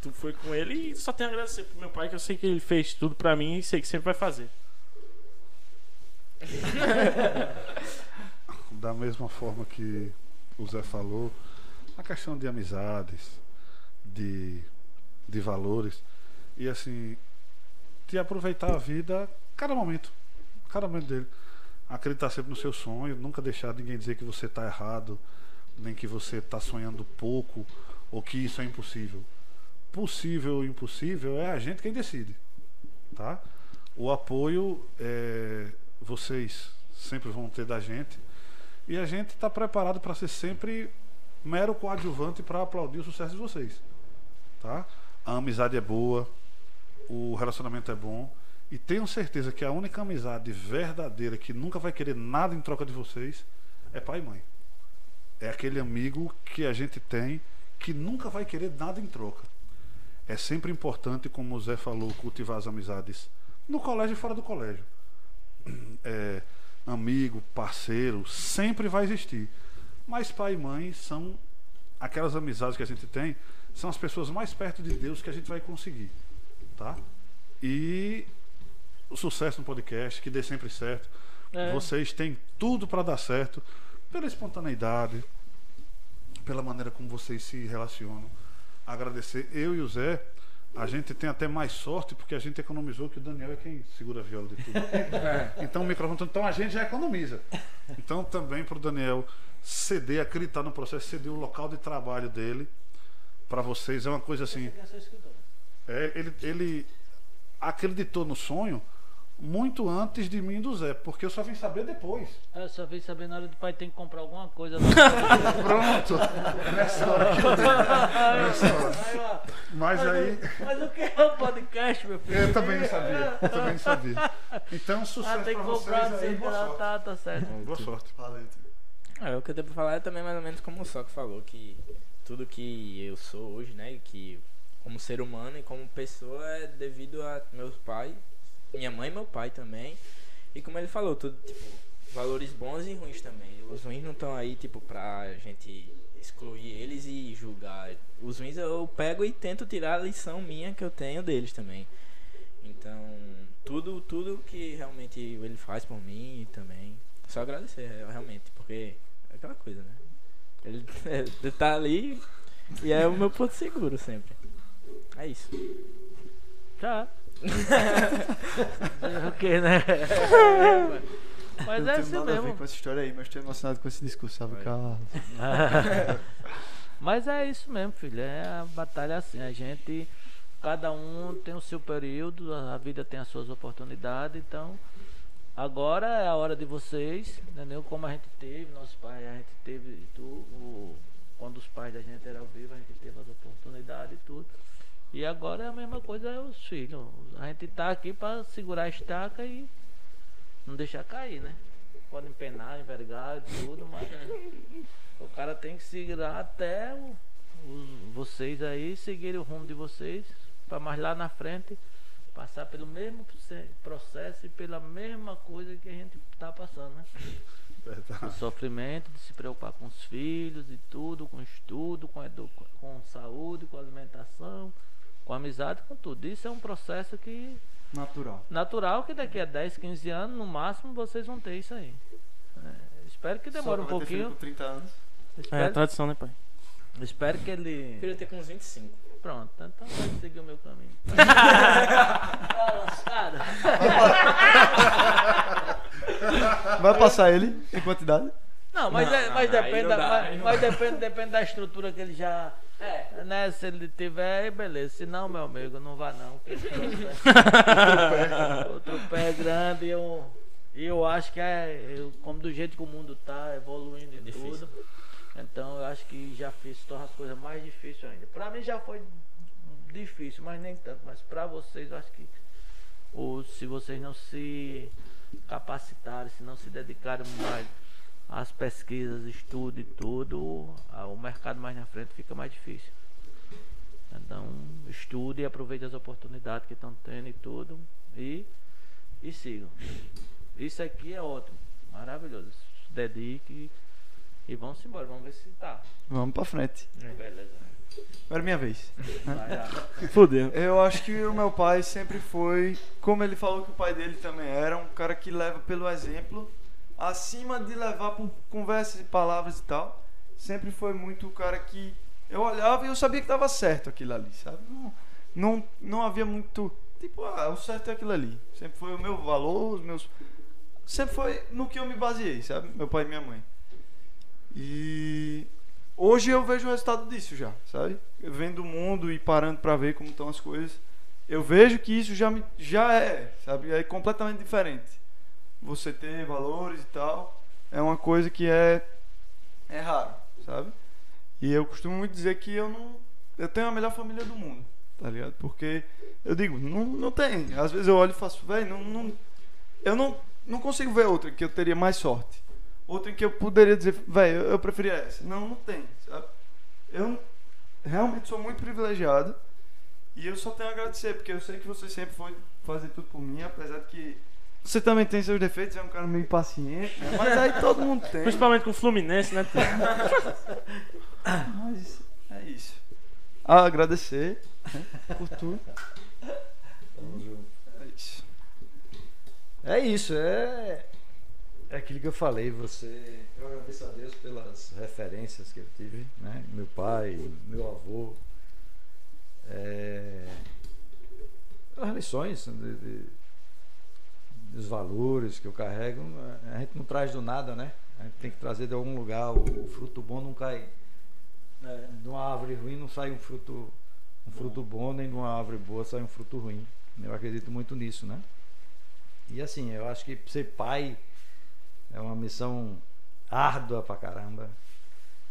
B: tudo foi com ele. E só tenho a agradecer pro meu pai, que eu sei que ele fez tudo pra mim e sei que sempre vai fazer.
F: da mesma forma que o Zé falou, a questão de amizades, de, de valores, e assim, de aproveitar a vida cada momento, cada momento dele. Acreditar sempre no seu sonho, nunca deixar ninguém dizer que você está errado, nem que você está sonhando pouco, ou que isso é impossível. Possível ou impossível é a gente quem decide, tá? O apoio é, vocês sempre vão ter da gente e a gente está preparado para ser sempre mero coadjuvante para aplaudir o sucesso de vocês. Tá? A amizade é boa, o relacionamento é bom. E tenho certeza que a única amizade verdadeira que nunca vai querer nada em troca de vocês é pai e mãe. É aquele amigo que a gente tem que nunca vai querer nada em troca. É sempre importante, como o Zé falou, cultivar as amizades no colégio e fora do colégio é, amigo, parceiro, sempre vai existir. Mas pai e mãe são aquelas amizades que a gente tem, são as pessoas mais perto de Deus que a gente vai conseguir, tá? E o sucesso no podcast, que dê sempre certo.
C: É.
F: Vocês têm tudo para dar certo pela espontaneidade, pela maneira como vocês se relacionam. Agradecer eu e o Zé. A gente tem até mais sorte porque a gente economizou que o Daniel é quem segura a viola de tudo. Então o microfone, então a gente já economiza. Então também para o Daniel ceder, acreditar é no processo, ceder o local de trabalho dele para vocês é uma coisa assim. É, ele, ele acreditou no sonho muito antes de mim e do Zé, porque eu só vim saber depois.
C: É, Eu só vim saber na hora do pai tem que comprar alguma coisa.
F: Pronto. É Nessa hora que eu Mas aí.
C: Mas o que é o podcast, meu filho?
F: Eu também não sabia. Eu também não sabia. Então,
C: Ah,
F: sucesso
C: tem que
F: pra
C: comprar,
F: vocês aí.
C: sei
F: Boa
C: lá,
F: sorte.
C: tá, tá certo.
F: Boa sorte.
A: Valeu, tio.
E: É, o que eu tenho pra falar é também mais ou menos como o Sock falou, que tudo que eu sou hoje, né, e que como ser humano e como pessoa é devido a meus pais, minha mãe e meu pai também. E como ele falou, tudo, tipo, valores bons e ruins também. Os ruins não estão aí, tipo, pra gente excluir eles e julgar. Os ruins eu pego e tento tirar a lição minha que eu tenho deles também. Então, tudo, tudo que realmente ele faz por mim também. Só agradecer, é, realmente, porque é aquela coisa, né? Ele, ele tá ali e é o meu ponto seguro sempre. É isso.
C: Tá. o que, né? Mas
A: eu
C: é
A: não
C: assim
A: tenho nada a ver
C: mesmo.
A: com essa história aí, mas estou emocionado com esse discurso, sabe, cara?
C: Mas é isso mesmo, filho. É a batalha assim. A gente, cada um tem o seu período, a a vida tem as suas oportunidades. Então, agora é a hora de vocês, entendeu? Como a gente teve, nossos pais, a gente teve tu, o- quando os pais da gente eram vivos, a gente teve as oportunidades e tudo. E agora é a mesma coisa é os filhos. A gente tá aqui para segurar a estaca e não deixar cair, né? Pode empenar, envergar e tudo, mas. é O cara tem que seguir até o- os- vocês aí seguirem o rumo de vocês, para mais lá na frente passar pelo mesmo proce- processo e pela mesma coisa que a gente tá passando, né? O sofrimento de se preocupar com os filhos e tudo, com estudo, com, edu- com saúde, com alimentação, com amizade, com tudo. Isso é um processo que
A: Natural.
C: natural que daqui a 10, 15 anos, no máximo, vocês vão ter isso aí. É, espero que demore um
A: Só pra ter filho
C: pouquinho.
A: Com 30 anos.
B: É,
C: Espero
B: tradição, né, pai?
C: Espero que ele.
E: Queria ter com uns 25.
C: Pronto, então vai seguir o meu caminho. tá lançado.
A: Vai passar ele em quantidade?
C: Não, mas,
E: Não,
C: é-
E: não,
C: mas
E: não, aí
C: depende,
E: não
C: da,
E: dá,
C: mas,
E: aí não
C: mas depende, depende da estrutura que ele já.
E: É.
C: Né, se ele tiver, aí beleza. Se não, meu amigo, não vá não. que esse processo- Outro pé é grande e eu, e eu acho que é. eu- como do jeito que o mundo tá, evoluindo e
E: difícil.
C: tudo. Então eu acho que já fiz, torna as coisas mais difíceis ainda. Pra mim já foi difícil, mas nem tanto. Mas pra vocês eu acho que ou se vocês não se capacitarem, se não se dedicarem mais às pesquisas, estudo e tudo, a- o mercado mais na frente fica mais difícil. Então, estude e aproveite as oportunidades que estão tendo e tudo. E, e sigam. Isso aqui é ótimo, maravilhoso. Se dedique e vamos embora, vamos ver se tá.
A: Vamos pra frente.
C: Beleza.
A: Agora é minha vez.
C: Vai lá.
B: Fudeu.
A: Eu acho que o meu pai sempre foi, como ele falou que o pai dele também era, um cara que leva pelo exemplo, acima de levar por conversas e palavras e tal. Sempre foi muito o cara que eu olhava e eu sabia que estava certo aquilo ali, sabe? Não, não, não havia muito. Tipo, ah, o certo é aquilo ali. Sempre foi o meu valor, os meus. Sempre foi no que eu me baseei, sabe? Meu pai e minha mãe. E hoje eu vejo o resultado disso já, sabe? Eu vendo o mundo e parando pra ver como estão as coisas, eu vejo que isso já me, já é, sabe? É completamente diferente. Você ter valores e tal é uma coisa que é é raro, sabe? E eu costumo muito dizer que eu não eu tenho a melhor família do mundo, tá ligado? Porque eu digo, não, não tem. Às vezes eu olho e faço, velho, não, não eu não não consigo ver outra que eu teria mais sorte outra em que eu poderia dizer, velho, eu preferia essa. Não, não tem, sabe? Eu realmente sou muito privilegiado e eu só tenho a agradecer, porque eu sei que você sempre foi fazer tudo por mim, apesar de que você também tem seus defeitos, é um cara meio impaciente, né? mas aí todo mundo tem.
B: Principalmente com o Fluminense, né?
A: Mas é isso. Ah, agradecer né, por tudo. É isso.
D: É isso, é, é aquilo que eu falei. Você, eu agradeço a Deus pelas referências que eu tive, né? Meu pai, meu avô, é, as lições, de- de- dos valores que eu carrego, a gente não traz do nada, né? A gente tem que trazer de algum né? lugar. O, o fruto bom não cai de uma árvore ruim, não sai um fruto um fruto bom, nem de uma árvore boa sai um fruto ruim. Eu acredito muito nisso, né? E assim, eu acho que ser pai é uma missão árdua pra caramba.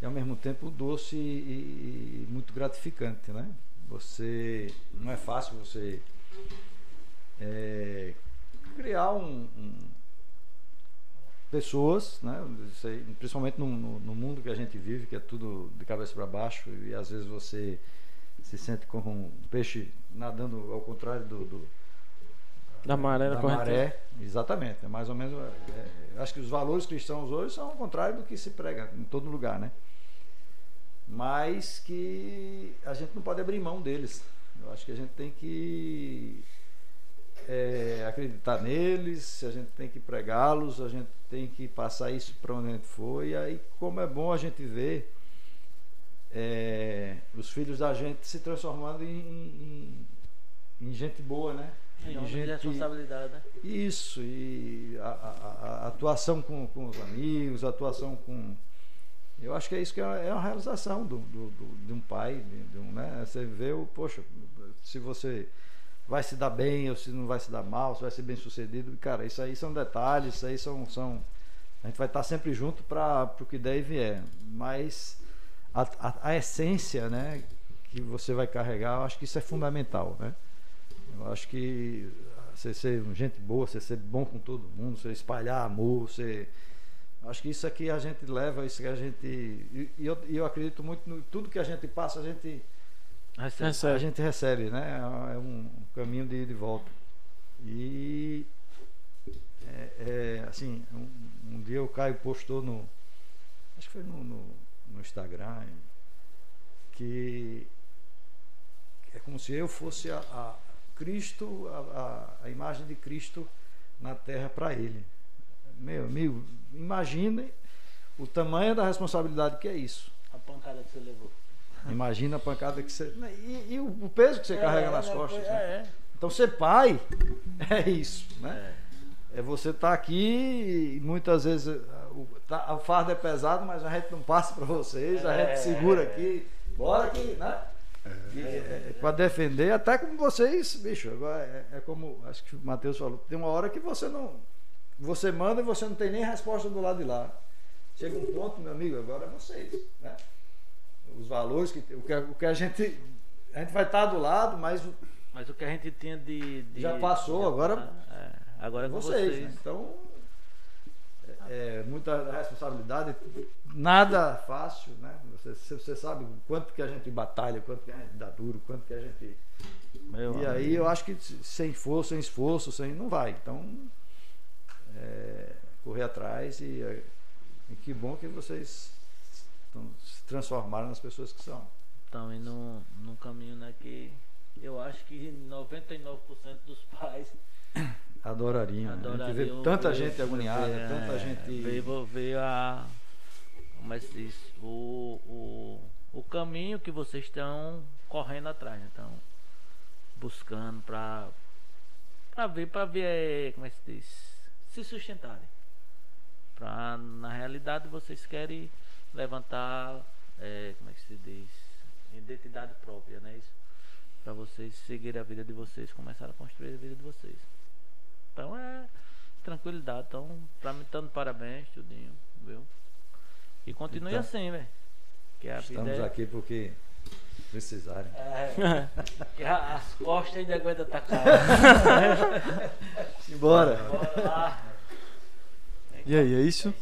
D: E ao mesmo tempo doce e, e- e muito gratificante, né? Você. Não é fácil você é, criar um, um- pessoas, né? Isso aí, principalmente no, no- no mundo que a gente vive, que é tudo de cabeça para baixo, e às vezes você se sente como um peixe nadando ao contrário do- do,
B: Da maré,
D: da maré, exatamente. É mais ou menos. é, é, acho que os valores cristãos hoje são ao contrário do que se prega em todo lugar, né? Mas que a gente não pode abrir mão deles. Eu acho que a gente tem que é, acreditar neles, a gente tem que pregá-los, a gente tem que passar isso para onde a gente for. E aí, como é bom a gente ver é, os filhos da gente se transformando em, em- em gente boa, né?
C: Em nome de responsabilidade, né?
D: Isso, e a, a- a- a atuação com, com os amigos, a atuação com. Eu acho que é isso que é uma, é uma realização do, do- do- de um pai, de, de um, né? Você vê o, poxa, se você vai se dar bem ou se não vai se dar mal, se vai ser bem sucedido. Cara, isso aí são detalhes, isso aí são. são a gente vai estar sempre junto para o que der e vier. Mas a, a, a essência né, que você vai carregar, eu acho que isso é fundamental, né? Eu acho que você ser gente boa, você ser bom com todo mundo, você espalhar amor, você. Acho que isso aqui a gente leva, isso que a gente. E e eu, e eu acredito muito no tudo que a gente passa, a gente, a
B: Recebe.
D: gente recebe, né? É um caminho de, de volta. E é, é, assim, um, um dia o Caio postou no. Acho que foi no, no- no Instagram que é como se eu fosse a, a Cristo, a, a- a imagem de Cristo na terra para ele. Meu amigo, imagine o tamanho da responsabilidade que é isso.
C: A pancada que você levou.
D: Imagina a pancada que você. E, e o o peso que você carrega nas costas. né?
C: É, é.
D: Então ser pai é isso, né? É você estar aqui e muitas vezes ah, o, tá- o fardo é pesado, mas a gente não passa para vocês, a gente segura aqui, bora que, né? para defender, até como vocês, bicho, agora é, é como acho que o Matheus falou, tem uma hora que você não você manda e você não tem nem resposta do lado de lá. Chega um ponto, meu amigo, agora é vocês, né? Os valores que o que, a- o que a gente a gente vai estar do lado, mas
C: Mas o que a gente tinha de. de-
D: Já passou, agora-
C: É, agora é com
D: vocês.
C: vocês.
D: né? Então, é, é muita responsabilidade, nada fácil, né? Você, você- você sabe o quanto que a gente batalha, o quanto que a gente dá duro, o quanto que a gente.
C: Meu
D: e
C: amigo.
D: aí eu acho que se- sem força, sem esforço, sem não vai. Então, é, correr atrás e, é, e que bom que vocês estão- se transformaram nas pessoas que são.
C: Estão indo num, num caminho né, que eu acho que 99% dos pais
D: Adorariam. Né? A gente vê
C: adorariam.
D: tanta
C: ver-
D: gente agoniada,
C: ver,
D: tanta
C: um é,
D: gente.
C: Ver, ver a. Como é que se diz? O, o, o caminho que vocês estão correndo atrás, né? Estão buscando pra. Pra ver, pra ver. é, Como é que se diz? Se sustentarem. Pra, na realidade, vocês querem levantar. é, como é que se diz? Identidade própria, né? Isso. Pra vocês seguirem a vida de vocês, começar a construir a vida de vocês. Então é tranquilidade. Então, pra mim, tanto parabéns, tudinho, viu? E continue
D: Então,
C: assim, velho. Que a vida
D: Estamos
C: é-
D: aqui porque precisarem.
C: É, que a- as costas ainda aguenta tacar.
D: Simbora.
C: Bora lá.
A: E aí, é isso?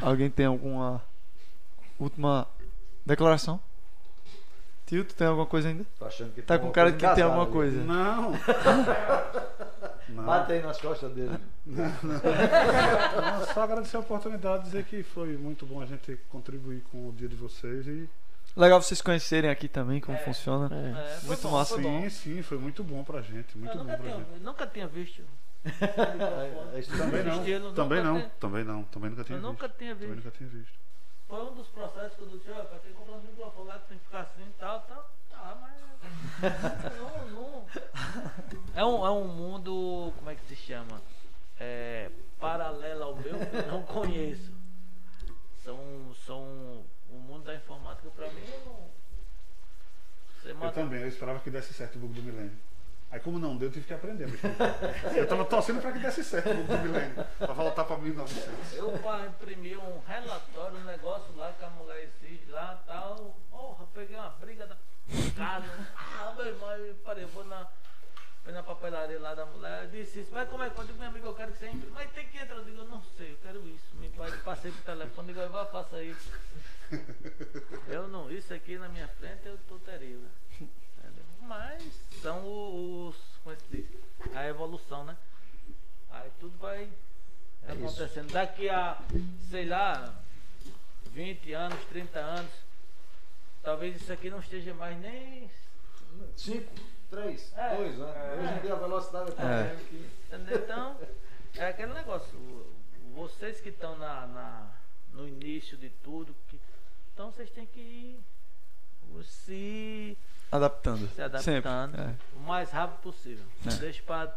A: Alguém tem alguma última declaração? Tio, tu tem alguma coisa ainda?
D: Tô achando que
A: Tá
D: tem
A: com
D: uma
A: cara de
D: coisa
A: que tem alguma
D: engasgada ali.
A: coisa.
C: é.
F: Não. Não.
D: Bate aí nas costas dele.
F: Não, Só agradecer a oportunidade, dizer que foi muito bom a gente contribuir com o dia de vocês e
A: Legal vocês conhecerem aqui também como funciona.
C: É, foi
A: Muito
C: bom,
A: massa.
C: foi bom.
F: sim, sim, foi muito bom pra gente, muito
C: Eu
F: bom
C: nunca
F: pra
C: tinha,
F: gente.
C: nunca tinha visto.
D: É, é isso
F: Também não,
C: Estilo, nunca
F: também não,
C: tinha-
F: também não, também nunca tinha
C: Eu nunca
F: visto.
C: tinha
F: Também
C: visto.
F: nunca tinha visto.
C: Foi um dos processos que eu disse, ó, pra quem comprou um microfone lá que tem que ficar assim e tal, tal. Tá, mas. não, não. É um, é um mundo. Como é que se chama? É, paralelo ao meu, que eu não conheço. São. são o mundo da informática pra mim eu não. é um, Você
F: Também, eu esperava que desse certo o bug do milênio. Aí como não deu, eu tive que aprender. bicho. Eu tava torcendo pra que desse certo o bug do milênio. Pra voltar pra 1900.
C: Eu pá, imprimi um relatório, um negócio lá que a mulher exige lá tal. Porra, peguei uma briga da cara. Ah, meu irmão, eu parei, eu vou na, fui na papelaria lá da mulher. Eu disse isso, mas como é que pode? Eu digo, Meu amigo, eu quero que você imprima. Mas tem que entrar. Eu digo, eu não sei, eu quero isso. Me pa- passei pro telefone, digo, vai, faça isso. Eu não, isso aqui na minha frente eu tô terrível. Entendeu? Mas são o- os, como é que se diz? A evolução, né? Aí tudo vai
A: É
C: acontecendo. Daqui a, sei lá, 20 anos, 30 anos, talvez isso aqui não esteja mais nem.
D: 5, 3,
C: É.
D: 2, né? Hoje em dia a velocidade é tão
A: É.
D: grande que.
C: entendeu? Então, é aquele negócio. o- Vocês que estão na, na- no início de tudo, que, então vocês têm que ir se,
A: Adaptando.
C: se adaptando
A: Sempre. É.
C: o mais rápido possível. Não
A: É.
C: deixe para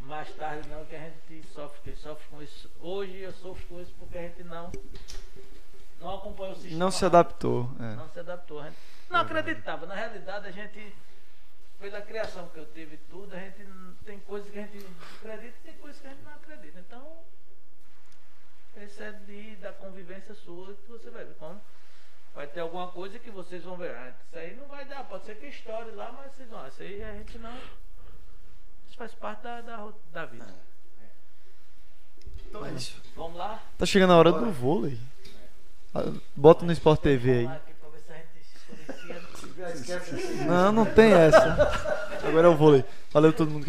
C: mais tarde não, que a gente sofre, que sofre com isso. Hoje eu sofro com isso porque a gente não, não acompanha o sistema.
A: Não se adaptou. É.
C: Não se adaptou. A gente né? não acreditava. Na realidade, a gente, pela criação que eu tive e tudo, a gente n- tem coisas que a gente acredita e tem coisas que a gente não acredita. Então, isso é de, da convivência sua que você vai ver. Como vai ter alguma coisa que vocês vão ver. Ah, isso aí não vai dar. Pode ser que estoure lá, mas vocês vão. Isso aí a gente não. Isso faz parte da, da, ro- da vida.
A: Então é isso.
C: Vamos lá?
A: Tá chegando a hora do vôlei. Ah, Bota no Sport TV
C: Vamos lá
A: aí.
C: aqui pra ver se a gente se conhecia.
D: Esquece
A: Não, não tem essa. Agora é o vôlei. Valeu todo mundo que